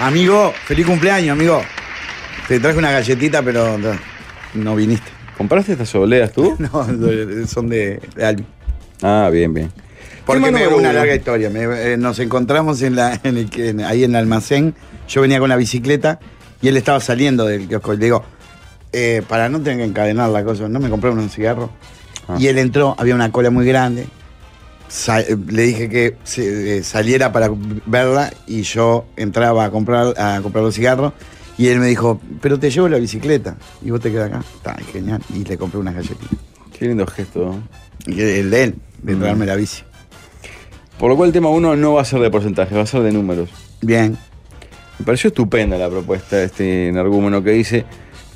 Speaker 2: Amigo, feliz cumpleaños, amigo. Te traje una galletita, pero no, no viniste.
Speaker 1: ¿Compraste estas obleas tú?
Speaker 2: [LAUGHS] No, son de, de Albi.
Speaker 1: Ah, bien, bien.
Speaker 2: Porque
Speaker 1: ¿Qué
Speaker 2: me
Speaker 1: manobra
Speaker 2: una
Speaker 1: hubo?
Speaker 2: larga historia. Me- eh, nos encontramos en la, en el que- en- ahí en el almacén. Yo venía con la bicicleta y él estaba saliendo del kiosco. Y le digo, eh, para no tener que encadenar la cosa, ¿no me compraron un cigarro?
Speaker 1: Ah.
Speaker 2: Y él entró, había una cola muy grande. Sa- eh, le dije que se- eh, saliera para verla y yo entraba a comprar, a comprar los cigarros. Y él me dijo, pero te llevo la bicicleta y vos te quedas acá. Está genial. Y le compré unas galletitas.
Speaker 1: Qué lindo gesto. ¿no?
Speaker 2: Y el de él, de
Speaker 1: Mm.
Speaker 2: traerme la bici.
Speaker 1: Por lo cual, el tema uno no va a ser de porcentajes, va a ser de números.
Speaker 2: Bien.
Speaker 1: Me pareció estupenda la propuesta de este energúmeno que dice: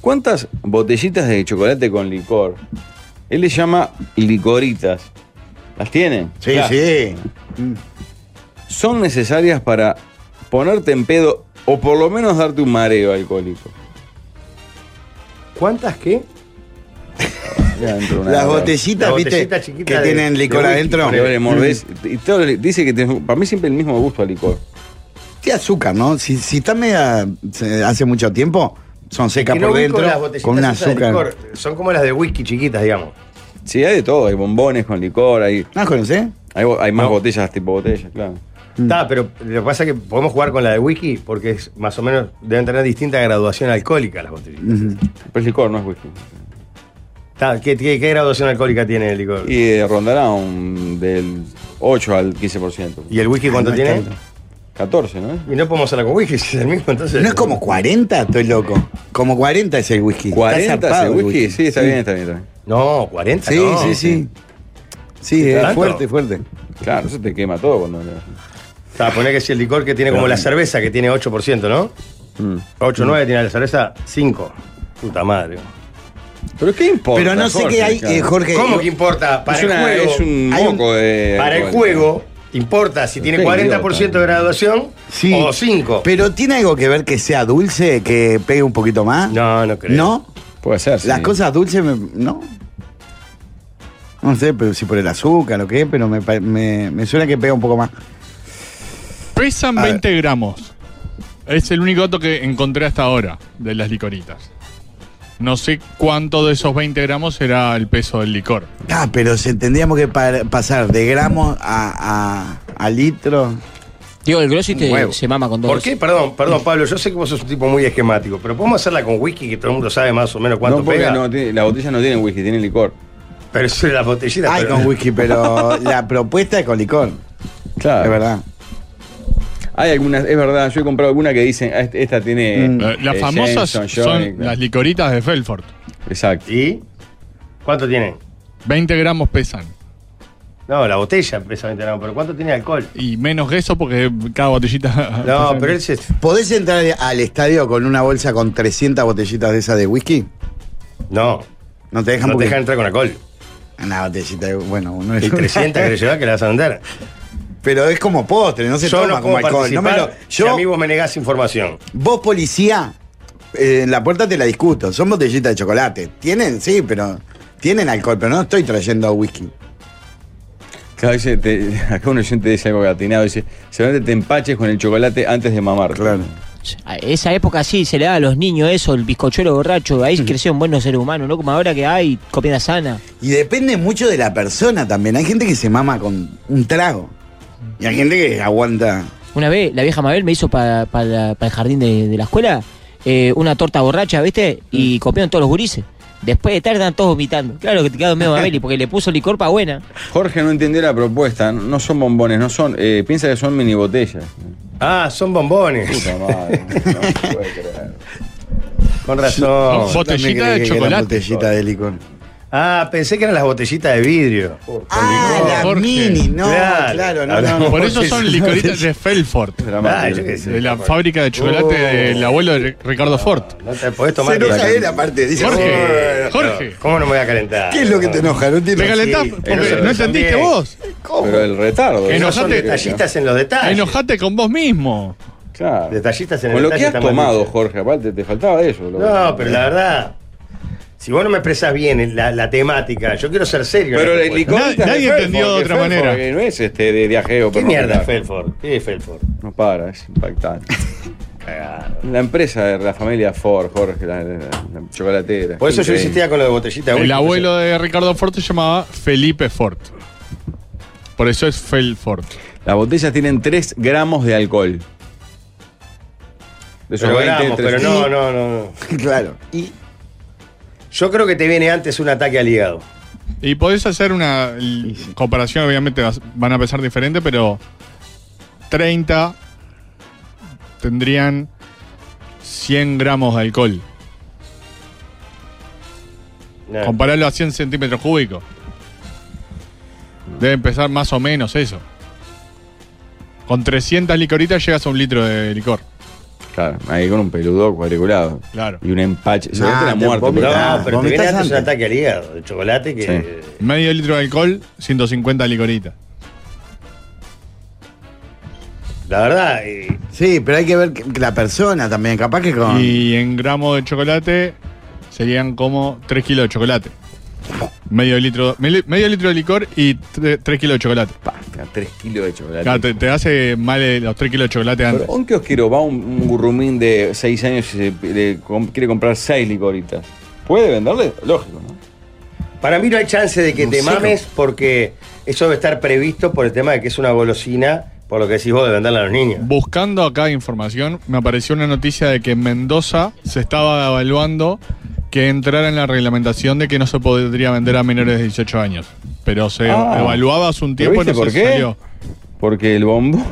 Speaker 1: ¿Cuántas botellitas de chocolate con licor? Él le llama licoritas. ¿Las tienen?
Speaker 2: Sí,
Speaker 1: Claro. Mm.
Speaker 2: sí.
Speaker 1: son necesarias para ponerte en pedo o por lo menos darte un mareo alcohólico.
Speaker 3: ¿Cuántas qué?
Speaker 1: Ya dentro de una-
Speaker 2: Las botellitas,
Speaker 3: La
Speaker 2: viste,
Speaker 3: botellita chiquita
Speaker 2: que
Speaker 3: de-
Speaker 2: tienen licor
Speaker 3: de whisky,
Speaker 2: adentro.
Speaker 1: Le vale, mordés, Mm. y todo le- dice que tenés- para mí siempre el mismo gusto al licor.
Speaker 2: Tiene azúcar, ¿no? Si, si está media. se- hace mucho tiempo, son secas
Speaker 3: Que no
Speaker 2: por
Speaker 3: ubico
Speaker 2: dentro,
Speaker 3: las botellitas
Speaker 2: con un
Speaker 3: esas de
Speaker 2: azúcar.
Speaker 3: licor. Son como las de whisky chiquitas, digamos.
Speaker 1: Sí, hay de todo, hay bombones con licor, hay,
Speaker 2: ¿No las conocés?
Speaker 1: hay, bo- hay más
Speaker 3: No.
Speaker 1: botellas tipo botellas, claro.
Speaker 3: Está, Mm. pero lo que pasa es que podemos jugar con la de whisky porque es más o menos deben tener distinta graduación alcohólica las botellitas.
Speaker 1: Pero es licor, no es whisky.
Speaker 3: Está, ¿qué, qué, qué graduación alcohólica tiene el licor? ¿Y,
Speaker 1: Y eh, rondará un, del 8 al 15%.
Speaker 3: el whisky cuánto
Speaker 2: No es
Speaker 3: tiene?
Speaker 2: tanto.
Speaker 1: 14, ¿no?
Speaker 3: Y no podemos hacerla con whisky, si es el mismo, entonces.
Speaker 2: ¿No es como 40? Estoy loco. Como 40 es el whisky. Está
Speaker 1: 40 es
Speaker 2: zarpado
Speaker 1: el whisky, sí, está bien, está bien, está bien.
Speaker 3: No, 40.
Speaker 2: Sí,
Speaker 3: no.
Speaker 2: sí, sí. Sí, es
Speaker 3: ¿Tanto?
Speaker 2: fuerte, fuerte.
Speaker 1: Claro, eso te quema todo cuando le-
Speaker 3: Está, poner que si el licor que tiene como la cerveza, que tiene 8%, ¿no?
Speaker 1: Mm.
Speaker 3: 8, 9 tiene la cerveza, 5. Puta madre.
Speaker 1: Pero qué importa.
Speaker 2: Pero no sé
Speaker 1: Jorge,
Speaker 2: qué hay,
Speaker 1: claro.
Speaker 2: eh, Jorge.
Speaker 3: ¿Cómo que importa? Para
Speaker 1: Es, una-
Speaker 3: el juego.
Speaker 1: es un
Speaker 2: hay un-
Speaker 1: moco de.
Speaker 3: Para el
Speaker 1: alcohol.
Speaker 3: juego, importa si tiene
Speaker 1: Usted es
Speaker 3: 40% de
Speaker 1: idiota.
Speaker 3: graduación
Speaker 2: Sí.
Speaker 3: o 5.
Speaker 2: Pero tiene algo que ver que sea dulce, que pegue un poquito más.
Speaker 3: No, no creo.
Speaker 2: ¿No?
Speaker 1: Puede ser. sí.
Speaker 2: Las cosas dulces, me- no. No sé, pero si por el azúcar o qué, pero me, pa- me- me suena que pega un poco más.
Speaker 8: Pesan 20 gramos. Es el único dato que encontré hasta ahora de las licoritas. No sé cuánto de esos 20 gramos era el peso del licor.
Speaker 2: Ah, pero se tendríamos que pa- pasar de gramos a, a, a litro.
Speaker 5: Digo, el Grossi te-
Speaker 3: huevo.
Speaker 5: se mama con dos.
Speaker 3: ¿Por qué? Perdón,
Speaker 2: Mm.
Speaker 3: perdón, Pablo, yo sé que vos sos un tipo muy esquemático, pero podemos hacerla con whisky que todo el mundo sabe más o menos cuánto
Speaker 1: no, porque
Speaker 3: pega.
Speaker 1: no tiene- las botellas no tienen whisky, tienen licor.
Speaker 3: Pero eso es la botellita.
Speaker 2: Ay,
Speaker 3: pero-
Speaker 2: con whisky, pero la propuesta es con licor.
Speaker 1: Claro.
Speaker 2: Es verdad.
Speaker 1: [LAUGHS] Hay algunas, es verdad, yo he comprado alguna que dicen, "Ah, este- esta tiene.
Speaker 2: Mm.
Speaker 8: Eh, las
Speaker 1: eh,
Speaker 8: famosas
Speaker 1: Jameson,
Speaker 8: son
Speaker 1: Johnny", claro.
Speaker 8: las licoritas de Felford.
Speaker 1: Exacto.
Speaker 3: ¿Y? ¿Cuánto tiene?
Speaker 8: 20 gramos pesan.
Speaker 3: No, la botella precisamente no, pero ¿cuánto tiene alcohol?
Speaker 8: Y menos que eso porque cada botellita... [LAUGHS]
Speaker 3: No,
Speaker 8: pesa-
Speaker 3: pero él se.
Speaker 2: ¿Podés entrar al estadio con una bolsa con 300 botellitas de esas de whisky?
Speaker 3: No.
Speaker 2: No te dejan
Speaker 3: No te
Speaker 2: porque-
Speaker 3: dejan entrar con alcohol.
Speaker 2: Una botellita de... Bueno, uno es...
Speaker 3: Y 300 que le llevas que la vas a vender.
Speaker 2: Pero es como postre, no se
Speaker 3: Yo
Speaker 2: toma
Speaker 3: no
Speaker 2: como
Speaker 3: puedo
Speaker 2: alcohol. No me
Speaker 3: participar.
Speaker 2: lo-
Speaker 3: Yo...
Speaker 2: Yo,
Speaker 3: a mí vos me negás información.
Speaker 2: vos policía, eh, en la puerta te la discuto. Son botellitas de chocolate. Tienen, sí, pero... Tienen alcohol, pero no estoy trayendo whisky.
Speaker 1: Claro, dice, te- [LAUGHS] acá un oyente dice algo gatinado, dice, seguramente te empaches con el chocolate antes de mamar.
Speaker 2: Claro.
Speaker 5: A Esa época sí, se le da a los niños eso, el bizcochuelo borracho.
Speaker 1: Mm.
Speaker 5: Ahí crecieron buenos seres humanos, ¿no? Como ahora que hay comida sana.
Speaker 2: Y depende mucho de la persona también. Hay gente que se mama con un trago. Y hay gente que aguanta...
Speaker 5: Una vez la vieja Mabel me hizo para el jardín de, de la escuela eh, una torta borracha, ¿viste?
Speaker 3: Mm.
Speaker 5: Y copiaron todos los gurises. Después de tarde están todos vomitando. Claro que te quedaron
Speaker 3: [LAUGHS]
Speaker 5: medio Mabel y porque le puso licor para buena.
Speaker 1: Jorge no entendió la propuesta, no- no son bombones, no son, eh, piensa que son mini botellas.
Speaker 3: Ah, son bombones.
Speaker 1: Puta madre,
Speaker 3: [LAUGHS]
Speaker 1: no se puede creer.
Speaker 3: Con razón.
Speaker 8: Son Botellita
Speaker 2: También
Speaker 8: de
Speaker 2: creí que eran
Speaker 8: chocolate.
Speaker 2: Botellita de licor.
Speaker 3: Ah, pensé que eran las botellitas de vidrio.
Speaker 2: Ah,
Speaker 8: licor.
Speaker 2: la
Speaker 8: Jorge.
Speaker 2: mini, no,
Speaker 3: Claro.
Speaker 2: claro, no, no, no.
Speaker 8: Por eso son licoritas de Felford.
Speaker 3: Ah, yo
Speaker 1: Dramático.
Speaker 3: qué sé.
Speaker 8: De la fábrica de chocolate del abuelo de Ricardo Ford.
Speaker 3: Uh. No te podés tomar.
Speaker 2: Se enoja él aparte, dice,
Speaker 8: Jorge,
Speaker 3: No,
Speaker 8: Jorge.
Speaker 3: ¿Cómo no me voy a calentar?
Speaker 2: ¿Qué es lo que te enoja? No entiendo.
Speaker 8: Te calentás
Speaker 3: sí,
Speaker 8: porque
Speaker 3: pero se
Speaker 8: no
Speaker 3: lo
Speaker 8: entendiste
Speaker 3: cambié.
Speaker 8: vos.
Speaker 1: Pero el retardo.
Speaker 8: Que
Speaker 3: No son
Speaker 8: Enojate.
Speaker 3: detallistas en los detalles.
Speaker 8: Enojate con vos mismo.
Speaker 1: Claro.
Speaker 3: Detallistas en el
Speaker 1: Con lo
Speaker 3: detalle
Speaker 1: que has
Speaker 3: está mal
Speaker 1: tomado,
Speaker 3: dicho.
Speaker 1: Jorge, aparte te faltaba eso. lo-
Speaker 3: No, pero la verdad. Si vos no me expresás bien la, la temática, yo quiero ser serio. en
Speaker 1: Pero
Speaker 3: esta
Speaker 1: el
Speaker 3: cuestión.
Speaker 1: licor.
Speaker 8: Nadie- nadie entendió de otra manera.
Speaker 1: Que no es este de viajeo.
Speaker 3: ¿Qué
Speaker 1: pero
Speaker 3: mierda
Speaker 1: no,
Speaker 3: es Felford? ¿Qué es Felford?
Speaker 1: No para, es impactante.
Speaker 3: Cagado.
Speaker 1: La empresa de la familia Ford, Jorge, la, la- la chocolatera.
Speaker 3: Por eso yo
Speaker 1: Increíble.
Speaker 3: insistía con lo de botellita. de
Speaker 8: El
Speaker 3: whisky,
Speaker 8: abuelo de Ricardo Ford se llamaba Felipe Ford. Por eso es Felford.
Speaker 1: Las botellas tienen 3 gramos de alcohol. De esos
Speaker 3: Pero,
Speaker 1: 20,
Speaker 3: vamos,
Speaker 1: tres-
Speaker 3: pero no, no,
Speaker 8: [LAUGHS]
Speaker 3: no, no.
Speaker 2: Claro. Y
Speaker 3: Yo creo que te viene antes un ataque al hígado.
Speaker 8: Y podés hacer una l- comparación, obviamente vas- van a pesar diferente, pero 30 tendrían 100 gramos de alcohol.
Speaker 3: No.
Speaker 8: Compararlo a 100 centímetros cúbicos. Debe empezar más o menos eso. Con 300 licoritas llegas a un litro de licor.
Speaker 1: Claro, ahí con un peludo cuadriculado.
Speaker 8: Claro.
Speaker 1: Y un empache. Se
Speaker 2: Nah,
Speaker 1: la
Speaker 2: te
Speaker 1: muerte.
Speaker 2: vomitas.
Speaker 1: pero-
Speaker 3: No,
Speaker 2: Ah,
Speaker 3: pero te
Speaker 2: vomitas
Speaker 3: viene antes un
Speaker 2: antes.
Speaker 3: ataque al hígado de chocolate que.
Speaker 1: Sí.
Speaker 8: Medio litro de alcohol, 150 licoritas.
Speaker 3: La verdad. eh,
Speaker 2: sí, pero hay que ver que- que la persona también, capaz que con.
Speaker 8: Y en gramos de chocolate serían como 3 kilos de chocolate. Medio litro, meli- medio litro de licor y 3 kilos de chocolate.
Speaker 1: Cada 3 kilos de chocolate.
Speaker 8: Claro, te, te hace mal eh, los 3 kilos de chocolate
Speaker 1: Pero
Speaker 8: antes.
Speaker 1: un kiosquero va un, un gurrumín de 6 años y se- le com- quiere comprar 6 licoritas. ¿Puede venderle? Lógico, ¿no?
Speaker 3: Para mí no hay chance de que
Speaker 1: No
Speaker 3: te
Speaker 1: sé,
Speaker 3: mames porque eso debe estar previsto por el tema de que es una golosina, por lo que decís vos de venderla a los niños.
Speaker 8: Buscando acá información, me apareció una noticia de que en Mendoza se estaba evaluando que entrara en la reglamentación de que no se podría vender a menores de 18 años. Pero se
Speaker 1: Ah.
Speaker 8: evaluaba hace un
Speaker 1: ¿Pero
Speaker 8: tiempo y
Speaker 1: viste
Speaker 8: no
Speaker 1: por
Speaker 8: se
Speaker 1: qué?
Speaker 8: salió.
Speaker 1: Porque el bombo,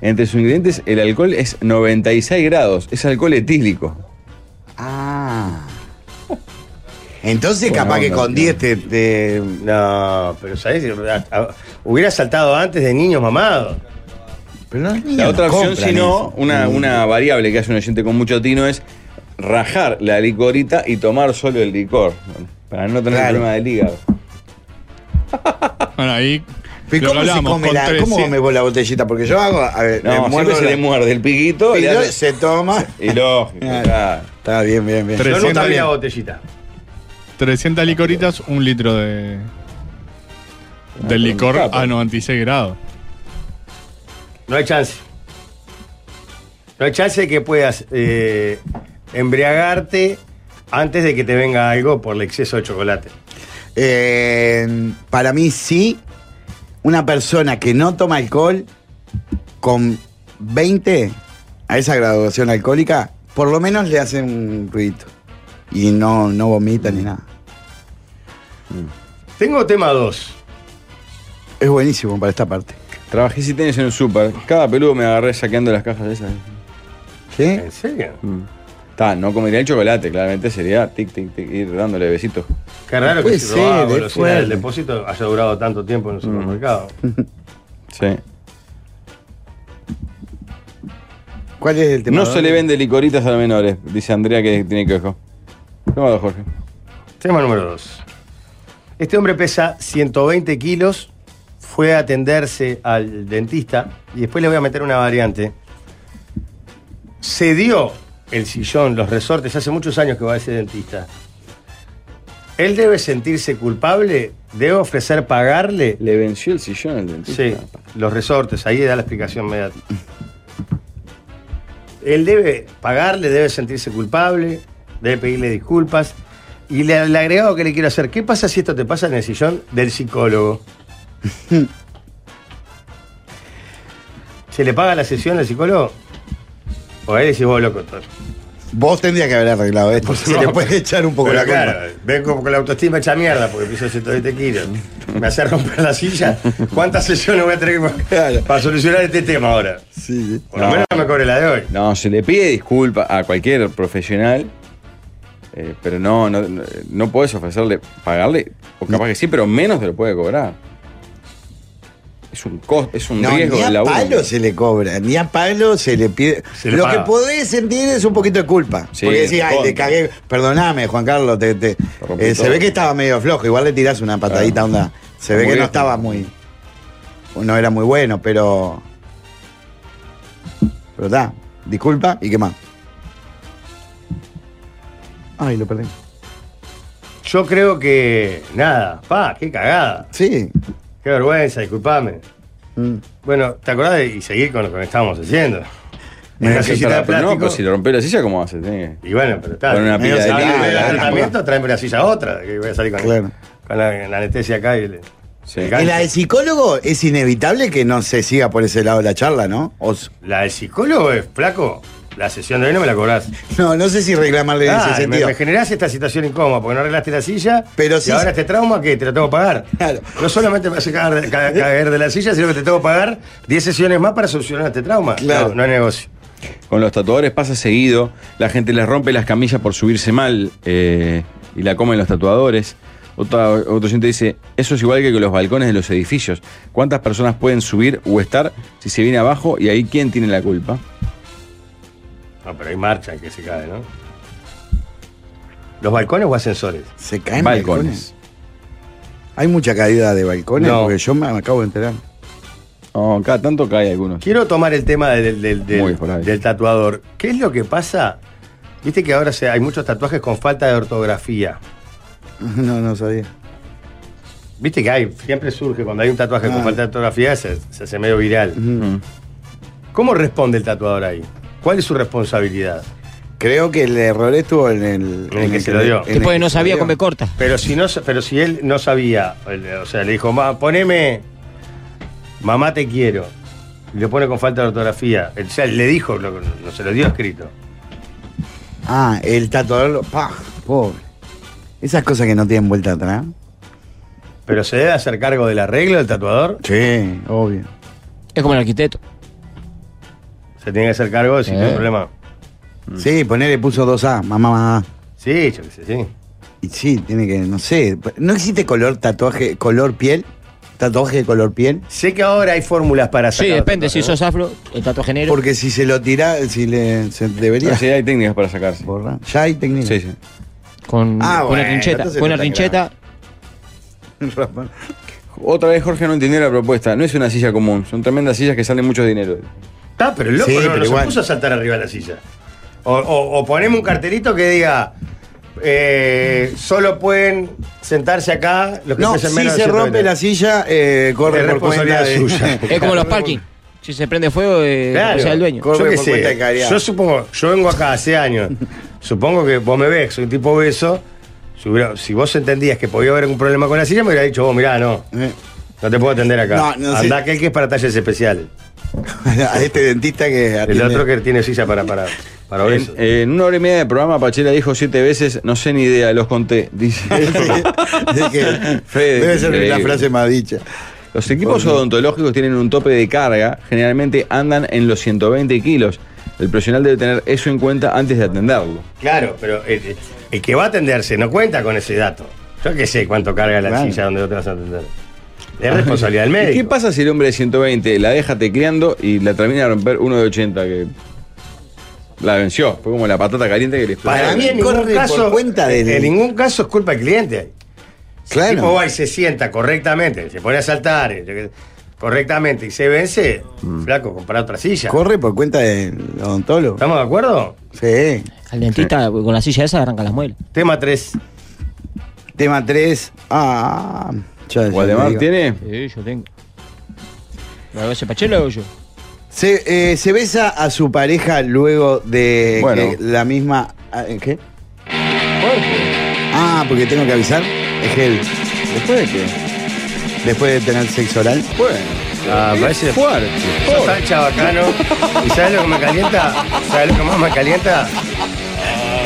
Speaker 1: entre sus ingredientes, el alcohol es 96 grados. Es alcohol etílico.
Speaker 2: Ah. Entonces,
Speaker 1: Buena
Speaker 2: capaz que
Speaker 1: onda,
Speaker 2: con
Speaker 1: tío.
Speaker 2: 10 te, te-
Speaker 3: No, pero ¿sabés? A- a- Hubiera saltado antes de niños mamados.
Speaker 2: Pero no, ni
Speaker 1: La
Speaker 2: los
Speaker 1: otra opción,
Speaker 2: compran
Speaker 1: si no,
Speaker 2: eso.
Speaker 1: una,
Speaker 2: Mm.
Speaker 1: una variable que hace un oyente con mucho tino es rajar la licorita y tomar solo el licor. bueno, para no tener
Speaker 2: Claro.
Speaker 1: problema del hígado.
Speaker 8: Bueno, ahí lo
Speaker 2: Pero ¿Cómo, se
Speaker 8: hablamos,
Speaker 2: come
Speaker 8: con
Speaker 2: la, ¿Cómo
Speaker 8: 300.
Speaker 2: come vos la botellita? Porque yo hago. A ver, le
Speaker 1: No,
Speaker 2: muerdo
Speaker 1: siempre se
Speaker 2: la-
Speaker 1: le muerde el piquito.
Speaker 2: y
Speaker 1: Y, le
Speaker 2: yo-
Speaker 1: hace-
Speaker 2: se toma.
Speaker 1: [LAUGHS] y lógico,
Speaker 2: Claro.
Speaker 1: claro.
Speaker 2: Ah, Está bien, bien, bien.
Speaker 8: Tres.
Speaker 3: Yo nunca
Speaker 8: 300
Speaker 3: vi la
Speaker 8: bien.
Speaker 3: botellita.
Speaker 8: 300 licoritas, un litro de del licor
Speaker 1: capo.
Speaker 8: a 96 grados.
Speaker 3: No hay chance. No hay chance de que puedas eh, embriagarte antes de que te venga algo por el exceso de chocolate.
Speaker 2: Eh, para mí, sí. Una persona que no toma alcohol con 20 a esa graduación alcohólica, por lo menos le hace un ruidito. Y no, no vomita ni nada.
Speaker 3: Tengo tema 2.
Speaker 2: Es buenísimo para esta parte.
Speaker 1: Trabajé si tienes en un súper. Cada peludo me agarré saqueando las cajas esas. ¿eh? Mm.
Speaker 2: ¿Sí?
Speaker 3: ¿En serio?
Speaker 1: Ta, no comería el chocolate, claramente sería tic, tic, tic, ir dándole besitos.
Speaker 3: Qué raro
Speaker 2: Puede
Speaker 3: que se robaba
Speaker 2: ser, es
Speaker 3: golosina del
Speaker 2: fuerte.
Speaker 3: depósito haya durado tanto tiempo en el supermercado.
Speaker 1: Sí.
Speaker 2: ¿Cuál es el tema?
Speaker 1: No se le vende licoritas a los menores, dice Andrea que tiene que ojo. No, Jorge.
Speaker 3: Tema número 2. Este hombre pesa 120 kilos, fue a atenderse al dentista y después le voy a meter una variante. Se dio el sillón, los resortes, hace muchos años que va a ese dentista. Él debe sentirse culpable, debe ofrecer pagarle
Speaker 1: Le venció el sillón al dentista.
Speaker 3: Sí, los resortes, ahí da la explicación media. Él debe pagarle, debe sentirse culpable, debe pedirle disculpas. Y le, el agregado que le quiero hacer, ¿qué pasa si esto te pasa en el sillón del
Speaker 1: [LAUGHS]
Speaker 3: psicólogo? ¿Se le paga la sesión al psicólogo? O ahí decís vos, loco, to-
Speaker 2: Vos tendrías que haber arreglado esto. [LAUGHS] Se le puede echar un poco
Speaker 3: Pero
Speaker 2: la culpa.
Speaker 3: claro, vengo con la autoestima hecha mierda porque piso 120 kilos. Me hace romper la silla. ¿Cuántas sesiones voy a tener que pagar para solucionar este tema ahora?
Speaker 2: Sí, sí.
Speaker 3: Por lo menos no me cobre la de hoy.
Speaker 1: No, se le pide disculpa a cualquier profesional, eh, pero no, no, no- no podés ofrecerle, pagarle, o capaz que sí, pero menos te lo puede cobrar. Es un, cos- es un
Speaker 2: No,
Speaker 1: riesgo
Speaker 2: ni
Speaker 1: de
Speaker 2: a
Speaker 1: laburo.
Speaker 2: palo se le cobra, ni a palo se le pide.
Speaker 3: Se le
Speaker 2: Lo
Speaker 3: paga.
Speaker 2: que podés sentir es un poquito de culpa.
Speaker 1: Sí,
Speaker 2: porque decís, ay,
Speaker 1: contra.
Speaker 2: te cagué, perdoname, Juan Carlos, te, te-
Speaker 1: rompí
Speaker 2: eh, se
Speaker 1: todo.
Speaker 2: ve que estaba medio flojo, igual le tirás una patadita,
Speaker 1: Claro.
Speaker 2: onda. Se ve
Speaker 1: Muy
Speaker 2: que
Speaker 1: bien.
Speaker 2: no estaba muy. No era muy bueno, pero. Pero está, disculpa y qué más. Ay, lo perdí.
Speaker 3: Yo creo que. Nada, pa, qué cagada.
Speaker 2: Sí.
Speaker 3: Qué vergüenza, disculpame.
Speaker 2: Mm.
Speaker 3: Bueno, ¿te acordás de y seguir con lo que estábamos haciendo?
Speaker 1: No,
Speaker 3: Una
Speaker 1: que
Speaker 3: sillita de
Speaker 1: tra- pero no,
Speaker 3: plástico.
Speaker 1: pero si le rompió la silla, ¿cómo hace? Tiene que-
Speaker 3: Y bueno, pero está.
Speaker 1: Con una
Speaker 3: medio
Speaker 1: pila de
Speaker 3: salir
Speaker 2: nada,
Speaker 3: del
Speaker 2: nada,
Speaker 3: tratamiento, tráeme una silla a otra. Que voy a salir con,
Speaker 2: Claro.
Speaker 3: con la, la anestesia acá y le.
Speaker 1: Sí.
Speaker 3: el
Speaker 2: En la del
Speaker 3: gancho.
Speaker 2: psicólogo es inevitable que no se siga por ese lado la charla, ¿no? O s-
Speaker 3: La del psicólogo es flaco. La sesión de hoy no me la cobrás.
Speaker 2: No, no sé si reclamarle en
Speaker 3: Ah,
Speaker 2: ese
Speaker 3: me,
Speaker 2: sentido.
Speaker 3: me generás esta situación incómoda porque no arreglaste la silla
Speaker 2: Pero
Speaker 3: y
Speaker 2: sí-
Speaker 3: ahora este trauma que te lo tengo que pagar.
Speaker 2: Claro.
Speaker 3: No solamente me hace caer, de- ca- caer de la silla, sino que te tengo que pagar 10 sesiones más para solucionar este trauma.
Speaker 2: Claro.
Speaker 3: No, no hay negocio.
Speaker 1: Con los tatuadores pasa seguido, la gente les rompe las camillas por subirse mal eh, y la comen los tatuadores. Otra, otro gente dice, eso es igual que con los balcones de los edificios. ¿Cuántas personas pueden subir o estar si se viene abajo y ahí quién tiene la culpa?
Speaker 3: No, Ah, pero hay marcha que se cae, ¿no? ¿Los balcones o ascensores?
Speaker 2: Se caen balcones.
Speaker 1: balcones.
Speaker 2: Hay mucha caída de balcones
Speaker 3: No.
Speaker 2: porque yo me me acabo de enterar. [LAUGHS]
Speaker 1: No, cada tanto cae algunos.
Speaker 3: Quiero tomar el tema del, del- del-
Speaker 1: Muy por ahí.
Speaker 3: del tatuador. ¿Qué es lo que pasa? Viste que ahora se- hay muchos tatuajes con falta de ortografía.
Speaker 2: No, no sabía.
Speaker 3: Viste que hay, siempre surge cuando hay un tatuaje con
Speaker 2: Ah.
Speaker 3: falta de ortografía, se, se hace medio viral. ¿Cómo responde el tatuador ahí? ¿Cuál es su responsabilidad?
Speaker 2: Creo que el error estuvo en el.
Speaker 3: que se lo dio.
Speaker 2: en el
Speaker 5: Después de no
Speaker 2: que se
Speaker 5: sabía
Speaker 2: lo
Speaker 5: con B
Speaker 2: dio.
Speaker 5: corta.
Speaker 3: Pero si, no, pero si él no sabía, el- o sea, le dijo, "Ma, poneme, mamá te quiero. Y lo pone con falta de ortografía. O sea, le dijo, lo- no se lo dio escrito.
Speaker 2: Ah, el tatuador. lo- ¡Pah! Pobre. Esas cosas que no tienen vuelta atrás.
Speaker 3: Pero se debe hacer cargo del arreglo del tatuador.
Speaker 2: Sí, obvio.
Speaker 5: Es como el arquitecto.
Speaker 3: Se tiene que hacer cargo si
Speaker 5: Eh.
Speaker 3: tiene un problema.
Speaker 2: Mm. Sí, ponerle puso 2A, mamá, mamá.
Speaker 3: Sí, yo qué sé, sí.
Speaker 2: Y sí, tiene que, no sé. ¿No existe color tatuaje, color piel? ¿Tatuaje de color piel?
Speaker 3: Sé que ahora hay fórmulas para
Speaker 5: Sí,
Speaker 3: sacar
Speaker 5: depende.
Speaker 3: tatuajes,
Speaker 5: Si
Speaker 3: ¿no?
Speaker 5: sos
Speaker 3: [LAUGHS]
Speaker 5: afro, el tatuaje negro.
Speaker 2: Porque si se lo tira, si le se debería
Speaker 1: Ah, sí, hay técnicas para sacarse.
Speaker 2: borrar. Ya hay técnica.
Speaker 1: Sí, sí.
Speaker 5: Con,
Speaker 2: Ah,
Speaker 5: con
Speaker 2: bueno,
Speaker 5: una trincheta.
Speaker 2: entonces
Speaker 5: Con una
Speaker 2: no está
Speaker 5: trincheta.
Speaker 2: [LAUGHS] Rafa.
Speaker 1: Otra vez Jorge no entendió la propuesta. No es una silla común, son tremendas sillas que salen mucho dinero.
Speaker 3: Está, pero el loco
Speaker 2: Sí,
Speaker 3: no, no
Speaker 2: pero
Speaker 3: se
Speaker 2: igual.
Speaker 3: puso a saltar arriba de la silla. O, o- o poneme un cartelito que diga. eh, solo pueden sentarse acá los que
Speaker 2: No,
Speaker 3: pesen
Speaker 2: si
Speaker 3: menos de
Speaker 2: se
Speaker 3: 120.
Speaker 2: rompe la silla, eh, corre
Speaker 3: Es
Speaker 2: por cuenta
Speaker 3: responsabilidad
Speaker 2: de...
Speaker 3: suya.
Speaker 5: Es como los parking. Si se prende fuego, eh, la
Speaker 3: Claro.
Speaker 5: cosa del dueño.
Speaker 2: Corre
Speaker 3: yo qué
Speaker 2: por cuenta de
Speaker 3: sé.
Speaker 2: Caria.
Speaker 3: Yo supongo, yo vengo acá hace [LAUGHS] años. supongo que vos me ves, soy un tipo obeso. Si, hubiera- si vos entendías que podía haber algún problema con la silla, me hubiera dicho, vos, mirá, no,
Speaker 2: Eh,
Speaker 3: no te puedo atender acá.
Speaker 2: No, no sé.
Speaker 3: Andá aquel que es para talles especiales.
Speaker 2: [LAUGHS] a este dentista que
Speaker 3: El
Speaker 2: atiende.
Speaker 3: otro que tiene silla para, para, para
Speaker 1: En,
Speaker 3: obesos.
Speaker 1: eh, en una hora y media de programa, Pachela dijo siete veces, no sé ni idea, los conté.
Speaker 2: [LAUGHS]
Speaker 1: Dice.
Speaker 2: Es
Speaker 3: [LAUGHS]
Speaker 2: que-
Speaker 1: Fede,
Speaker 2: debe ser la
Speaker 1: increíble.
Speaker 2: frase más dicha.
Speaker 1: Los equipos odontológicos tienen un tope de carga, generalmente andan en los 120 kilos. El profesional debe tener eso en cuenta antes de atenderlo.
Speaker 3: Claro, pero eh, el, el que va a atenderse no cuenta con ese dato. Yo qué sé cuánto carga la
Speaker 2: Claro.
Speaker 3: silla donde vos te vas a atender. Es responsabilidad del
Speaker 1: ¿Y
Speaker 3: médico.
Speaker 1: ¿Qué pasa si el hombre de 120 la deja tecleando y la termina de romper uno de 80 que la venció? Fue como la patata caliente que le explotó.
Speaker 3: Para mí en
Speaker 2: Corre
Speaker 3: ningún
Speaker 2: por
Speaker 3: caso,
Speaker 2: cuenta del-
Speaker 3: en ningún caso es culpa del cliente.
Speaker 2: Claro.
Speaker 3: El tipo va y se sienta correctamente, se pone a saltar eh, yo qué- correctamente y se vence,
Speaker 2: Mm.
Speaker 3: flaco, comprar otra silla.
Speaker 2: Corre por cuenta del odontólogo.
Speaker 3: ¿Estamos de acuerdo?
Speaker 2: Sí.
Speaker 5: Al dentista, con la silla esa, arranca las muelas.
Speaker 3: Tema 3.
Speaker 2: Tema 3. Ah. Ya, ya te
Speaker 1: ¿Gualdemar
Speaker 2: digo.
Speaker 1: tiene?
Speaker 5: Sí, yo tengo. ¿Lo hago ese pachelo o lo hago yo?
Speaker 2: Se, eh, se besa a su pareja luego de
Speaker 1: Bueno.
Speaker 2: que la misma. ah, ¿eh, ¿Qué? Ah, porque tengo que avisar. Es heavy.
Speaker 1: ¿Después de qué?
Speaker 2: Después de tener sexo oral.
Speaker 1: Bueno.
Speaker 3: Ah, parece-
Speaker 1: fuerte.
Speaker 3: Yo estaba el chabacano. ¿Y sabes lo que me calienta? ¿Sabes lo que más me calienta?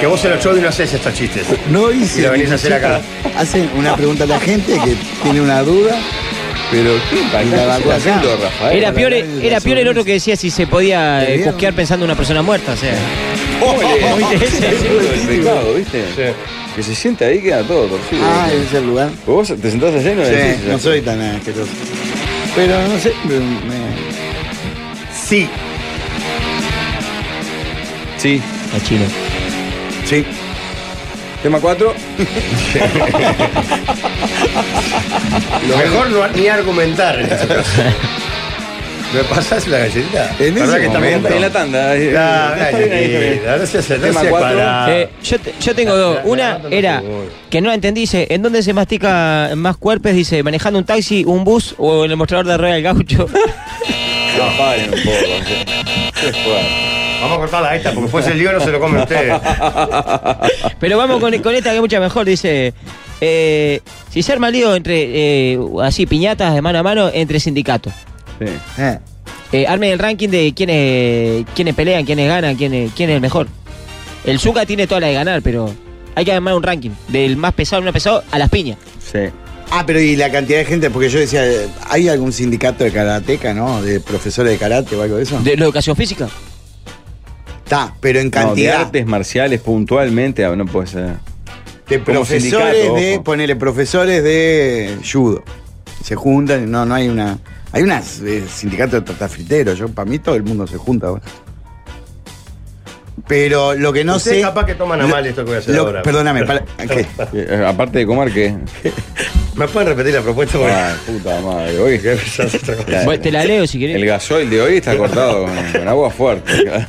Speaker 3: Que vos en los shows no haces estos chistes.
Speaker 2: No hice.
Speaker 3: Y lo venís
Speaker 2: ni
Speaker 3: a hacer
Speaker 2: siquiera.
Speaker 3: acá.
Speaker 2: Hacen una pregunta a la gente que tiene una duda.
Speaker 1: Pero qué
Speaker 2: Y la
Speaker 1: impactante
Speaker 2: vacuna.
Speaker 1: el acento, Rafael.
Speaker 5: Era peor, era peor el otro que decía si se podía
Speaker 2: ¿Te
Speaker 5: eh,
Speaker 2: vieron?
Speaker 5: cosquear pensando en una persona muerta, o sea.
Speaker 1: Ole,
Speaker 5: Oye, ese-
Speaker 1: el acento del pecado, ¿viste? Que se sienta ahí queda todo torcido.
Speaker 2: Ah, en ese lugar.
Speaker 1: Pues Vos te sentás allá y no
Speaker 2: Sí,
Speaker 1: decís,
Speaker 2: no soy tan asqueroso. Pero no sé. me- me-
Speaker 3: Sí.
Speaker 1: Sí.
Speaker 5: La chino.
Speaker 2: Sí. [LAUGHS]
Speaker 1: Tema 4.
Speaker 3: Lo mejor no ni argumentar. en este caso. [LAUGHS] ¿Me pasás la galletita?
Speaker 2: En
Speaker 3: ¿Verdad
Speaker 2: ese
Speaker 3: que está
Speaker 2: momento.
Speaker 1: En
Speaker 3: bien?
Speaker 1: la tanda. eh,
Speaker 3: Ah,
Speaker 1: está bien ahí, está bien.
Speaker 3: galletita, No se hace- no
Speaker 1: Tema
Speaker 3: se
Speaker 1: cuatro.
Speaker 3: para.
Speaker 5: Eh, yo, te- yo tengo dos.
Speaker 3: la- la
Speaker 5: Una
Speaker 3: nota no
Speaker 5: era
Speaker 3: tengo hoy.
Speaker 5: que no la entendí, dice, ¿en dónde se mastica más cuerpes? Dice, manejando un taxi, un bus o en el mostrador de rueda del gaucho.
Speaker 1: No, paren un poco. sí. Qué fuerte.
Speaker 3: Vamos a cortarla esta, porque después el lío no se lo comen ustedes.
Speaker 5: Pero vamos con, con esta que es mucha mejor, dice. eh, si se arma lío entre, eh, así, piñatas de mano a mano entre sindicatos.
Speaker 1: Sí.
Speaker 2: Eh,
Speaker 5: Eh, armen el ranking de quiénes, quiénes pelean, quiénes ganan, quién es, quién es el mejor. El Zuka tiene toda la de ganar, pero hay que armar un ranking. Del más pesado al menos pesado a las piñas.
Speaker 1: Sí.
Speaker 2: Ah, pero y la cantidad de gente, porque yo decía, eh, ¿hay algún sindicato de karateca, no? De profesores de karate o algo de eso.
Speaker 5: De la educación física.
Speaker 2: Está, pero en
Speaker 1: No, de
Speaker 2: cantidad.
Speaker 1: artes marciales puntualmente ah, no puede ser.
Speaker 2: De
Speaker 1: Como
Speaker 2: profesores
Speaker 1: sindicato,
Speaker 2: de,
Speaker 1: ojo.
Speaker 2: ponele, profesores de judo. Se juntan, y no, no hay una. Hay unas eh, sindicato de tortafriteros, yo, para mí todo el mundo se junta ahora. [LAUGHS] Pero lo que no
Speaker 3: Ustedes
Speaker 2: sé.
Speaker 3: capaz que toman a
Speaker 2: lo-
Speaker 3: mal esto que voy a hacer
Speaker 2: lo-
Speaker 3: ahora.
Speaker 2: Perdóname,
Speaker 1: [LAUGHS]
Speaker 2: para- Ah, ¿qué?
Speaker 1: Eh, aparte de comer que.
Speaker 3: ¿Me pueden repetir la propuesta? Porque-
Speaker 1: Ah, puta madre. hoy-
Speaker 2: [LAUGHS]
Speaker 1: La-
Speaker 5: Bueno, te la leo si
Speaker 1: el
Speaker 5: querés.
Speaker 1: gasoil de hoy está cortado con, con agua fuerte.
Speaker 2: [LAUGHS]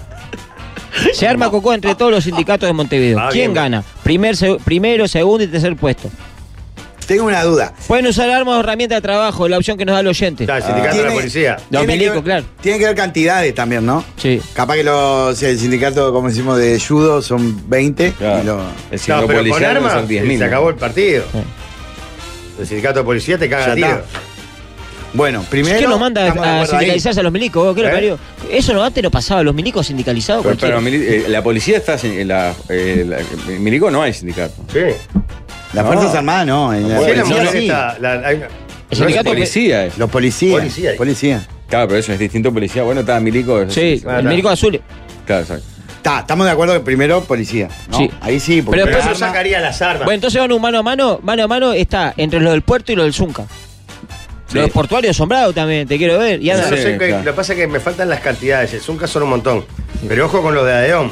Speaker 5: Se
Speaker 3: [LAUGHS]
Speaker 5: arma cocó entre todos los sindicatos de Montevideo.
Speaker 3: Ah,
Speaker 5: ¿Quién
Speaker 3: bien.
Speaker 5: gana? Primer, seg- primero, segundo y tercer puesto.
Speaker 2: Tengo una duda.
Speaker 5: Pueden usar armas o herramientas de trabajo, la opción que nos da el oyente.
Speaker 3: Está, el sindicato de la
Speaker 2: Tiene-
Speaker 3: policía.
Speaker 5: Don
Speaker 2: Tiene que
Speaker 5: Milico,
Speaker 2: ver-
Speaker 5: claro.
Speaker 2: Tiene que haber cantidades también, ¿no?
Speaker 5: Sí.
Speaker 2: Capaz que los, el sindicato, como decimos, de judo son 20.
Speaker 1: Claro.
Speaker 2: Y lo,
Speaker 1: El centro
Speaker 3: No, pero con
Speaker 1: policial
Speaker 3: armas
Speaker 1: son 10.000.
Speaker 3: se acabó el partido.
Speaker 5: Sí.
Speaker 3: El sindicato de policía te caga
Speaker 2: Ya
Speaker 3: a tiro.
Speaker 2: está. bueno, primero.
Speaker 5: ¿Qué nos manda
Speaker 2: estamos de
Speaker 5: a
Speaker 2: acuerdo ahí.
Speaker 5: sindicalizarse a los milicos? vos? ¿Qué lo
Speaker 3: ¿Eh?
Speaker 5: parió? Eso no, antes no pasaba, los milicos sindicalizados.
Speaker 1: Pero,
Speaker 5: cualquiera.
Speaker 1: pero mili- eh, la policía está. sin- eh, La, eh, la- en milico no hay sindicato.
Speaker 3: Sí.
Speaker 2: Las
Speaker 1: No.
Speaker 2: Fuerzas Armadas no. en
Speaker 1: No
Speaker 2: la
Speaker 1: puede,
Speaker 3: Sí, la
Speaker 2: policía
Speaker 3: mujer
Speaker 2: sí.
Speaker 3: está- la- hay una-
Speaker 5: el
Speaker 1: No es
Speaker 5: sindicato que-
Speaker 1: policía. es.
Speaker 2: Los policías.
Speaker 3: Policía.
Speaker 2: Policía.
Speaker 1: Claro, pero eso es distinto policía. Bueno, está milico. es-
Speaker 5: Sí,
Speaker 3: Claro,
Speaker 5: el
Speaker 3: claro.
Speaker 5: milico azul.
Speaker 1: Claro, exacto.
Speaker 2: Está, estamos de acuerdo que primero policía. ¿no?
Speaker 5: Sí.
Speaker 2: Ahí sí, porque.
Speaker 5: Pero
Speaker 3: Pero
Speaker 5: después-
Speaker 3: yo
Speaker 2: arma-
Speaker 3: sacaría las armas.
Speaker 5: Bueno, entonces van un mano a mano, mano a mano está entre lo del puerto y lo del Zunca. Los portuarios asombrados también, te quiero ver. Y
Speaker 3: Yo
Speaker 5: anda-
Speaker 3: no sé
Speaker 1: Sí,
Speaker 3: qué-
Speaker 1: claro.
Speaker 3: Lo que pasa es que me faltan las cantidades. Es un caso un montón. Pero ojo con los de Adeón.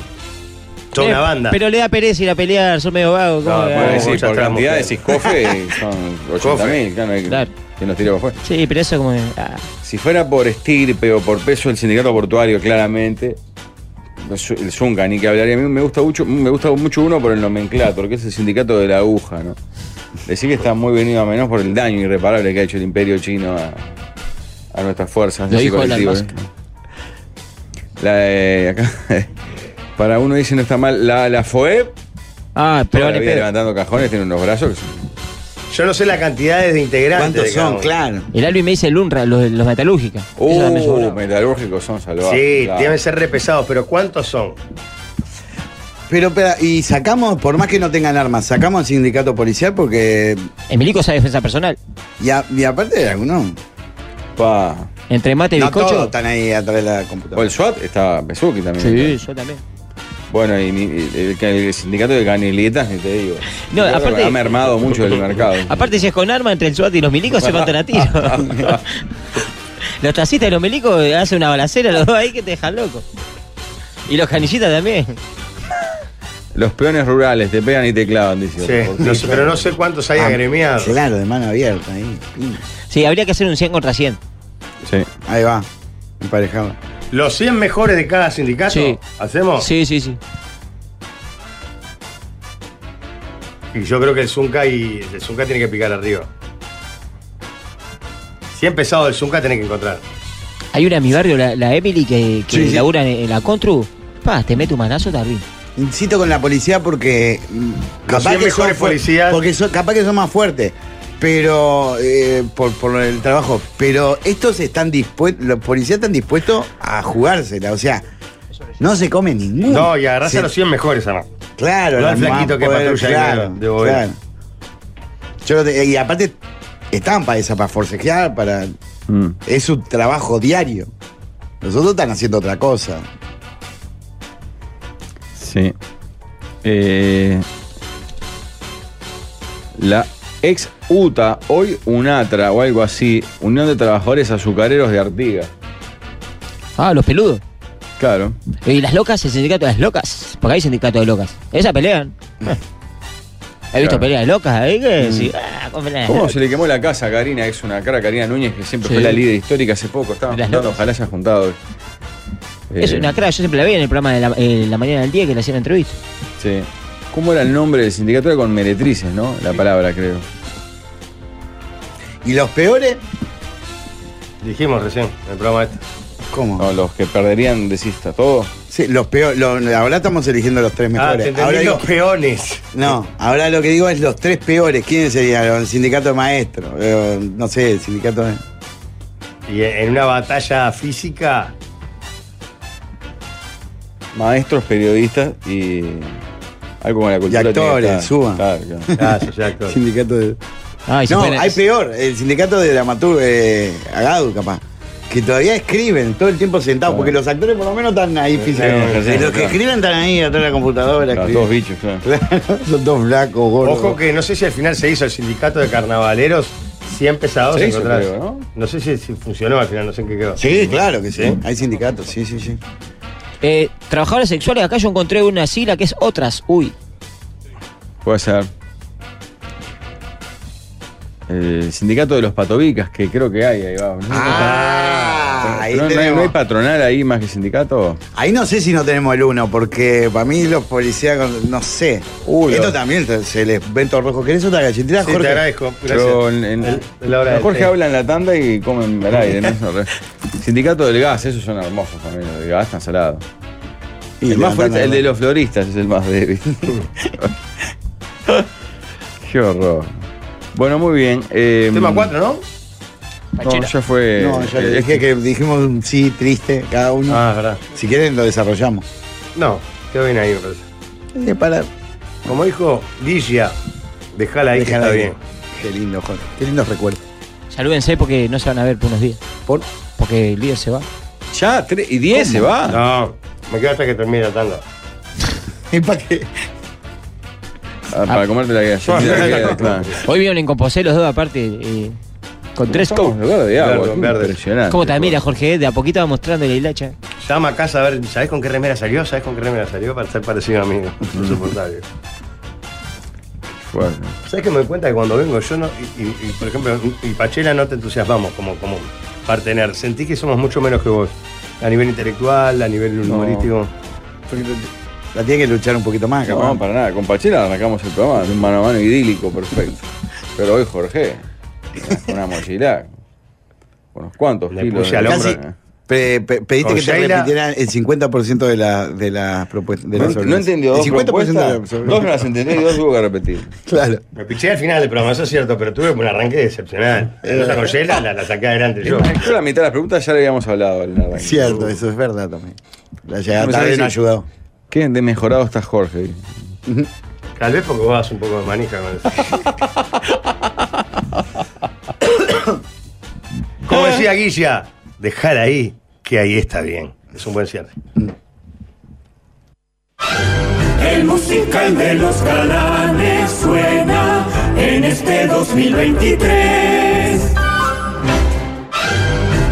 Speaker 3: Son
Speaker 5: Eh,
Speaker 3: una banda.
Speaker 5: Pero le da pereza ir a pelear, son medio vagos. ¿cómo
Speaker 3: No,
Speaker 5: le da?
Speaker 1: Bueno,
Speaker 3: Bueno,
Speaker 1: sí,
Speaker 3: muchas
Speaker 1: por
Speaker 3: tramos,
Speaker 1: cantidad de
Speaker 3: claro.
Speaker 1: ciscofe son 80.000. Claro, hay que-
Speaker 5: Claro.
Speaker 1: que nos tire para afuera.
Speaker 5: Sí, pero eso como. que, ah.
Speaker 1: Si fuera por estirpe o por peso el sindicato portuario, claramente. no su- El Zunca, ni que hablaría. A mí me gusta mucho, me gusta mucho uno por el nomenclator, que es el sindicato de la aguja, ¿no? Decir que está muy venido a menos por el daño irreparable que ha hecho el imperio chino a, a nuestras fuerzas.
Speaker 5: Lo
Speaker 1: ese
Speaker 5: dijo Elon
Speaker 1: colectivo,
Speaker 5: Musk.
Speaker 1: ¿no? La de acá, [LAUGHS] para uno dice no está mal. La, la FOEP,
Speaker 5: Ah, pero
Speaker 1: toda
Speaker 5: vale,
Speaker 1: la vida
Speaker 5: pero-
Speaker 1: levantando cajones, tiene unos brazos que son
Speaker 3: Yo no sé las cantidades de integrantes.
Speaker 2: ¿Cuántos
Speaker 3: de cada
Speaker 2: son?
Speaker 3: uno.
Speaker 2: Claro.
Speaker 5: El Albi me dice el UNRA, los, los metalúrgicas. Eso también es
Speaker 1: Uh,
Speaker 5: bueno.
Speaker 1: metalúrgicos son salvajes.
Speaker 3: Sí,
Speaker 1: claro.
Speaker 3: deben ser repesados, pero ¿cuántos son?
Speaker 2: Pero, pero, y sacamos, por más que no tengan armas, sacamos al sindicato policial porque.
Speaker 5: El milico sabe defensa personal.
Speaker 2: Y, a- y aparte de algunos.
Speaker 1: Pa.
Speaker 5: Entre mate y
Speaker 2: No
Speaker 5: bizcocho.
Speaker 2: todos están ahí a través de la
Speaker 1: O el
Speaker 2: computadora.
Speaker 1: SWAT está Besuki también.
Speaker 5: Sí, yo también.
Speaker 1: Bueno, y mi- el, el sindicato de caneletas, ni te digo.
Speaker 5: No,
Speaker 1: Creo que
Speaker 5: aparte-
Speaker 1: ha mermado mucho el
Speaker 5: [LAUGHS]
Speaker 1: mercado.
Speaker 5: Aparte, si es con arma, entre el SWAT y los milicos se matan a tiro. los taxistas y los milicos eh, hacen una balacera, los dos ahí que te dejan loco. Y los canillitas también.
Speaker 1: [LAUGHS] Los peones rurales te pegan y te clavan, dice.
Speaker 3: Sí,
Speaker 1: otro.
Speaker 3: no sé, pero no sé cuántos hay
Speaker 2: Ah,
Speaker 3: agremiados.
Speaker 2: Claro, de mano abierta ahí.
Speaker 1: Mm.
Speaker 5: Sí, habría que hacer un 100 contra 100.
Speaker 1: Sí.
Speaker 2: Ahí va. Emparejado.
Speaker 3: Los 100 mejores de cada sindicato.
Speaker 5: Sí.
Speaker 3: ¿Hacemos?
Speaker 5: Sí, sí, sí.
Speaker 3: Y yo creo que el Zunca y el Zunca tiene que picar arriba. Si he empezado el Zunca tiene que encontrar.
Speaker 5: Hay una en mi barrio, la, la Emily, que, que
Speaker 2: Sí, sí.
Speaker 5: labura en, en la Contru. Pa, te mete un manazo también.
Speaker 2: Insisto con la policía porque. mm,
Speaker 3: Los cien mejores
Speaker 2: fu-
Speaker 3: policías.
Speaker 2: Porque son, capaz que son más fuertes. Pero. eh, por, por el trabajo. Pero estos están dispuestos. Los policías están dispuestos a jugársela. O sea. No se come ninguno.
Speaker 3: No, y agarrás
Speaker 2: Se-
Speaker 3: a los 100 mejores, además.
Speaker 2: Claro,
Speaker 3: No
Speaker 2: la
Speaker 3: al flaquito
Speaker 2: más
Speaker 3: que
Speaker 2: poder-
Speaker 3: patrulla ahí
Speaker 2: claro,
Speaker 3: de- Ah, de Boedo.
Speaker 2: claro. Yo lo te- y aparte están para esa, para forcejear, para.
Speaker 1: Mm.
Speaker 2: Es su trabajo diario. Nosotros están haciendo otra cosa.
Speaker 1: Sí. Eh, la ex UTA, hoy UNATRA o algo así, Unión de Trabajadores Azucareros de Artigas.
Speaker 5: Ah, los peludos.
Speaker 1: Claro.
Speaker 5: Y las locas, el sindicato de las locas. Porque hay sindicato de locas. Esas pelean. He visto
Speaker 1: Claro. Mm.
Speaker 5: peleas locas ahí que sí, ah, con peleas.
Speaker 1: ¿Cómo se le quemó la casa a Karina? Es una cara, Karina Núñez, que siempre
Speaker 5: Sí.
Speaker 1: fue la líder histórica hace poco. Estaban
Speaker 5: Las
Speaker 1: juntando,
Speaker 5: locas.
Speaker 1: ojalá se hayan juntado.
Speaker 5: Es
Speaker 1: Eh,
Speaker 5: una cara, yo siempre la vi en el programa de la, eh, la mañana del día que le hacían entrevista.
Speaker 1: Sí. ¿Cómo era el nombre del sindicato? Era con meretrices, ¿no? La palabra, creo.
Speaker 2: Y los peores,
Speaker 3: Dijimos recién en el programa este.
Speaker 2: ¿cómo?
Speaker 1: No, los que perderían, decís, está todo.
Speaker 2: Sí, los peores. lo- ahora estamos eligiendo los tres
Speaker 3: Ah, te
Speaker 2: mejores.
Speaker 3: entendí
Speaker 2: ahora digo-
Speaker 3: los peones.
Speaker 2: no, ahora lo que digo es los tres peores. ¿Quiénes serían? El sindicato de maestros. eh, no sé, el sindicato de.
Speaker 3: Y en una batalla física,
Speaker 1: Maestros, periodistas y. Algo con la cultura. tiene que
Speaker 2: actores,
Speaker 1: estar.
Speaker 2: suba.
Speaker 1: Claro, claro.
Speaker 3: [LAUGHS] gracias, Jack.
Speaker 2: Sindicato de.
Speaker 5: Ah, y se
Speaker 2: no,
Speaker 5: ponen-
Speaker 2: hay peor, el sindicato de dramaturgo, eh, Agadu, capaz. Que todavía escriben todo el tiempo sentados, porque los actores por lo menos están ahí físicamente.
Speaker 1: claro,
Speaker 2: Y los que
Speaker 1: claro.
Speaker 2: escriben están ahí atrás de la computadora.
Speaker 1: Claro,
Speaker 2: escriben.
Speaker 1: todos bichos, claro.
Speaker 2: Claro, [LAUGHS]
Speaker 3: [LAUGHS]
Speaker 2: son dos flacos, gordos.
Speaker 3: Ojo que no sé si al final se hizo el sindicato de carnavaleros 100 pesados.
Speaker 1: Se hizo,
Speaker 3: encontrás.
Speaker 1: creo, ¿no?
Speaker 3: sé si, si funcionó al final, no sé en qué quedó. Mm.
Speaker 2: Sí, claro que sí. Hay sindicatos, sí, sí, sí.
Speaker 5: eh, trabajadores sexuales, acá yo encontré una sigla que es otras. Uy,
Speaker 1: Puede ser. El sindicato de los patobicas, que creo que hay, ahí va.
Speaker 2: Ah, Ah, ahí
Speaker 1: Pero no, hay-
Speaker 2: tenemos-
Speaker 1: no hay patronal ahí más que sindicato?
Speaker 2: Ahí no sé si no tenemos el uno, porque para mí los policías, con- no sé.
Speaker 1: Uy,
Speaker 2: Esto
Speaker 1: los-
Speaker 2: también te- se les ven todos rojos. ¿Querés otra galletita,
Speaker 3: Sí,
Speaker 2: Jorge?
Speaker 3: te agradezco. Gracias.
Speaker 1: Pero en- en-
Speaker 3: El- la hora del
Speaker 1: Jorge
Speaker 3: té.
Speaker 1: habla en la tanda y comen al aire, [LAUGHS] ¿no? Eso re- Sindicato del gas, esos son hermosos también, los del gas tan salados.
Speaker 2: Y
Speaker 1: el más fuerte,
Speaker 2: levantando
Speaker 1: el de
Speaker 2: la
Speaker 1: los floristas es el
Speaker 3: [LAUGHS]
Speaker 1: más débil. Qué horror. Bueno, muy bien. eh,
Speaker 3: Tema 4, ¿no?
Speaker 1: No, ya fue.
Speaker 2: mano. No, yo le
Speaker 1: eh,
Speaker 2: dije que dijimos un sí triste cada uno.
Speaker 3: Ah, es verdad.
Speaker 2: Si quieren, lo desarrollamos.
Speaker 3: No, quedó bien ahí, me parece.
Speaker 2: Eh, para-
Speaker 3: Como dijo Ligia, dejala ahí, que
Speaker 2: Déjala
Speaker 3: está
Speaker 2: ahí.
Speaker 3: bien.
Speaker 2: Qué lindo, Jorge. Qué lindos recuerdos.
Speaker 5: Salúdense porque no se van a ver por unos días.
Speaker 2: ¿Por?
Speaker 5: Porque el líder se va.
Speaker 1: Ya, tres- y 10 se va.
Speaker 3: No, me quedo hasta que termine la tanda.
Speaker 2: ¿Y para qué?
Speaker 1: Ah, para
Speaker 3: [LAUGHS]
Speaker 1: comerte la galletita. que- claro.
Speaker 5: Hoy vieron en Composé los dos, aparte, eh, con tres
Speaker 1: Estamos
Speaker 5: cocos.
Speaker 1: de verde, agua,
Speaker 3: Verde,
Speaker 1: qué
Speaker 3: verde.
Speaker 1: Impresionante.
Speaker 5: ¿Cómo te mira, Jorge? De a poquito va mostrando la hilacha.
Speaker 3: Llama a casa a ver, ¿sabés con qué remera salió? ¿Sabés con qué remera salió? Para ser parecido a mí. Insoportable.
Speaker 1: Fuerte.
Speaker 3: ¿Sabés que me doy cuenta que cuando vengo yo no. Y, y- y, por ejemplo, y Pachela no te entusiasmamos como, como partener. Sentí que somos mucho menos que vos. A nivel intelectual, a nivel humorístico.
Speaker 2: Porque La tiene que luchar un poquito más, capaz.
Speaker 1: No, para nada. Con Pachela arrancamos el programa. de Un mano a mano idílico, perfecto. Pero hoy, Jorge, con una mochila. Con unos cuantos
Speaker 3: Le
Speaker 1: kilos.
Speaker 3: puse
Speaker 1: de-
Speaker 3: al hombro.
Speaker 2: Casi pe- pe- pediste
Speaker 3: Con
Speaker 2: que te
Speaker 3: Sheila-
Speaker 2: repitieran el 50% de, la, de las propuestas. de
Speaker 1: No,
Speaker 2: las
Speaker 1: ent- no
Speaker 2: obras.
Speaker 1: entendió
Speaker 2: El
Speaker 1: dos
Speaker 2: 50% de
Speaker 1: propuestas.
Speaker 2: las
Speaker 1: Dos no
Speaker 2: obras.
Speaker 1: las entendí y dos hubo que repetir.
Speaker 2: Claro.
Speaker 3: Me piché al final del programa, eso es cierto, pero tuve un arranque excepcional.
Speaker 2: Eh.
Speaker 3: Esa con Sheila la, la saqué adelante yo.
Speaker 1: Yo la mitad de las preguntas ya le habíamos hablado. al arranque.
Speaker 2: Cierto, eso es verdad también. La llegada
Speaker 1: No me
Speaker 2: tarde
Speaker 1: sabés
Speaker 2: no ha
Speaker 1: si-
Speaker 2: ayudado.
Speaker 1: Qué de mejorado está Jorge.
Speaker 3: Tal vez porque vas un poco de manija con [LAUGHS] eso. Como decía Guilla, dejar ahí, que ahí está bien. Es un buen cierre.
Speaker 7: El musical de los galanes suena en este 2023.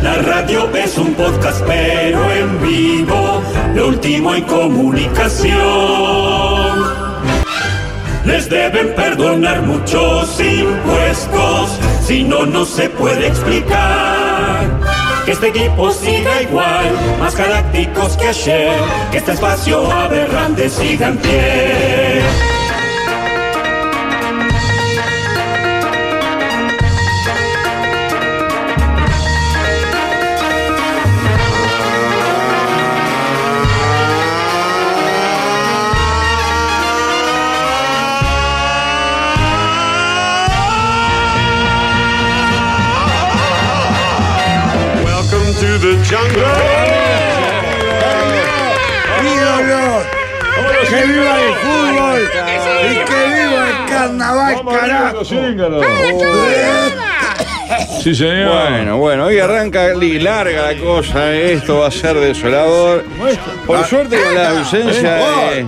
Speaker 7: La radio es un podcast pero en vivo, lo último en comunicación. Les deben perdonar muchos impuestos, si no, no se puede explicar. Que este equipo siga igual, más galácticos que ayer, que este espacio aberrante siga en pie.
Speaker 9: Welcome to the jungle.
Speaker 2: ¡Ídolo! ¡Que viva el fútbol! ¡Y que viva el carnaval, carajo!
Speaker 8: Sí, señor.
Speaker 1: Bueno, bueno, hoy arranca y larga la cosa, eh, esto va a ser desolador. Por
Speaker 8: Ah.
Speaker 1: suerte con la ausencia de...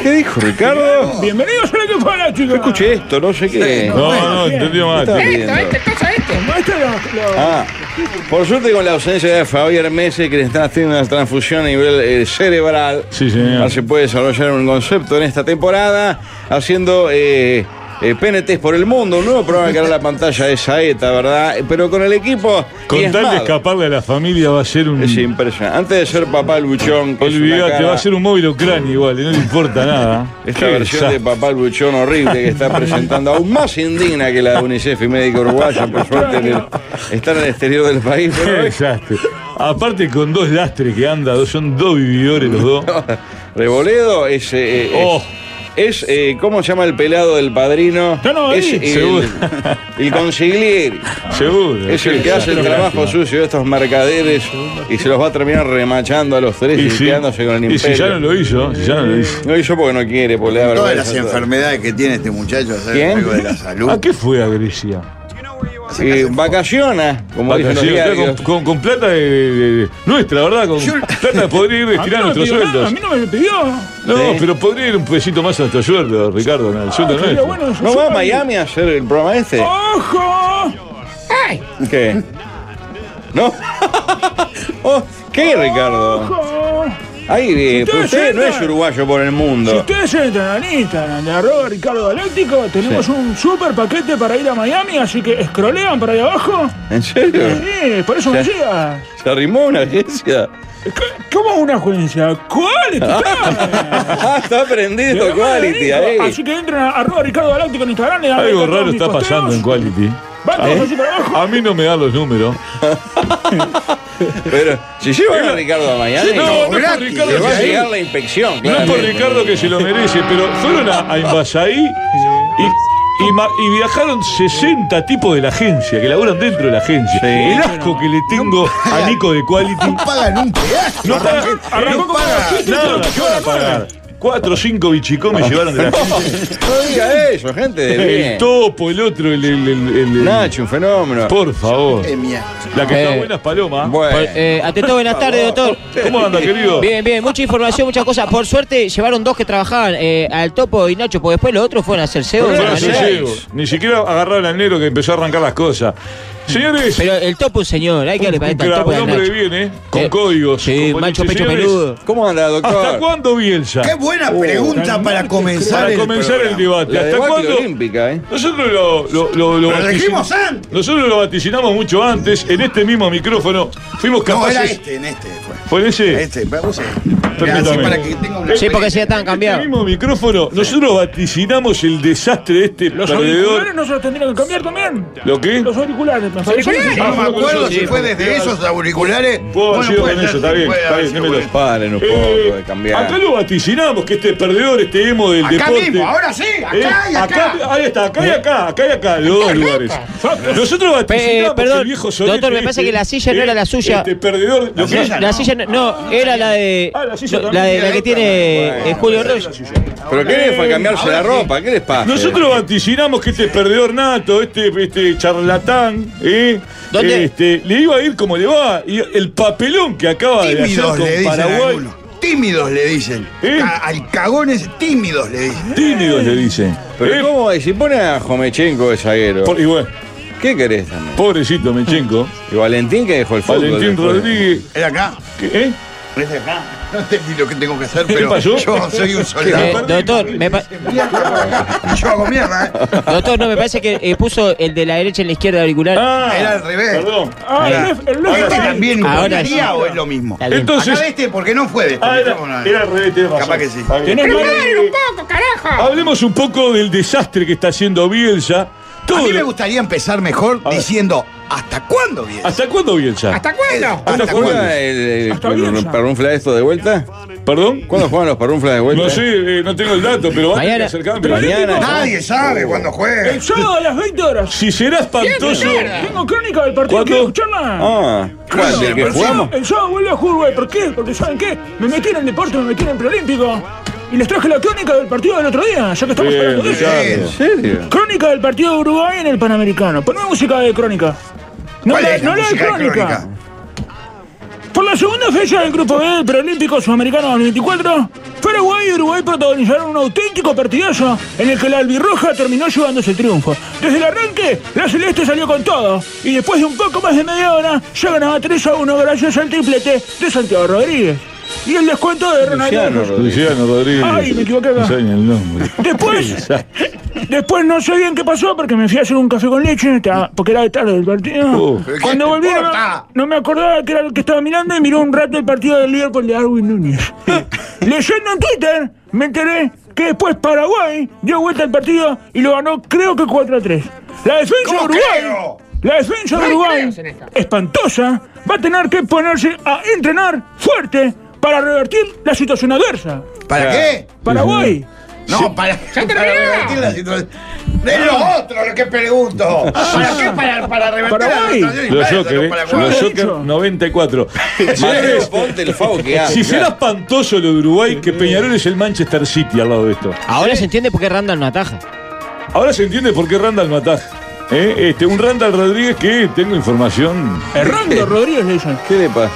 Speaker 1: ¿Qué dijo Ricardo?
Speaker 6: Bienvenidos a la que fue la chica.
Speaker 1: Escuché esto, no sé qué.
Speaker 8: No, no, entendió
Speaker 1: ¿Qué
Speaker 8: mal.
Speaker 1: estaba pidiendo? Ah, por suerte con la ausencia de Javier Mese, que está haciendo una transfusión a nivel eh, cerebral,
Speaker 8: Sí, señor.
Speaker 1: ahora se puede desarrollar un concepto en esta temporada, haciendo eh, eh, PNTs por el mundo, un nuevo programa que hará la pantalla de Saeta, ¿verdad? Eh, Pero con el equipo...
Speaker 8: Con tal de
Speaker 1: diezmado.
Speaker 8: escaparle a la familia va a ser un.
Speaker 1: Es impresionante. Antes de ser papá el buchón, que es una
Speaker 8: Olvídate,
Speaker 1: cara-
Speaker 8: va a ser un móvil Ucrania igual, y no le importa
Speaker 1: [LAUGHS]
Speaker 8: nada.
Speaker 1: esta
Speaker 8: Qué
Speaker 1: versión de
Speaker 8: desastre.
Speaker 1: papá el buchón horrible que está presentando, aún más indigna que la de UNICEF y médico uruguaya, por suerte, en el- está en el exterior del
Speaker 8: [LAUGHS]
Speaker 1: país.
Speaker 8: Qué
Speaker 1: pero-
Speaker 8: desastre. Aparte con dos lastres que anda, dos- son dos vividores los
Speaker 1: [LAUGHS]
Speaker 8: dos.
Speaker 1: Reboledo es. eh, eh,
Speaker 8: Oh.
Speaker 1: Es, eh, ¿cómo se llama el pelado del padrino?
Speaker 8: No, no, ahí,
Speaker 1: es el,
Speaker 8: seguro.
Speaker 1: el consigliere.
Speaker 8: Seguro.
Speaker 1: Es el que hace el trabajo sucio de estos mercaderes y se los va a terminar remachando a los tres y,
Speaker 8: Y si,
Speaker 1: quedándose con el
Speaker 8: y si
Speaker 1: imperio.
Speaker 8: ya no lo hizo, si ya no lo hizo.
Speaker 1: No hizo porque no quiere, porque le da
Speaker 2: Todas las
Speaker 1: vergüenza.
Speaker 2: enfermedades que tiene este muchacho, hacer
Speaker 1: ¿Quién?
Speaker 2: algo de la salud.
Speaker 8: ¿A qué fue a Grecia?
Speaker 1: Y Eh, vacaciona, como dicen los
Speaker 8: Vacaciones, usted
Speaker 1: diarios.
Speaker 8: con, con- con plata de, de- de- nuestra, ¿verdad? Con plata de
Speaker 10: [LAUGHS]
Speaker 8: poder ir destinar nuestros sueldos.
Speaker 6: no me pidió.
Speaker 8: No,
Speaker 1: Sí.
Speaker 8: pero podría ir un pesito más a nuestro sueldo, Ricardo, al sueldo
Speaker 11: Ah,
Speaker 8: nuestro.
Speaker 1: ¿No va a Miami a hacer el programa este?
Speaker 11: Oh.
Speaker 6: ¡Ojo!
Speaker 1: [LAUGHS] ¿Qué? ¿No? Oh, ¿Qué, Ricardo? Ahí, eh,
Speaker 10: ustedes
Speaker 1: pero usted no es
Speaker 10: entran-
Speaker 1: uruguayo por el
Speaker 10: Si
Speaker 1: mundo.
Speaker 10: ustedes entran en Instagram de arroba Ricardo Galáctico, tenemos
Speaker 1: Sí.
Speaker 10: un super paquete para ir a Miami, así que escrolean por ahí abajo.
Speaker 1: ¿En serio?
Speaker 10: Sí, por eso me
Speaker 1: Sí.
Speaker 10: llega.
Speaker 1: ¿Se arrimó una agencia?
Speaker 10: ¿Cómo una agencia? ¿Cuál?
Speaker 1: [LAUGHS] [LAUGHS] Ah, está prendido Quality ahí.
Speaker 10: Así que entran a arroba Ricardo Galáctico en Instagram. le dan like a
Speaker 11: Algo
Speaker 10: todos
Speaker 11: raro
Speaker 10: mis
Speaker 11: está
Speaker 10: posteos.
Speaker 11: pasando en Quality. ¿Eh?
Speaker 10: Van todos así para abajo.
Speaker 11: A mí no me dan los números.
Speaker 1: [LAUGHS] Pero si llevan a Ricardo a Miami,
Speaker 11: No, no es por
Speaker 3: gratis,
Speaker 1: le
Speaker 11: Ricardo.
Speaker 1: va a
Speaker 11: que-
Speaker 1: llegar la inspección.
Speaker 11: No es por
Speaker 1: claramente.
Speaker 11: Ricardo que se lo merece, pero fueron a, a Invasaí y, y ma- y viajaron 60 tipos de la agencia, que laburan dentro de la agencia. El asco que le tengo a Nico de Quality.
Speaker 2: No pagan un pedazo.
Speaker 11: No paga,
Speaker 10: arrancó
Speaker 11: no
Speaker 10: como
Speaker 11: paga
Speaker 10: chiste,
Speaker 11: nada, ¿qué
Speaker 10: chiste,
Speaker 11: van a pagar? Cuatro o cinco bichicos me llevaron de la agencia.
Speaker 1: No diga eso, gente de
Speaker 11: El
Speaker 1: bien.
Speaker 11: topo, el otro, el... el- el- el- el-
Speaker 1: Nacho, un fenómeno. Eh,
Speaker 11: Por favor. Oh. La que está
Speaker 5: Eh.
Speaker 11: buena es Paloma.
Speaker 1: Bueno.
Speaker 5: Eh, ante todo, buenas tardes, doctor.
Speaker 11: ¿Cómo anda, querido?
Speaker 5: Bien, bien, mucha información, muchas cosas. Por suerte llevaron dos que trabajaban eh, al topo y Nacho, porque después los otros fueron a hacer CEO. de
Speaker 11: Bueno,
Speaker 5: otra
Speaker 11: sí
Speaker 5: manera.
Speaker 11: llego. Ni siquiera agarraron al negro que empezó a arrancar las cosas. Señores,
Speaker 5: Pero el topo, es un señor, hay que darle para
Speaker 11: un,
Speaker 5: el
Speaker 11: cra-
Speaker 5: topo.
Speaker 11: un
Speaker 5: de
Speaker 11: hombre que
Speaker 5: Nacho.
Speaker 11: viene con
Speaker 5: Eh,
Speaker 11: códigos.
Speaker 5: Sí,
Speaker 11: como
Speaker 5: macho
Speaker 11: dice,
Speaker 5: pecho
Speaker 11: señores,
Speaker 5: peludo.
Speaker 1: ¿Cómo anda,
Speaker 11: ¿Hasta
Speaker 1: doctor? Uh,
Speaker 11: cuándo Bielsa?
Speaker 2: Qué buena pregunta para comenzar
Speaker 11: Oh, Para
Speaker 2: el
Speaker 11: comenzar el
Speaker 2: programa.
Speaker 11: debate.
Speaker 1: La
Speaker 11: ¿Hasta
Speaker 1: debacle
Speaker 11: cuándo?
Speaker 1: olímpica, ¿eh?
Speaker 11: Nosotros lo, lo, lo, lo
Speaker 2: Lo
Speaker 11: vaticin-
Speaker 2: elegimos antes.
Speaker 11: Nosotros lo vaticinamos mucho antes, en este mismo micrófono. Fuimos
Speaker 2: No,
Speaker 11: capaces.
Speaker 2: era este, en este fue.
Speaker 11: Fue ese.
Speaker 2: Este, vamos a ver.
Speaker 11: Permítame.
Speaker 2: Así para que tenga una
Speaker 5: Sí, porque se estaban
Speaker 11: Este
Speaker 5: cambiados.
Speaker 11: mismo micrófono, nosotros vaticinamos el desastre de este
Speaker 10: Los
Speaker 11: perdedor.
Speaker 10: auriculares no se los tendrían que cambiar también.
Speaker 11: ¿Lo qué?
Speaker 10: Los auriculares, me parece.
Speaker 11: Ah,
Speaker 2: No me acuerdo si fue desde esos auriculares.
Speaker 11: Puedo haber sido
Speaker 2: puede
Speaker 11: con
Speaker 2: ser,
Speaker 11: eso, está
Speaker 2: sí,
Speaker 11: bien,
Speaker 2: puede
Speaker 11: está
Speaker 2: haber
Speaker 11: bien,
Speaker 2: sido
Speaker 11: démelo.
Speaker 2: con
Speaker 1: Paren un
Speaker 11: Eh,
Speaker 1: poco de cambiar.
Speaker 11: Acá lo vaticinamos, que este perdedor, este emo del
Speaker 2: eso. Acá
Speaker 11: deporte.
Speaker 2: mismo, ahora sí, acá
Speaker 11: Eh,
Speaker 2: y acá.
Speaker 11: Ahí está, acá y acá, acá y acá, los dos lugares. Nosotros vaticinamos
Speaker 5: Pe- eh, perdón,
Speaker 11: que el viejo solete
Speaker 5: doctor, me parece que la silla no
Speaker 11: eh,
Speaker 5: era la suya.
Speaker 11: Este perdedor, lo que-
Speaker 5: La silla no, no, era la de
Speaker 11: Ah, la silla
Speaker 5: no,
Speaker 11: también.
Speaker 5: la, de, la que tiene
Speaker 1: Bueno,
Speaker 5: eh, Julio Roche.
Speaker 1: ¿Pero qué le fue a cambiarse la ropa? ¿Qué les pasa?
Speaker 11: Nosotros vaticinamos que este perdedor nato, este, este charlatán, eh,
Speaker 5: ¿Dónde?
Speaker 11: este, le iba a ir como le va. Y el papelón que acaba de hacer
Speaker 2: Tímidos le
Speaker 11: con
Speaker 2: dicen
Speaker 11: Paraguay.
Speaker 2: algunos. Tímidos le dicen.
Speaker 11: ¿Eh?
Speaker 2: Ca- Al cagón ese, tímidos le dicen.
Speaker 11: Tímidos le dicen. Eh,
Speaker 1: Pero ¿cómo? Y si pone a Jomechenko de zaguero,
Speaker 11: por- y bueno,
Speaker 1: ¿qué querés también?
Speaker 11: pobrecito Mechenko.
Speaker 1: Y Valentín que dejó el fútbol.
Speaker 11: Valentín
Speaker 1: después.
Speaker 11: Rodríguez.
Speaker 2: Es acá,
Speaker 11: ¿Qué, eh?
Speaker 2: es acá. No entendí lo que tengo que hacer, pero
Speaker 11: pasó?
Speaker 2: yo
Speaker 5: [LAUGHS]
Speaker 11: [LAUGHS]
Speaker 2: soy un
Speaker 5: Eh,
Speaker 2: soldado.
Speaker 5: doctor, me pa-
Speaker 2: Yo hago mierda, ¿eh?
Speaker 5: doctor, no, me parece que eh, puso el de la derecha en la izquierda auricular.
Speaker 11: Ah,
Speaker 2: Era al revés.
Speaker 11: Perdón.
Speaker 10: Ah, el left- el left-
Speaker 2: Este también
Speaker 5: Ahora sí.
Speaker 2: ¿Podría o es lo mismo.
Speaker 5: Está bien.
Speaker 11: Entonces.
Speaker 2: Acá de este, porque no fue de este.
Speaker 11: Ah, era,
Speaker 2: Estamos
Speaker 11: era este al revés, tenés razón.
Speaker 2: Capaz que sí.
Speaker 11: Está bien.
Speaker 10: Tenés más-
Speaker 11: Hablemos un poco del desastre que está haciendo Bielsa. Todo
Speaker 2: A mí me
Speaker 11: lo-
Speaker 2: gustaría empezar mejor
Speaker 11: ver.
Speaker 2: diciendo ¿hasta cuándo bien?
Speaker 11: ¿Hasta cuándo Bielsa?
Speaker 2: cuándo?
Speaker 1: ¿Cuándo
Speaker 2: ¿Hasta cuándo?
Speaker 11: Ah.
Speaker 1: juega el,
Speaker 10: Hasta
Speaker 1: el,
Speaker 10: Bielsa.
Speaker 1: Parrunfla esto de vuelta?
Speaker 11: ¿Perdón?
Speaker 1: ¿Cuándo juegan los Parrunflas de vuelta?
Speaker 11: No sé, eh, no tengo el dato, pero van a tener que
Speaker 5: Mañana.
Speaker 11: hacer cambio.
Speaker 1: Mañana.
Speaker 2: Nadie sabe cuándo juega.
Speaker 10: El sábado a las 20 horas.
Speaker 11: Si será espantoso.
Speaker 10: Tengo crónica del
Speaker 11: ¿Cuándo?
Speaker 10: partido, quiero escucharla.
Speaker 1: Ah, ¿cuál? ¿El que
Speaker 10: El sábado-
Speaker 1: jugamos?
Speaker 10: El sábado vuelve a jugar, güey. ¿Por qué? Porque ¿saben qué? Me metí en el deporte, me metí en el preolímpico. Y les traje la crónica del partido del otro día, ya que estamos
Speaker 11: Bien,
Speaker 10: hablando de eso.
Speaker 11: Ricardo.
Speaker 1: ¿En serio?
Speaker 10: Crónica del partido de Uruguay en el Panamericano. Ponme música de crónica. No
Speaker 2: ¿Cuál
Speaker 10: la,
Speaker 2: es la
Speaker 10: no la de
Speaker 2: música de
Speaker 10: crónica.
Speaker 2: crónica?
Speaker 10: Por la segunda fecha del Grupo B del Preolímpico Sudamericano 2024, Paraguay y Uruguay protagonizaron un auténtico partidazo en el que la albirroja terminó llevándose el triunfo. Desde el arranque, la celeste salió con todo y después de un poco más de media hora ya ganaba 3 a 1 gracias al triplete de Santiago Rodríguez. Y el descuento de
Speaker 1: Luciano
Speaker 10: Ronaldo.
Speaker 1: Rodríguez.
Speaker 11: Luciano Rodríguez.
Speaker 10: Ay, me equivoqué acá.
Speaker 11: No saben el
Speaker 10: [LAUGHS]
Speaker 11: nombre.
Speaker 10: Después, después no sé bien qué pasó porque me fui a hacer un café con leche ta- porque era tarde del partido.
Speaker 11: Uh,
Speaker 2: ¿pero qué
Speaker 10: Cuando
Speaker 2: te
Speaker 10: volví no,
Speaker 2: importa?
Speaker 10: no me acordaba que era el que estaba mirando y miró un rato el partido del Liverpool de
Speaker 2: [LAUGHS]
Speaker 10: Darwin Núñez. Leyendo en Twitter me enteré que después Paraguay dio vuelta al partido y lo ganó creo que 4 a 3. La defensa de
Speaker 2: ¿Cómo
Speaker 10: Uruguay.
Speaker 2: creo?
Speaker 10: La defensa de Uruguay, espantosa, va a tener que ponerse a entrenar fuerte para revertir la situación adversa.
Speaker 2: ¿Para qué?
Speaker 10: Paraguay.
Speaker 2: No, para, para revertir la situación. De los otros, lo que pregunto. ¿Para qué? Para, para revertir la
Speaker 10: Paraguay.
Speaker 2: situación.
Speaker 11: Los
Speaker 2: Inversa,
Speaker 11: Joker,
Speaker 2: no
Speaker 11: eh.
Speaker 2: para Paraguay.
Speaker 11: Los
Speaker 10: Lo he
Speaker 11: Joker
Speaker 10: dicho. [LAUGHS]
Speaker 11: 94.
Speaker 1: Mateo,
Speaker 11: Señores,
Speaker 1: ponte el favo que hace.
Speaker 11: si será espantoso lo de Uruguay, que Peñarol es el Manchester City al lado de esto.
Speaker 5: Ahora se entiende por qué Randall no ataja.
Speaker 11: Ahora se entiende por qué Randall no ataja. Eh, Este, un Randall Rodríguez que tengo información. Eh,
Speaker 10: Errando Rodríguez le dicen.
Speaker 1: ¿Qué le pasa?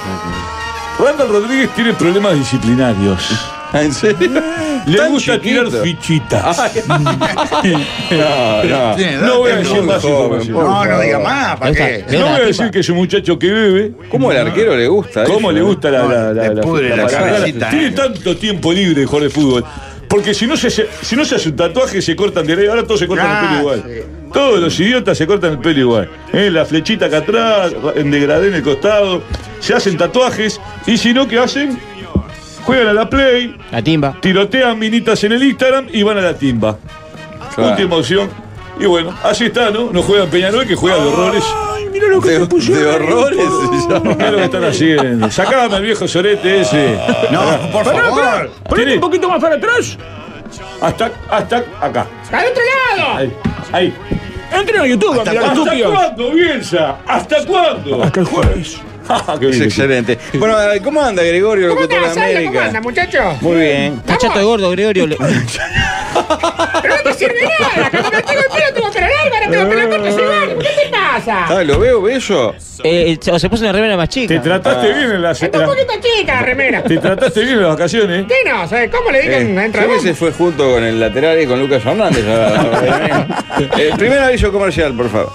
Speaker 11: Randall Rodríguez tiene problemas disciplinarios.
Speaker 1: [LAUGHS] ¿Ah, ¿En serio? Ah,
Speaker 11: Le gusta tirar fichitas. [LAUGHS]
Speaker 1: No, no.
Speaker 11: No voy a decir más información.
Speaker 1: No, no diga más, ¿para qué?
Speaker 11: No voy a decir que es un muchacho que bebe.
Speaker 1: ¿Cómo el arquero le gusta
Speaker 11: ¿Cómo
Speaker 1: eso? eh?
Speaker 11: le gusta la, la, la, la-
Speaker 1: pudre la
Speaker 11: parada?
Speaker 1: cabecita,
Speaker 11: Tiene
Speaker 1: eh.
Speaker 11: tanto tiempo libre de jugar de fútbol. Porque si no se, si no se hace un tatuaje, se cortan de raíz. Ahora todos se cortan el pelo igual. Todos los idiotas se cortan el pelo igual. Eh, La flechita acá atrás, en degradé en el costado. Se hacen tatuajes. Y si no, ¿qué hacen? Juegan a la play.
Speaker 5: La timba.
Speaker 11: Tirotean minitas en el Instagram y van a la timba.
Speaker 1: Claro.
Speaker 11: Última opción. Y bueno, así está, ¿no? No juegan Peñarol, que juega de horrores.
Speaker 10: Mira lo que
Speaker 1: De,
Speaker 10: te pusieron.
Speaker 1: de horrores.
Speaker 2: Oh.
Speaker 11: Mirá lo que están haciendo. Sacame al viejo sorete ese. Ah.
Speaker 2: No, por
Speaker 10: Pará,
Speaker 2: favor.
Speaker 10: pará. Ponete
Speaker 11: Tiene-
Speaker 10: un poquito más para atrás.
Speaker 11: Hasta, hasta acá.
Speaker 10: ¡Al otro lado!
Speaker 11: Ahí. Ahí.
Speaker 10: Entren a YouTube a mirar
Speaker 11: ¿Hasta
Speaker 10: estúpido.
Speaker 11: cuándo, Bielsa? ¿Hasta cuándo?
Speaker 10: Hasta el jueves.
Speaker 11: [LAUGHS] Ah, qué
Speaker 1: Es
Speaker 11: bien.
Speaker 1: excelente. Bueno, eh, ¿cómo anda Gregorio, locutor de América?
Speaker 10: muchachos?
Speaker 1: Muy bien.
Speaker 5: Está chato de gordo, Gregorio. Le-
Speaker 10: ¡Pero no te sirve nada! ¡Cuando me tengo el pelo, tengo pelo largo, ahora tengo pelo corto, soy
Speaker 5: [LAUGHS]
Speaker 10: largo! ¿Qué te pasa?
Speaker 1: Ah, ¿Lo veo bello? Ah.
Speaker 5: Eh, o se puso una remera más
Speaker 11: Te
Speaker 5: chica.
Speaker 11: trataste bien en las.
Speaker 10: Está un
Speaker 11: la-
Speaker 10: poquito chica la remera.
Speaker 11: Te trataste bien en las vacaciones. ¿eh?
Speaker 10: ¿Qué no? ¿Sabes cómo le
Speaker 1: Eh,
Speaker 10: dicen dentro
Speaker 1: yo
Speaker 10: de
Speaker 1: que se fue junto con el lateral y con Lucas Fernández. Eh, primer aviso comercial, por favor.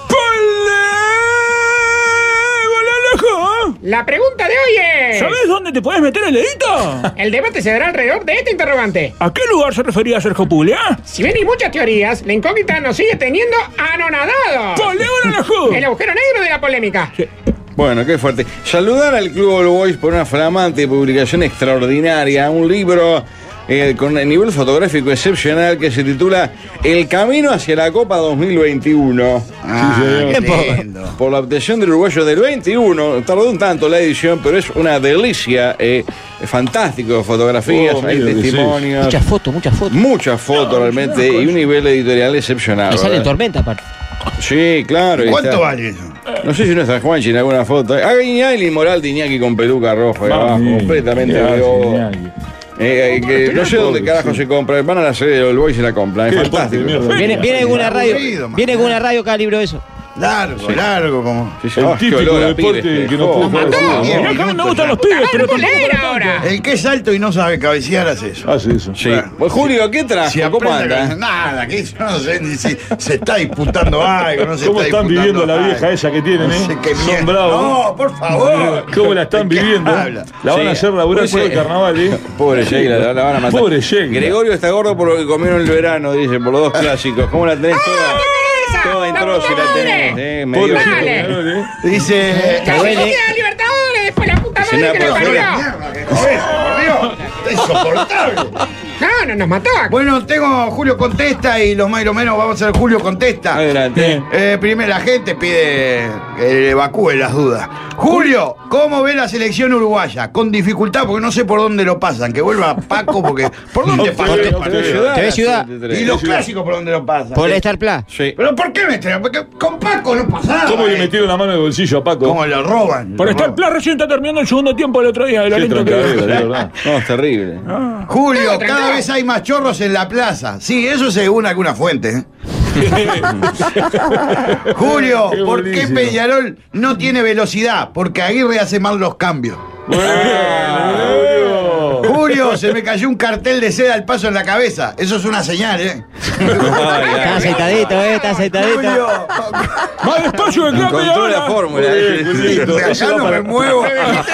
Speaker 10: La pregunta de hoy es...
Speaker 12: ¿Sabes dónde te puedes meter el dedito?
Speaker 10: El debate se dará alrededor de este interrogante.
Speaker 12: ¿A qué lugar se refería Sergio Puglia?
Speaker 10: Si bien hay muchas teorías, la incógnita nos sigue teniendo anonadados.
Speaker 12: ¡Poleón a la Ju!
Speaker 10: El agujero negro de la polémica.
Speaker 1: Bueno, qué fuerte. Saludar al Club All Boys por una flamante publicación extraordinaria, un libro eh, con un nivel fotográfico excepcional que se titula El camino hacia la Copa 2021.
Speaker 2: Ah, qué lindo.
Speaker 1: Por la obtención del uruguayo del 21, tardó un tanto la edición, pero es una delicia. eh, fantástico, fotografías,
Speaker 11: Oh,
Speaker 1: hay
Speaker 11: mira que sí.
Speaker 1: testimonios.
Speaker 5: Muchas fotos, muchas fotos.
Speaker 1: Muchas fotos realmente y un nivel editorial excepcional.
Speaker 5: Y sale en
Speaker 1: ¿verdad?
Speaker 5: tormenta, aparte.
Speaker 1: Sí, claro. y
Speaker 2: ¿Cuánto
Speaker 1: está-
Speaker 2: vale eso?
Speaker 1: No sé si no está Juanchi en alguna foto. Hay Ah, Iñaki Moral de Iñaki con peluca roja ahí abajo,
Speaker 11: Mami,
Speaker 1: completamente
Speaker 11: mirá,
Speaker 1: globo.
Speaker 11: genial.
Speaker 1: Eh, eh, que no sé dónde carajo se compra. Van a la sede de All Boys y se la compran. Es
Speaker 11: Qué deporte de
Speaker 1: fantástico.
Speaker 11: mierda.
Speaker 5: Viene, viene alguna
Speaker 2: Aburrido,
Speaker 5: radio.
Speaker 2: man.
Speaker 5: Viene alguna radio cada libro de eso.
Speaker 2: Largo, largo como.
Speaker 1: Sí, sí. Ah,
Speaker 11: El
Speaker 1: qué
Speaker 11: típico
Speaker 1: olor a
Speaker 11: deporte
Speaker 1: pibes, te
Speaker 11: que no puede
Speaker 1: jodo.
Speaker 11: jugar. al fútbol,
Speaker 2: Diez
Speaker 11: ¿no?
Speaker 12: Acá me
Speaker 2: minutos
Speaker 12: gustan
Speaker 2: ya.
Speaker 12: los pibes, pero
Speaker 10: ¡Polera ahora!
Speaker 2: El que es alto y no sabe cabecear hace eso.
Speaker 11: Hace eso.
Speaker 1: Ah, Sí. Bueno, Julio, ¿qué trajo?
Speaker 2: Si
Speaker 1: ¿Cómo
Speaker 2: aprende a cabecear-
Speaker 1: anda?
Speaker 2: Nada, que yo no sé ni
Speaker 1: [LAUGHS]
Speaker 2: si se está disputando algo, no se
Speaker 11: ¿Cómo
Speaker 2: está
Speaker 11: están
Speaker 2: disputando
Speaker 11: viviendo la vieja
Speaker 2: algo.
Speaker 11: esa que tienen,
Speaker 2: No
Speaker 11: eh?
Speaker 2: sé qué
Speaker 11: Son
Speaker 2: mierda.
Speaker 11: bravos. Eh,
Speaker 2: No, por favor.
Speaker 11: ¿Cómo la están
Speaker 2: ¿De qué
Speaker 11: viviendo?
Speaker 2: habla?
Speaker 11: La van
Speaker 1: Sí.
Speaker 11: a hacer laburar
Speaker 1: Pues,
Speaker 11: por el
Speaker 1: eh,
Speaker 11: carnaval, ¿eh?
Speaker 1: Pobre Sheila, la, la van a matar.
Speaker 11: Pobre Sheila.
Speaker 1: Gregorio está gordo por lo que comieron el verano, dice, por los dos clásicos. ¿Cómo la tenés toda?
Speaker 10: pereza!
Speaker 1: Toda en
Speaker 10: ¡La
Speaker 1: trozo
Speaker 10: puta
Speaker 1: la
Speaker 10: madre!
Speaker 1: tenés. Eh, medio-
Speaker 11: Pobre
Speaker 10: Dale.
Speaker 11: Peñarol, ¿eh?
Speaker 2: Dice.
Speaker 10: ¡La
Speaker 5: duele.
Speaker 1: ¿eh?
Speaker 10: de Libertadores después la puta
Speaker 1: una
Speaker 10: madre que lo
Speaker 1: postura.
Speaker 10: parió!
Speaker 2: Mierda, que comes, por Dios. Está insoportable.
Speaker 10: No, no nos mató.
Speaker 2: Bueno, tengo Julio Contesta y los más y los menos vamos a hacer Julio Contesta.
Speaker 1: Adelante.
Speaker 2: Eh, primera gente pide que le evacúe las dudas. Julio, ¿cómo ve la selección uruguaya? Con dificultad, porque no sé por dónde lo pasan. Que vuelva Paco, porque. ¿Por dónde
Speaker 11: No
Speaker 2: pasa?
Speaker 11: te-
Speaker 2: el
Speaker 11: no
Speaker 2: partido?
Speaker 11: te-
Speaker 5: Te ves ciudad.
Speaker 2: Y los clásicos por dónde lo pasan.
Speaker 5: Por estar Plus.
Speaker 1: Sí.
Speaker 2: ¿Pero por qué me traen? Porque con Paco no pasaba.
Speaker 11: ¿Cómo le
Speaker 2: eh.
Speaker 11: metieron la mano en el bolsillo a Paco?
Speaker 2: ¿Cómo lo roban?
Speaker 12: Por
Speaker 2: Lo
Speaker 12: estar
Speaker 2: roban.
Speaker 12: plan recién está terminando el segundo tiempo del otro día, de lo
Speaker 11: Qué
Speaker 12: lento que
Speaker 11: troncadero,
Speaker 12: es.
Speaker 11: de
Speaker 2: eh,
Speaker 11: verdad.
Speaker 1: No, es terrible.
Speaker 2: Julio,
Speaker 10: No, tranquilo.
Speaker 2: cada vez hay más chorros en la plaza. Sí, eso según alguna fuente.
Speaker 11: [LAUGHS]
Speaker 2: ¿eh? Julio,
Speaker 11: Qué
Speaker 2: ¿por qué
Speaker 11: buenísimo.
Speaker 2: Peñarol no tiene velocidad? Porque Aguirre hace mal los cambios.
Speaker 11: Bueno, boludo.
Speaker 2: Julio, se me cayó un cartel de seda al paso en la cabeza. Eso es una señal, ¿eh?
Speaker 5: Está aceitadito, eh, está aceitadito.
Speaker 2: Julio,
Speaker 12: Más despacio que queda media
Speaker 1: Encontró
Speaker 11: ¿eh?
Speaker 1: la
Speaker 12: hora.
Speaker 1: fórmula.
Speaker 11: Muy bien, Julito.
Speaker 2: de
Speaker 11: Eso
Speaker 2: acá
Speaker 11: va
Speaker 2: no
Speaker 11: para-
Speaker 2: me muevo.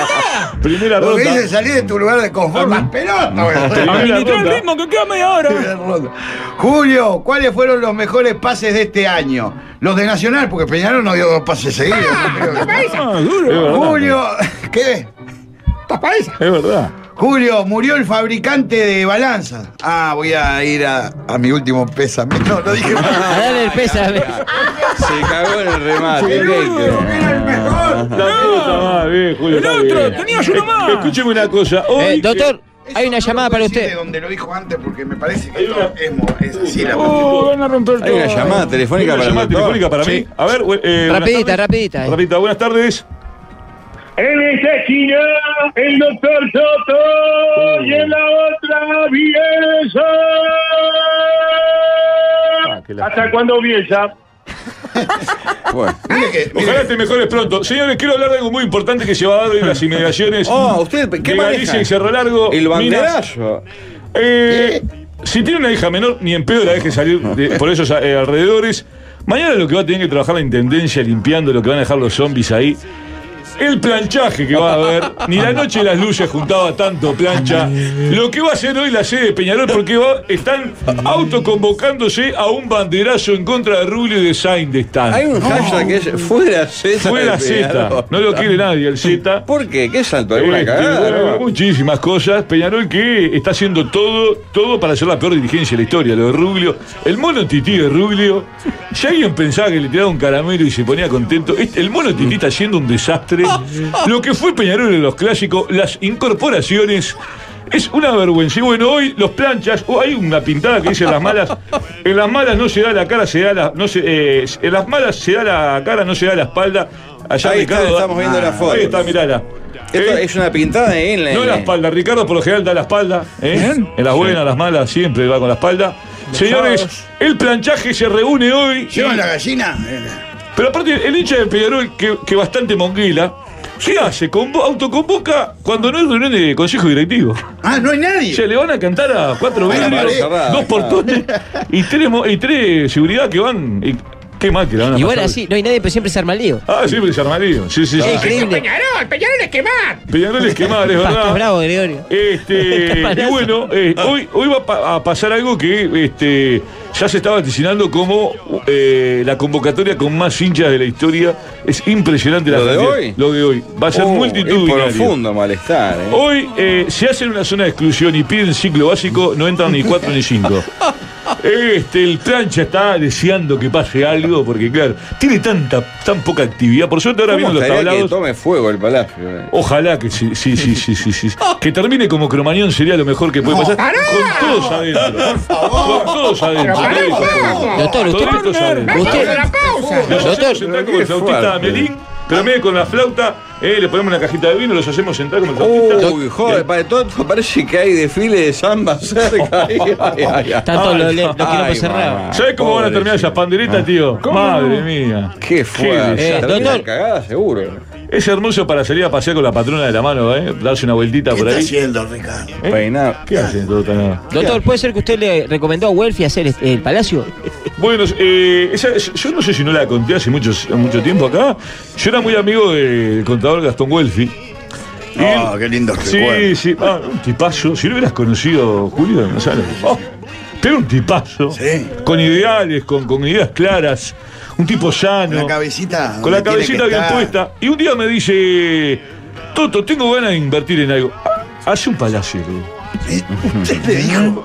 Speaker 11: [LAUGHS] Primera
Speaker 2: Lo que dice
Speaker 11: ronda.
Speaker 2: salir de tu lugar de confort, las pelotas. güey.
Speaker 12: Administrá el
Speaker 11: ronda.
Speaker 12: ritmo que queda media hora.
Speaker 2: Julio, ¿cuáles fueron los mejores pases de este año? Los de Nacional, porque Peñarol no dio dos pases seguidos.
Speaker 11: Ah, duro. Es verdad.
Speaker 2: Julio, ¿qué?
Speaker 11: Es verdad.
Speaker 2: Julio, murió el fabricante de balanza. Ah, voy a ir a, a mi último pésame. [LAUGHS] No,
Speaker 11: [LAUGHS]
Speaker 2: no dije
Speaker 5: A
Speaker 2: nada.
Speaker 5: darle el pésame.
Speaker 1: Se cagó en el remate. ¿qué
Speaker 2: Era el mejor.
Speaker 11: La puta madre, bien, Julio.
Speaker 12: El
Speaker 11: está
Speaker 12: otro,
Speaker 11: bien.
Speaker 12: tenías uno
Speaker 11: Eh,
Speaker 12: más.
Speaker 11: Escúcheme una cosa. Hoy,
Speaker 5: Eh, doctor,
Speaker 2: Eso
Speaker 5: hay una
Speaker 2: no lo
Speaker 5: llamada
Speaker 2: puedo
Speaker 5: para
Speaker 2: decir
Speaker 5: usted.
Speaker 2: de donde lo dijo antes, porque me parece que
Speaker 11: Hay
Speaker 2: esto
Speaker 11: una-
Speaker 2: es, mo- es así la
Speaker 12: Oh, van a romper todo.
Speaker 1: Hay una llamada telefónica
Speaker 11: Una
Speaker 1: para
Speaker 11: llamada
Speaker 1: el doctor.
Speaker 11: telefónica para
Speaker 1: Sí.
Speaker 11: mí. A ver, eh, buenas
Speaker 5: Rapidita,
Speaker 11: tardes.
Speaker 5: rapidita, eh.
Speaker 11: Rapidita, buenas tardes.
Speaker 13: En esta esquina, el doctor Soto y en la otra, Bielsa.
Speaker 11: Ah, qué lástima.
Speaker 13: ¿Hasta cuándo Bielsa?
Speaker 1: Bueno.
Speaker 11: Ojalá te mejores pronto. Señores, quiero hablar de algo muy importante que se va a dar hoy en las inmigraciones.
Speaker 1: Oh, usted, ¿qué
Speaker 11: de
Speaker 1: maneja?
Speaker 11: Galicia y Cerro Largo.
Speaker 1: El
Speaker 11: Minas.
Speaker 1: banderazo.
Speaker 11: Eh, si tiene una hija menor, ni en pedo la deje salir de- por esos eh, alrededores. Mañana lo que va a tener que trabajar la intendencia limpiando lo que van a dejar los zombies ahí. El planchaje que va a haber, ni la noche de las luces juntaba tanto plancha. Lo que va a hacer hoy la sede de Peñarol, porque va- están autoconvocándose a un banderazo en contra de Rubio y de Sainz de Stan.
Speaker 1: Hay un hashtag que es fuera Z.
Speaker 11: Fuera
Speaker 1: de
Speaker 11: Z.
Speaker 1: Peñarol".
Speaker 11: No lo quiere nadie el Z.
Speaker 1: ¿Por qué? ¿Qué salto? ¿Alguna
Speaker 11: Este,
Speaker 1: cagada?
Speaker 11: bueno, muchísimas cosas. Peñarol que está haciendo todo, todo para ser la peor dirigencia de la historia, lo de Rubio. El mono tití de Rubio. Si alguien pensaba que le tiraba un caramelo y se ponía contento, este- el mono tití está haciendo un desastre. Lo que fue Peñarol en los clásicos, las incorporaciones. Es una vergüenza. Y bueno, hoy los planchas, oh, hay una pintada que dice en las malas, en las malas no se da la cara, se da la. No se, eh, en las malas se da la cara, no se da la espalda. Allá
Speaker 1: Ahí está,
Speaker 11: Ricardo da- Ah,
Speaker 1: estamos viendo la foto.
Speaker 11: Ahí está, mirala.
Speaker 1: Esto es una pintada en la-
Speaker 11: ¿Eh? No la espalda. Ricardo por lo general da la espalda. ¿eh? En las buenas, las malas, siempre va con la espalda. Señores, el planchaje se reúne hoy.
Speaker 2: ¿Llevan la gallina?
Speaker 11: Pero aparte, el hincha de Peñarol, que, que bastante monguila, ¿qué hace? Convo- autoconvoca cuando no hay reunión de consejo directivo.
Speaker 2: Ah, no hay nadie. Ah,
Speaker 11: Se le van a cantar a cuatro
Speaker 1: Hay una
Speaker 11: vidrios,
Speaker 1: pared cerrada,
Speaker 11: dos portones y tres, mo- y tres seguridad que van. Y, qué mal que la van a
Speaker 5: Y bueno,
Speaker 11: pasar.
Speaker 5: así, no hay nadie, pero siempre se arma el lío.
Speaker 11: Ah, siempre es armadillo. Sí, sí, sí.
Speaker 5: Es increíble.
Speaker 14: Peñarol, Peñarol es quemar.
Speaker 11: Peñarol es quemar, es
Speaker 5: Estás
Speaker 11: verdad.
Speaker 5: bravo, Gregorio. [LAUGHS] Ah.
Speaker 11: Este,
Speaker 5: Está
Speaker 11: y
Speaker 5: malazo.
Speaker 11: bueno, eh, hoy, hoy va a pa- a pasar algo que este, ya se estaba vaticinando como eh, la convocatoria con más hinchas de la historia. Es impresionante la
Speaker 1: ¿Lo de
Speaker 11: cantidad.
Speaker 1: hoy?
Speaker 11: Lo de hoy. Va a ser
Speaker 1: Oh,
Speaker 11: multitudinario.
Speaker 1: es profundo malestar. ¿eh?
Speaker 11: Hoy eh, se hace una zona de exclusión y piden ciclo básico, no entran ni cuatro ni
Speaker 1: [LAUGHS]
Speaker 11: cinco. Este, el plancha está deseando que pase algo, porque claro, tiene tanta, tan poca actividad. Por suerte ahora
Speaker 1: ¿Cómo
Speaker 11: vienen los
Speaker 1: estaría que
Speaker 11: tablados.
Speaker 1: tome fuego el palacio? eh?
Speaker 11: Ojalá que sí, sí, sí, sí,
Speaker 14: [LAUGHS]
Speaker 11: sí, sí. Que termine como cromañón sería lo mejor que puede pasar. Con todos adentro. Con todos adentro.
Speaker 14: Pero pará,
Speaker 11: Todos
Speaker 14: vamos.
Speaker 11: adentro.
Speaker 14: Doctor, usted-
Speaker 11: Todos estos adentro.
Speaker 14: Vamos a la pausa.
Speaker 11: Los
Speaker 14: Doctor,
Speaker 11: hacemos sentar como el
Speaker 1: qué
Speaker 11: flautista
Speaker 1: fuerte.
Speaker 11: Melín, pero medio con la flauta, eh, le ponemos una cajita de vino, los hacemos sentar como el flautista.
Speaker 1: Uy, joder, para todo esto parece que hay desfile de
Speaker 11: [LAUGHS]
Speaker 1: samba cerca.
Speaker 11: Tanto
Speaker 1: Tanto
Speaker 11: lo le- lo queremos
Speaker 5: cerrar.
Speaker 11: ¿Sabes cómo van a terminar esas panderetas, tío? Madre mía.
Speaker 1: Qué fuerte.
Speaker 11: desastre.
Speaker 1: Termina cagada, seguro.
Speaker 11: Es hermoso para salir a pasear con la patrona de la mano, ¿eh? Darse una vueltita por ahí.
Speaker 2: Ricardo?
Speaker 11: ¿Eh?
Speaker 1: Peinado.
Speaker 11: ¿Qué hacen, Totana?
Speaker 5: Doctor, ¿puede ser que usted le recomendó a Welfi hacer es- el palacio?
Speaker 11: Bueno, eh, esa- yo no sé si no la conté hace mucho, mucho tiempo acá. Yo era muy amigo del contador Gastón Welfi.
Speaker 2: Ah, qué lindo
Speaker 11: Sí,
Speaker 2: recuerdo.
Speaker 11: sí, ah, un tipazo. Si lo hubieras conocido, Julio, no sabes. Oh, pero un tipazo. Con ideales, con, con ideas claras. Un tipo sano.
Speaker 2: La cabecita.
Speaker 11: Con la
Speaker 2: donde tiene
Speaker 11: cabecita
Speaker 2: que
Speaker 11: bien
Speaker 2: estar.
Speaker 11: puesta. Y un día me dice, Toto, tengo ganas de invertir en algo. Hace un palacio.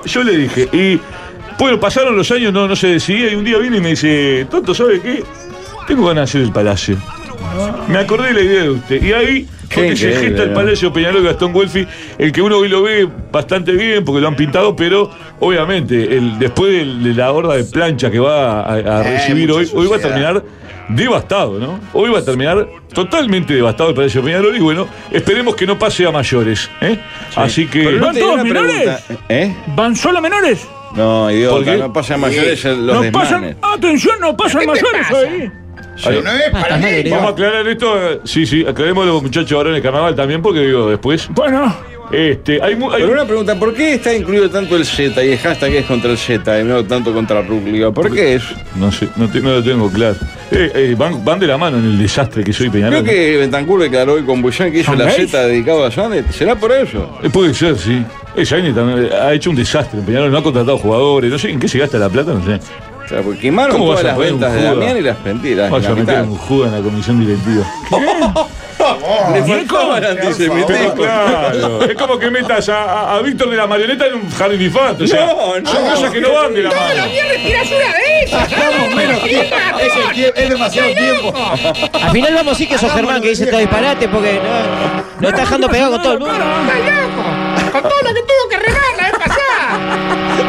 Speaker 11: Yo le dije, y bueno, pasaron los años, no, no se decidía, y un día viene y me dice, Toto, ¿sabe qué? Tengo ganas de hacer el palacio. Me acordé de la idea de usted. Y ahí fue que se
Speaker 1: increíble,
Speaker 11: gesta el
Speaker 1: ¿no?
Speaker 11: Palacio Peñarol Gastón Guelfi, el que uno hoy lo ve bastante bien porque lo han pintado, pero obviamente el, después del- de, la horda de plancha que va a, a
Speaker 2: Eh,
Speaker 11: recibir
Speaker 2: mucha
Speaker 11: hoy, hoy va a
Speaker 2: suciedad.
Speaker 11: terminar devastado, ¿no? Hoy va a terminar totalmente devastado el Palacio Peñarol y bueno, esperemos que no pase a mayores. ¿eh? Así que...
Speaker 1: Pero no
Speaker 12: ¿Van
Speaker 1: te digo
Speaker 12: todos
Speaker 1: una
Speaker 12: menores?
Speaker 1: pregunta, ¿Eh?
Speaker 12: ¿Van solo menores?
Speaker 1: No,
Speaker 11: ¿Por
Speaker 1: idiota,
Speaker 11: qué?
Speaker 1: no pasan mayores los
Speaker 12: no pasan.
Speaker 1: desmanes.
Speaker 12: Atención, no pasan mayores ahí.
Speaker 11: Ahí.
Speaker 10: Ah,
Speaker 2: es para
Speaker 5: Estás mal
Speaker 11: Vamos a
Speaker 5: heredado.
Speaker 11: aclarar esto. eh, Sí, sí, aclaremos los muchachos ahora en el carnaval también porque digo, después...
Speaker 12: Bueno,
Speaker 11: Este, hay, mu- hay-
Speaker 1: Pero una pregunta, ¿por qué está incluido tanto el Z y el hashtag es contra el Z y no tanto contra Ruglio? ¿Por qué es?
Speaker 11: No sé, no, te- no lo tengo claro. Eh, eh, van, van de la mano en el desastre que soy Peñarol.
Speaker 1: Creo que Bentancur declaró hoy con Bullán que hizo
Speaker 11: ¿Son
Speaker 1: la
Speaker 11: gays?
Speaker 1: Z dedicado a Janet. ¿Será por eso?
Speaker 11: Eh, puede ser, sí. Eh, Saini también ha hecho un desastre. en Peñarol no ha contratado jugadores. No sé en qué se gasta la plata, no sé.
Speaker 1: O sea, porque quemaron
Speaker 11: ¿Cómo vas
Speaker 1: todas
Speaker 11: a
Speaker 1: las
Speaker 11: poner un
Speaker 1: ventas de
Speaker 11: jugador? [LAUGHS]
Speaker 1: Damián y las mentiras.
Speaker 11: Vaya a
Speaker 1: la
Speaker 11: meter
Speaker 1: mitad.
Speaker 11: un juego en la comisión directiva.
Speaker 1: Le faltaba el
Speaker 11: Pero
Speaker 1: antisemitismo.
Speaker 11: claro, es como que metas a, a- a Víctor de la Marioneta en un jardín de infantes, O sea,
Speaker 1: No, no.
Speaker 11: son cosas que no van de la
Speaker 14: Todos
Speaker 11: mano.
Speaker 14: los viernes tirás una de esas.
Speaker 2: Estamos menos tiempo. Es, el tie- es demasiado tiempo.
Speaker 5: Al final vamos a decir que sos Germán que dice todo disparate porque no, no está dejando pegado con todo el mundo.
Speaker 14: Estás loco. Con todo lo que tuvo que remar la vez pasada.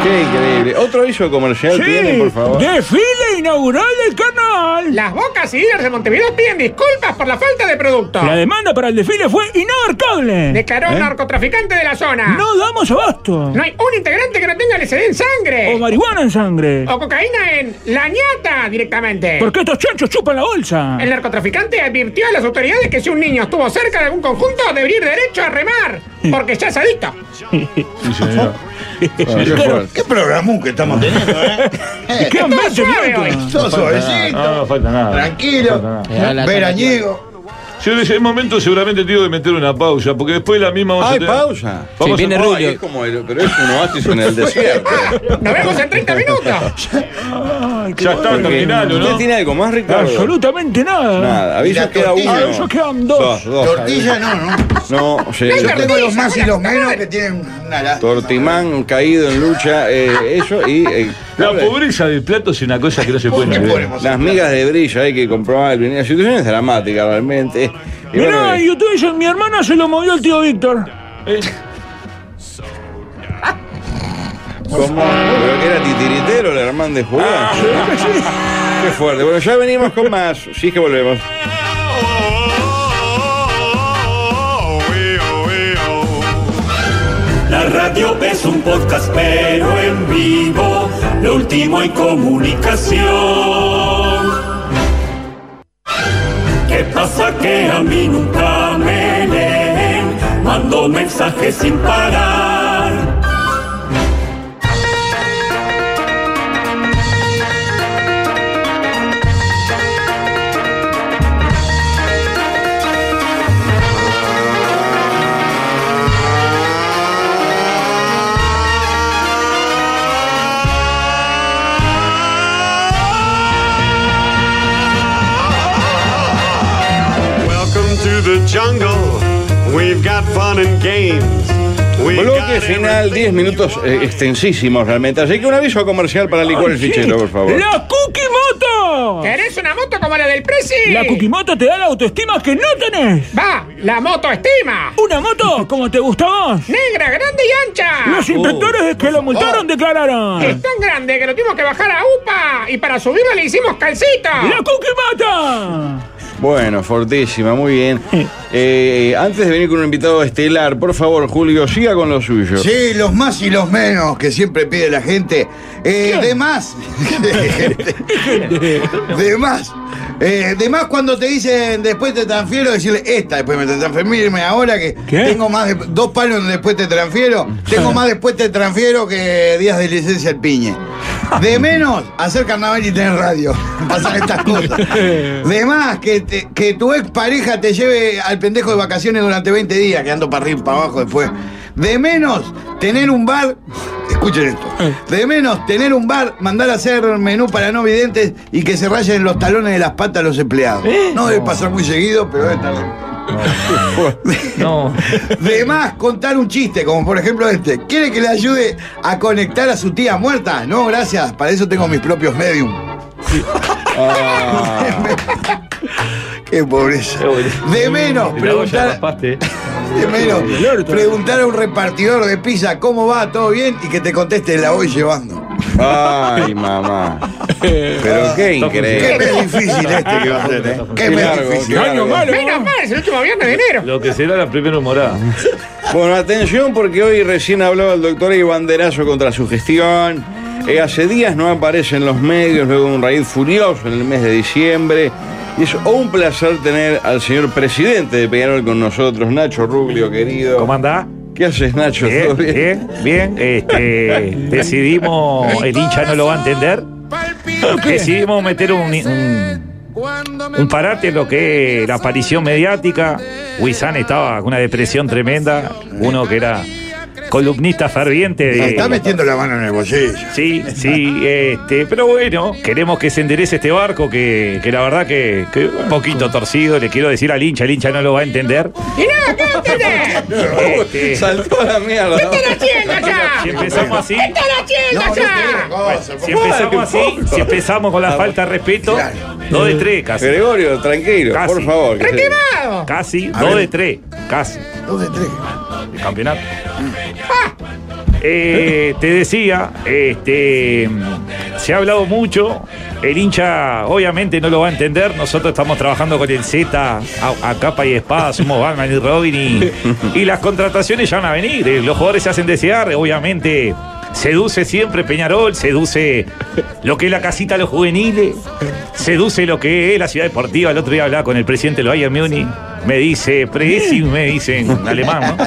Speaker 1: Qué increíble. Otro hizo comercial tiene, por favor.
Speaker 10: Desfile inaugural del canal.
Speaker 14: Las bocas y dealers de Montevideo piden disculpas por la falta de producto.
Speaker 10: La demanda para el desfile fue inabarcable. ¿Eh?
Speaker 14: Declaró un narcotraficante de la zona.
Speaker 10: No damos abasto.
Speaker 14: No hay un integrante que no tenga LCD en sangre.
Speaker 10: O marihuana en sangre.
Speaker 14: O cocaína en la ñata directamente.
Speaker 10: Porque estos chanchos chupan la bolsa.
Speaker 14: El narcotraficante advirtió a las autoridades que si un niño estuvo cerca de algún conjunto, debería ir derecho a remar, porque ya es adicto.
Speaker 2: [LAUGHS] qué
Speaker 11: Claro,
Speaker 2: ¿Qué programón que estamos teniendo, eh?
Speaker 10: Quedan
Speaker 14: Todo
Speaker 10: 20
Speaker 14: suave
Speaker 10: minutos.
Speaker 14: hoy.
Speaker 2: Todo
Speaker 11: No,
Speaker 2: suavecito.
Speaker 11: no falta nada.
Speaker 2: Tranquilo.
Speaker 11: No falta nada.
Speaker 2: Veraniego.
Speaker 11: Yo en ese momento seguramente tengo que meter una pausa, porque después la misma vamos a
Speaker 1: Hay
Speaker 11: tener-
Speaker 1: pausa.
Speaker 11: Vamos
Speaker 1: Sí,
Speaker 11: a-
Speaker 1: no, es como el- pero es un oasis
Speaker 11: [LAUGHS]
Speaker 1: en el desierto.
Speaker 14: Nos vemos en 30 minutos.
Speaker 11: Ya está, terminalo,
Speaker 1: ¿Usted
Speaker 11: ¿no?
Speaker 1: tiene algo más, Ricardo?
Speaker 10: Absolutamente nada.
Speaker 1: Nada,
Speaker 2: Y
Speaker 1: avisos
Speaker 2: la
Speaker 1: queda uno.
Speaker 2: Ah, tortilla.
Speaker 10: Avisos quedan dos.
Speaker 1: [LAUGHS]
Speaker 2: Tortilla no, no.
Speaker 1: No, sí.
Speaker 2: Yo tengo los
Speaker 14: tortilla,
Speaker 2: más y
Speaker 14: una
Speaker 2: los menos que tienen una lástima.
Speaker 1: Tortimán caído en lucha, eh, eso y. eh,
Speaker 11: La
Speaker 1: claro,
Speaker 11: pobreza del plato es una cosa que no se puede
Speaker 2: ¿Qué
Speaker 11: negar.
Speaker 2: ponemos?
Speaker 1: Las migas de brillo hay que comprobar. La situación es dramática realmente. Y bueno,
Speaker 10: Mirá,
Speaker 1: eh,
Speaker 10: YouTube dice, mi hermana se lo movió el tío Víctor.
Speaker 11: Eh,
Speaker 1: ¿cómo? Pero que era titiritero la hermana de
Speaker 11: Ah,
Speaker 1: Julián. Qué fuerte. Bueno, ya venimos con más. Sí es que volvemos.
Speaker 9: La radio es un podcast, pero en vivo, lo último en comunicación. ¿Qué pasa que a mí nunca me leen? Mando mensajes sin parar. Welcome to the jungle. We've got fun and games. We've
Speaker 1: Bloque final, 10 minutos eh, extensísimos realmente. Así que un aviso comercial para licuar el fichero, por favor.
Speaker 10: ¡La Cookie Moto!
Speaker 14: ¿Querés una moto como la del Prezi?
Speaker 10: La Cookie Moto te da la autoestima que no tenés.
Speaker 14: Va, la moto estima.
Speaker 10: Una moto como te gusta a vos.
Speaker 14: Negra, grande y ancha. Uh.
Speaker 10: Los inspectores que lo multaron
Speaker 14: Es
Speaker 10: declararon.
Speaker 14: tan grande que lo tuvimos que bajar a UPA y para subirlo le hicimos calcita.
Speaker 10: ¡La Cookie Moto!
Speaker 1: Bueno, fortísima, muy bien. Eh, antes de venir con un invitado estelar, por favor, Julio, siga con lo suyo.
Speaker 2: Sí, los más y los menos que siempre pide la gente. Eh, de más. [LAUGHS] de más. Eh, de más cuando te dicen después te transfiero, decirle esta, después me transferirme ahora que
Speaker 10: ¿Qué?
Speaker 2: tengo más de- dos palos después te transfiero, tengo más después te transfiero que días de licencia al piñe. De menos, hacer carnaval y tener radio. [LAUGHS] Pasan estas cosas. De más, que, te- que tu ex pareja te lleve al pendejo de vacaciones durante 20 días, quedando para arriba y para abajo después. De menos, tener un bar. Escuchen esto. De menos, tener un bar, mandar a hacer menú para no videntes y que se rayen los talones de las patas a los empleados. No debe pasar muy seguido, pero debe estar.
Speaker 5: No.
Speaker 2: De más, contar un chiste, como por ejemplo este. ¿Quiere que le ayude a conectar a su tía muerta? No, gracias. Para eso tengo mis propios medium. [LAUGHS] Qué pobreza. De menos, preguntar, de menos, preguntar a un repartidor de pizza cómo va, todo bien, y que te conteste, la voy llevando.
Speaker 1: Ay, mamá. Pero qué
Speaker 2: Qué
Speaker 1: increíble.
Speaker 2: mes difícil este que va a ser, ¿eh? Qué
Speaker 1: Qué
Speaker 2: mes
Speaker 1: largo,
Speaker 2: difícil.
Speaker 1: qué largo.
Speaker 14: Menos mal, es el último viernes de enero.
Speaker 11: Lo que será la primera morada.
Speaker 1: Bueno, atención porque hoy recién hablaba el doctor Ibanderazo contra su gestión. Eh, hace días no aparece en los medios luego de un raíz furioso en el mes de diciembre. Y es un placer tener al señor presidente de Peñarol con nosotros, Nacho Rubio, querido.
Speaker 15: ¿Cómo andás?
Speaker 1: ¿Qué haces, Nacho? ¿Todo
Speaker 15: Bien, bien,
Speaker 1: bien?
Speaker 15: bien.
Speaker 1: [LAUGHS]
Speaker 15: Este, decidimos, el hincha no lo va a entender. [LAUGHS] Decidimos meter un, un, un parate en lo que es la aparición mediática. Wisan estaba con una depresión tremenda. Uno que era columnista ferviente
Speaker 2: Se
Speaker 15: de.
Speaker 2: está metiendo la mano en el bolsillo.
Speaker 15: Sí, sí, este, pero bueno, queremos que se enderece este barco que, que la verdad que, que un poquito torcido, le quiero decir al hincha, el hincha no lo va a entender.
Speaker 14: Y nada, ¿qué entendés?
Speaker 15: Este,
Speaker 1: Saltó a la mierda.
Speaker 14: ¿Qué están haciendo allá?
Speaker 15: si empezamos así,
Speaker 14: ¿Qué están haciendo allá?
Speaker 15: si empezamos así, si empezamos con la falta de respeto, dos de tres casi.
Speaker 1: Gregorio, tranquilo,
Speaker 15: Casi.
Speaker 1: por favor. que se-
Speaker 14: ¡Requemado!
Speaker 15: Casi,
Speaker 2: A
Speaker 15: dos
Speaker 2: ver.
Speaker 15: de tres, casi.
Speaker 2: Dos de tres.
Speaker 15: El campeonato. Eh, te decía, este, se ha hablado mucho. El hincha obviamente no lo va a entender. Nosotros estamos trabajando con el Z a, a capa y espada. Somos Batman y Robin. Y, y las contrataciones ya van a venir. Eh, Los jugadores se hacen desear. Obviamente seduce siempre Peñarol. Seduce lo que es la casita de los juveniles. Seduce lo que es la ciudad deportiva. El otro día hablaba con el presidente del Bayern Múnich. Me dice, Presi, me dice en alemán. ¿no?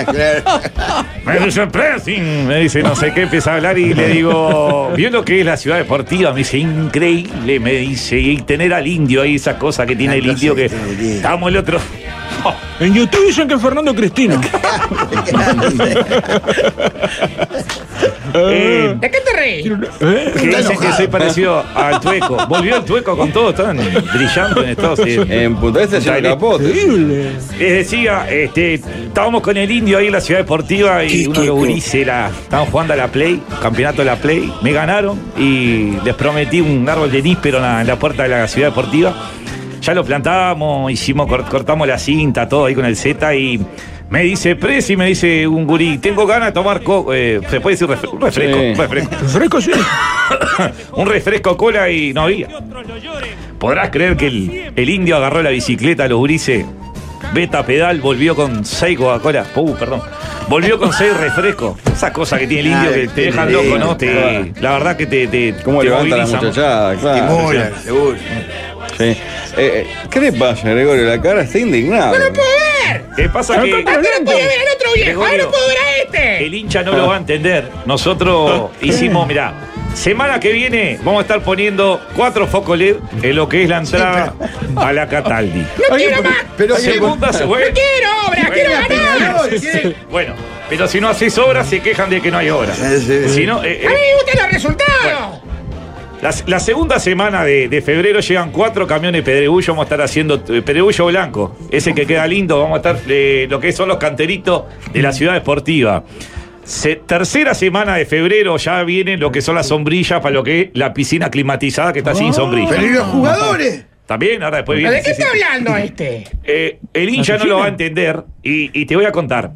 Speaker 15: Me dice Pressing, me dice no sé qué, empieza a hablar y le digo, ¿vio lo que es la ciudad deportiva? Me dice, increíble, me dice, y tener al indio ahí, esa cosa que Ah, tiene el indio que estamos el [LAUGHS] otro.
Speaker 10: En YouTube dicen que es Fernando Cristino.
Speaker 15: Eh,
Speaker 14: ¿De qué te reís?
Speaker 15: que dicen que soy parecido al tueco. Volvió el tueco con todo, están brillando en Estados Unidos.
Speaker 1: En puta, este señor Capote.
Speaker 15: Les decía, este, estábamos con el indio ahí en la ciudad deportiva y uno lo gurice, la, estaban jugando a la Play, campeonato de la Play, me ganaron y les prometí un árbol de níspero en la, en la puerta de la ciudad deportiva. Ya lo plantamos, hicimos, cor- cortamos la cinta, todo ahí con el Z y me dice Presi, me dice un gurí, tengo ganas de tomar co eh, se puede decir refre- un refresco,
Speaker 10: Sí.
Speaker 15: un refresco. [COUGHS] un refresco cola y no había. Podrás creer que el, el indio agarró la bicicleta, los gurises, beta pedal, volvió con seis Coca-Cola. Uh, perdón. Volvió con seis refrescos. Esa cosa que tiene el indio
Speaker 1: Ah,
Speaker 15: que te
Speaker 1: el
Speaker 15: dejan
Speaker 1: indio,
Speaker 15: loco, ¿no? Te-
Speaker 1: claro.
Speaker 15: la verdad que te. te
Speaker 1: ¿Cómo
Speaker 15: te
Speaker 1: levanta la
Speaker 15: moviliza mucho.
Speaker 1: muchachada? Claro.
Speaker 15: Estimulan,
Speaker 1: seguro. Sí. Eh, eh, ¿Qué le pasa, Gregorio? La cara está indignada. [LAUGHS]
Speaker 14: ¡No puedo ver! Ah,
Speaker 15: ¿Qué pasa
Speaker 14: Acá
Speaker 15: que-
Speaker 14: no puedo ver al otro viejo, ahora
Speaker 15: Gregorio.
Speaker 14: no puedo ver a este.
Speaker 15: El hincha no lo va a entender.
Speaker 1: [LAUGHS]
Speaker 15: Nosotros hicimos, mirá, semana que viene vamos a estar poniendo cuatro focos LED en lo que es la entrada a la Cataldi.
Speaker 14: No quiero más.
Speaker 15: Pero segunda se
Speaker 14: No quiero obras, quiero ganar.
Speaker 15: Bueno, pero si no haces obras se quejan de que no hay obras. Si no, eh,
Speaker 14: A mí
Speaker 15: eh,
Speaker 14: me gustan los resultados.
Speaker 15: la, la segunda semana de, de febrero llegan cuatro camiones Pedregullo, vamos a estar haciendo eh, Pedregullo Blanco, ese que queda lindo, vamos a estar eh, lo que son los canteritos de la ciudad deportiva. Se- tercera semana de febrero ya vienen lo que son las sombrillas para lo que es la piscina climatizada que está
Speaker 14: Ah.
Speaker 15: sin sombrilla.
Speaker 14: pero ¿y los jugadores?
Speaker 15: También, ahora después
Speaker 14: ¿Pero
Speaker 15: viene.
Speaker 14: ¿De qué
Speaker 15: sí, sí.
Speaker 14: está
Speaker 10: [LAUGHS]
Speaker 14: hablando este?
Speaker 15: Eh, el hincha no lo va a entender y, y te voy a contar.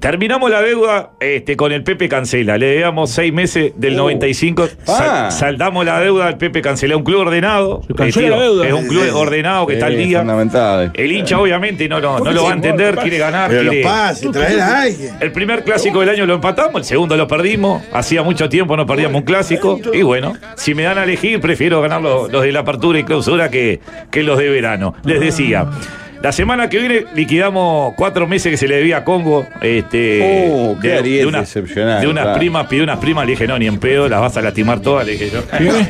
Speaker 15: Terminamos la deuda este, con el Pepe Cancela. Le debíamos seis meses del 95. Sal-
Speaker 1: Oh. Ah.
Speaker 15: saldamos la deuda al Pepe Cancela. Un club ordenado.
Speaker 1: cancela
Speaker 15: Eh,
Speaker 1: la deuda.
Speaker 15: Es un club
Speaker 1: Sí,
Speaker 15: ordenado que
Speaker 1: sí,
Speaker 15: está al día.
Speaker 1: fundamental.
Speaker 15: El hincha obviamente no, no, no lo va a entender. Quiere ganar.
Speaker 2: Pero los
Speaker 15: quiere-
Speaker 2: pases, traer a alguien.
Speaker 15: El primer clásico del año lo empatamos. El segundo lo perdimos. Hacía mucho tiempo no perdíamos un clásico. Y bueno, si me dan a elegir, prefiero ganar los, los de la apertura y clausura que, que los de verano. Les decía. La semana que viene liquidamos cuatro meses que se le debía a Congo. Este,
Speaker 1: Oh, qué ariete excepcional,
Speaker 15: de unas
Speaker 1: claro.
Speaker 15: primas, pidió unas primas, le dije, no, ni en pedo, las vas a lastimar todas, le dije yo.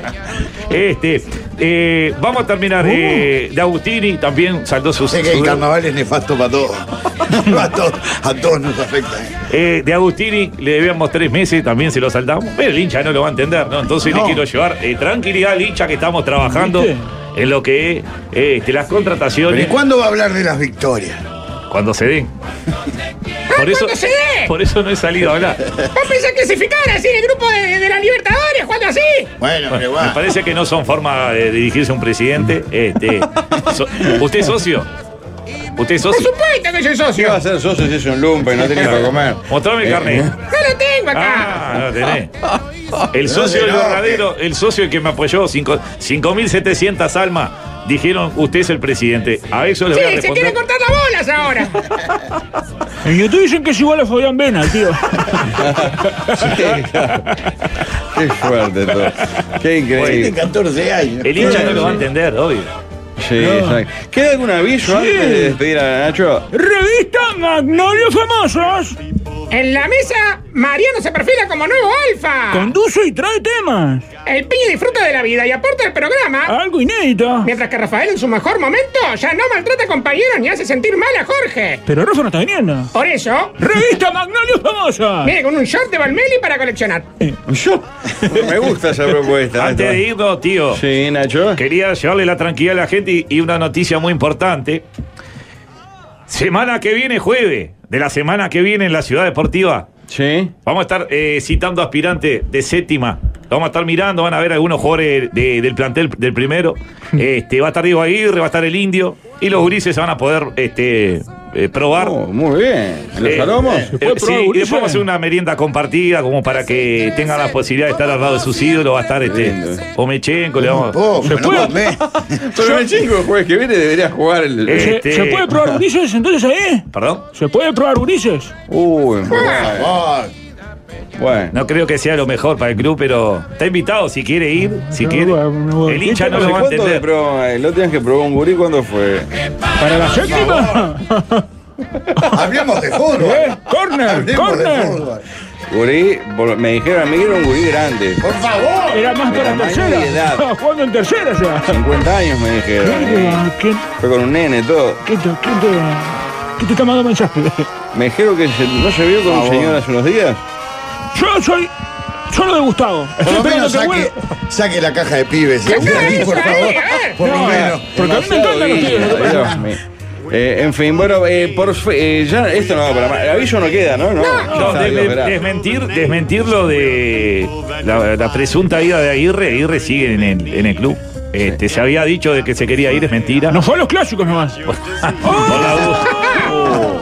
Speaker 15: [LAUGHS] este, eh, vamos a terminar. eh, de Agustini también saldó sus.
Speaker 2: Sé que el
Speaker 15: sus-
Speaker 2: carnaval Uh. es nefasto para todos. [LAUGHS] a todos. A todos nos afecta. ¿eh?
Speaker 15: Eh, de Agustini le debíamos tres meses, también se lo saltamos. Pero el hincha no lo va a entender, ¿no? Entonces le quiero llevar eh, tranquilidad al hincha que estamos trabajando en lo que es eh, este, las
Speaker 2: Pero ¿y
Speaker 15: contrataciones.
Speaker 2: cuándo va a hablar de las victorias?
Speaker 15: Cuando se den. Por eso,
Speaker 14: Ah, cuando se dé.
Speaker 15: por eso no he salido a hablar.
Speaker 14: ¿Vos pensás clasificar así en el grupo de, de la Libertadores jugando así?
Speaker 2: [LAUGHS] Bueno, pero
Speaker 15: Me
Speaker 2: va.
Speaker 15: parece que no son forma de dirigirse a un presidente. Este, so- ¿Usted es socio? ¿Usted es
Speaker 14: Por
Speaker 15: socio?
Speaker 14: supuesto que soy
Speaker 1: ¿Qué
Speaker 14: socio.
Speaker 1: va a ser socio si es un lumpen? No tenía para comer. Eh,
Speaker 15: Mostrame el carnet.
Speaker 14: No lo tengo acá.
Speaker 15: Ah, no tenés.
Speaker 2: [LAUGHS]
Speaker 15: El
Speaker 2: No
Speaker 15: socio
Speaker 2: se
Speaker 15: el
Speaker 2: enoje.
Speaker 15: verdadero, el socio que me apoyó, cinco- 5.700 almas, dijeron, usted es el presidente. A eso les voy a
Speaker 14: sí, se
Speaker 15: responder.
Speaker 14: quieren cortar las bolas ahora.
Speaker 10: En YouTube dicen que es igual a Fabián Vena, tío.
Speaker 15: [LAUGHS]
Speaker 1: Qué fuerte todo. Qué
Speaker 2: Tiene
Speaker 1: increíble.
Speaker 2: 14 años.
Speaker 15: El hincha no lo va a entender, obvio.
Speaker 1: Sí, exacto. ¿Queda algún aviso antes de despedir a Nacho?
Speaker 10: [LAUGHS] Revista Magnolio Famosos.
Speaker 14: En la mesa, Mariano se perfila como nuevo alfa.
Speaker 10: Conduce y trae temas.
Speaker 14: El piño disfruta de la vida y aporta al programa.
Speaker 10: Algo inédito.
Speaker 14: Mientras que Rafael en su mejor momento ya no maltrata a compañeros ni hace sentir mal a Jorge.
Speaker 10: Pero Rafa no está viniendo.
Speaker 14: Por eso,
Speaker 10: Revista Magnolio Famosos.
Speaker 14: viene con un short de Valmeli para coleccionar.
Speaker 1: Yo. [LAUGHS] Me gusta esa propuesta.
Speaker 15: Antes de irnos, tío,
Speaker 1: Sí, Nacho.
Speaker 15: quería llevarle la tranquilidad a la gente y, y una noticia muy importante. Semana que viene, jueves, de la semana que viene en la Ciudad Deportiva,
Speaker 1: Sí.
Speaker 15: Vamos a estar eh, citando aspirantes de séptima. Lo Vamos a estar mirando, van a ver algunos jugadores de- del plantel del
Speaker 1: [LAUGHS]
Speaker 15: primero. Este, va a estar Diego Aguirre, va a estar el Indio. Y los gurises se van a poder este, eh, probar.
Speaker 1: Oh, muy bien. ¿En Eh,
Speaker 10: Eh,
Speaker 1: los aromos? ¿Se puede probar,
Speaker 15: sí, y
Speaker 1: Ulises?
Speaker 15: después vamos a hacer una merienda compartida como para que tengan la posibilidad de estar al lado de sus ídolos. Va a estar
Speaker 1: eh.
Speaker 15: este Omechenko, le vamos
Speaker 1: ¿Se puede?
Speaker 15: [LAUGHS]
Speaker 1: Pero el chingo, jueves que viene debería jugar el.
Speaker 10: ¿Se,
Speaker 1: Este-
Speaker 10: se puede probar Ulises entonces ahí?
Speaker 15: ¿Perdón?
Speaker 10: ¿Se puede probar Ulises?
Speaker 1: Uy, eh.
Speaker 15: No creo que sea lo mejor para el club, pero está invitado si quiere ir, si
Speaker 1: No,
Speaker 15: quiere.
Speaker 1: bueno,
Speaker 10: voy.
Speaker 15: El hincha no
Speaker 1: ¿Cuánto
Speaker 15: lo va a
Speaker 1: le
Speaker 15: entender.
Speaker 1: probó? El otro día que probó un gurí, ¿cuándo fue?
Speaker 10: ¿Para la séptima?
Speaker 1: Hablemos de fútbol.
Speaker 10: ¿Eh? ¡Corner! ¡Corner!
Speaker 1: Gurí, por- me dijeron a mí que era un gurí grande.
Speaker 10: ¡Por favor! Era más
Speaker 1: De
Speaker 10: para
Speaker 1: tamaño
Speaker 10: tercera.
Speaker 1: y edad.
Speaker 10: Estaba jugando en tercera ya.
Speaker 1: 50 años me dijeron.
Speaker 10: ¿Qué,
Speaker 1: Fue con un nene, todo.
Speaker 10: qué, te, qué te- qué te está mandando mensaje?
Speaker 1: Me dijeron que se- no se vio con un señor hace unos días.
Speaker 10: Yo soy solo de Gustavo.
Speaker 2: Por
Speaker 10: Estoy
Speaker 2: lo
Speaker 10: esperando
Speaker 2: menos
Speaker 10: que
Speaker 2: saque,
Speaker 10: vuelva.
Speaker 2: saque la caja de pibes.
Speaker 10: ¿Qué
Speaker 2: ¿eh?
Speaker 10: caja
Speaker 2: por
Speaker 10: esa,
Speaker 2: favor.
Speaker 10: eh?
Speaker 2: Por lo
Speaker 10: No,
Speaker 2: menos.
Speaker 10: porque a mí me encantan los pibes, lo que pasa.
Speaker 1: Dios mío. Eh, en fin, bueno, eh, por fe- eh, ya esto no va para más. El aviso no queda, ¿no? No, ya
Speaker 15: No,
Speaker 1: está,
Speaker 15: desme-
Speaker 1: Dios, verá.
Speaker 15: desmentir, desmentir lo de la, la presunta ida de Aguirre. Aguirre sigue en el, en el club. Este, Se había dicho de que se quería ir, es mentira. No
Speaker 10: fue a los clásicos
Speaker 15: [LAUGHS]
Speaker 10: nomás.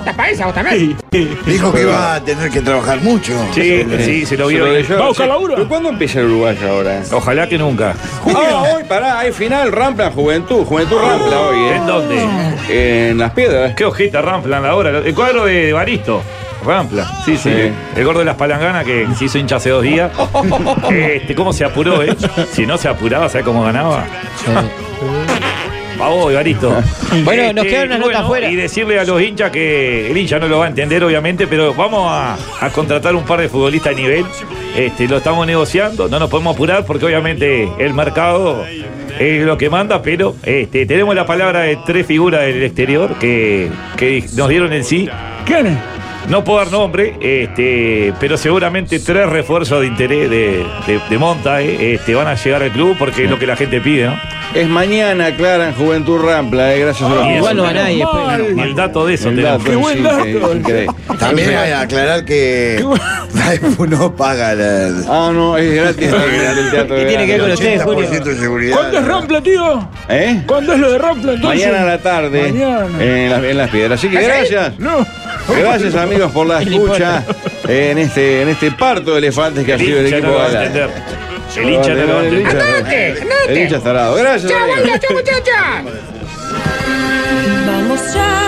Speaker 14: Tapa esa vos también.
Speaker 2: Dijo que iba a tener que trabajar mucho.
Speaker 15: Sí, sí, se lo vio.
Speaker 1: leyó,
Speaker 15: Va a buscar
Speaker 1: sí.
Speaker 15: laburo.
Speaker 1: ¿Pero ¿Cuándo empieza el uruguayo ahora?
Speaker 15: Ojalá que nunca.
Speaker 1: Ah, hoy, pará, hay final, Rampla, Juventud, Juventud Rampla hoy, ¿eh?
Speaker 15: Oh. ¿En dónde?
Speaker 1: En las piedras.
Speaker 15: Qué ojeta Ramplan ahora. El cuadro de Baristo. Rampla, sí, sí,
Speaker 1: Sí.
Speaker 15: El gordo de las palanganas que se hizo hincha hace dos
Speaker 1: [LAUGHS]
Speaker 15: días. Este, ¿Cómo se apuró, eh? Si no se apuraba, ¿sabes cómo ganaba? Pavo, [LAUGHS] Evaristo.
Speaker 5: Bueno, nos quedaron unas
Speaker 15: y
Speaker 5: notas fuera.
Speaker 15: Y decirle a los hinchas que el hincha no lo va a entender, obviamente, pero vamos a, a contratar un par de futbolistas a nivel. Este, lo estamos negociando, no nos podemos apurar porque obviamente el mercado es lo que manda, pero este, tenemos la palabra de tres figuras del exterior que, que nos dieron en sí.
Speaker 10: ¿Quiénes?
Speaker 15: No puedo dar nombre, este, pero seguramente tres refuerzos de interés de, de- de Monta eh, este, van a llegar al club porque es lo que la gente pide, ¿no?
Speaker 1: Es mañana, Clara, en Juventud Rampla, eh, gracias a los
Speaker 15: Ah, Igual no va
Speaker 1: Menos
Speaker 15: nadie,
Speaker 1: mal.
Speaker 15: pues. Ni el dato de eso
Speaker 1: El
Speaker 15: tenemos.
Speaker 1: dato,
Speaker 15: Qué buen
Speaker 1: sí,
Speaker 15: dato.
Speaker 1: que es increíble.
Speaker 2: También hay que aclarar que Raifu [LAUGHS] no paga la.
Speaker 1: Ah, no, es gratis
Speaker 2: [LAUGHS]
Speaker 1: el teatro.
Speaker 2: ¿Qué tiene que ver con ustedes, Julio?
Speaker 1: 80%
Speaker 2: de seguridad.
Speaker 10: ¿Cuándo es Rampla, tío?
Speaker 1: ¿Eh?
Speaker 10: ¿Cuándo es lo de Rampla entonces?
Speaker 1: Mañana a la tarde
Speaker 10: Mañana.
Speaker 1: en, las, en las piedras. Así que gracias.
Speaker 10: No. [LAUGHS]
Speaker 1: Gracias amigos por la escucha en este, en este parto de elefantes que ha
Speaker 15: El
Speaker 1: sido el
Speaker 15: hincha
Speaker 1: equipo
Speaker 15: no lo va a
Speaker 1: Gala.
Speaker 15: entender. El hincha no lo va a
Speaker 1: El hincha-
Speaker 15: entender.
Speaker 1: El hincha tarado. Gracias.
Speaker 14: ¡Chao,
Speaker 1: amigos.
Speaker 14: banda, chao, muchachas!
Speaker 7: Vamos ya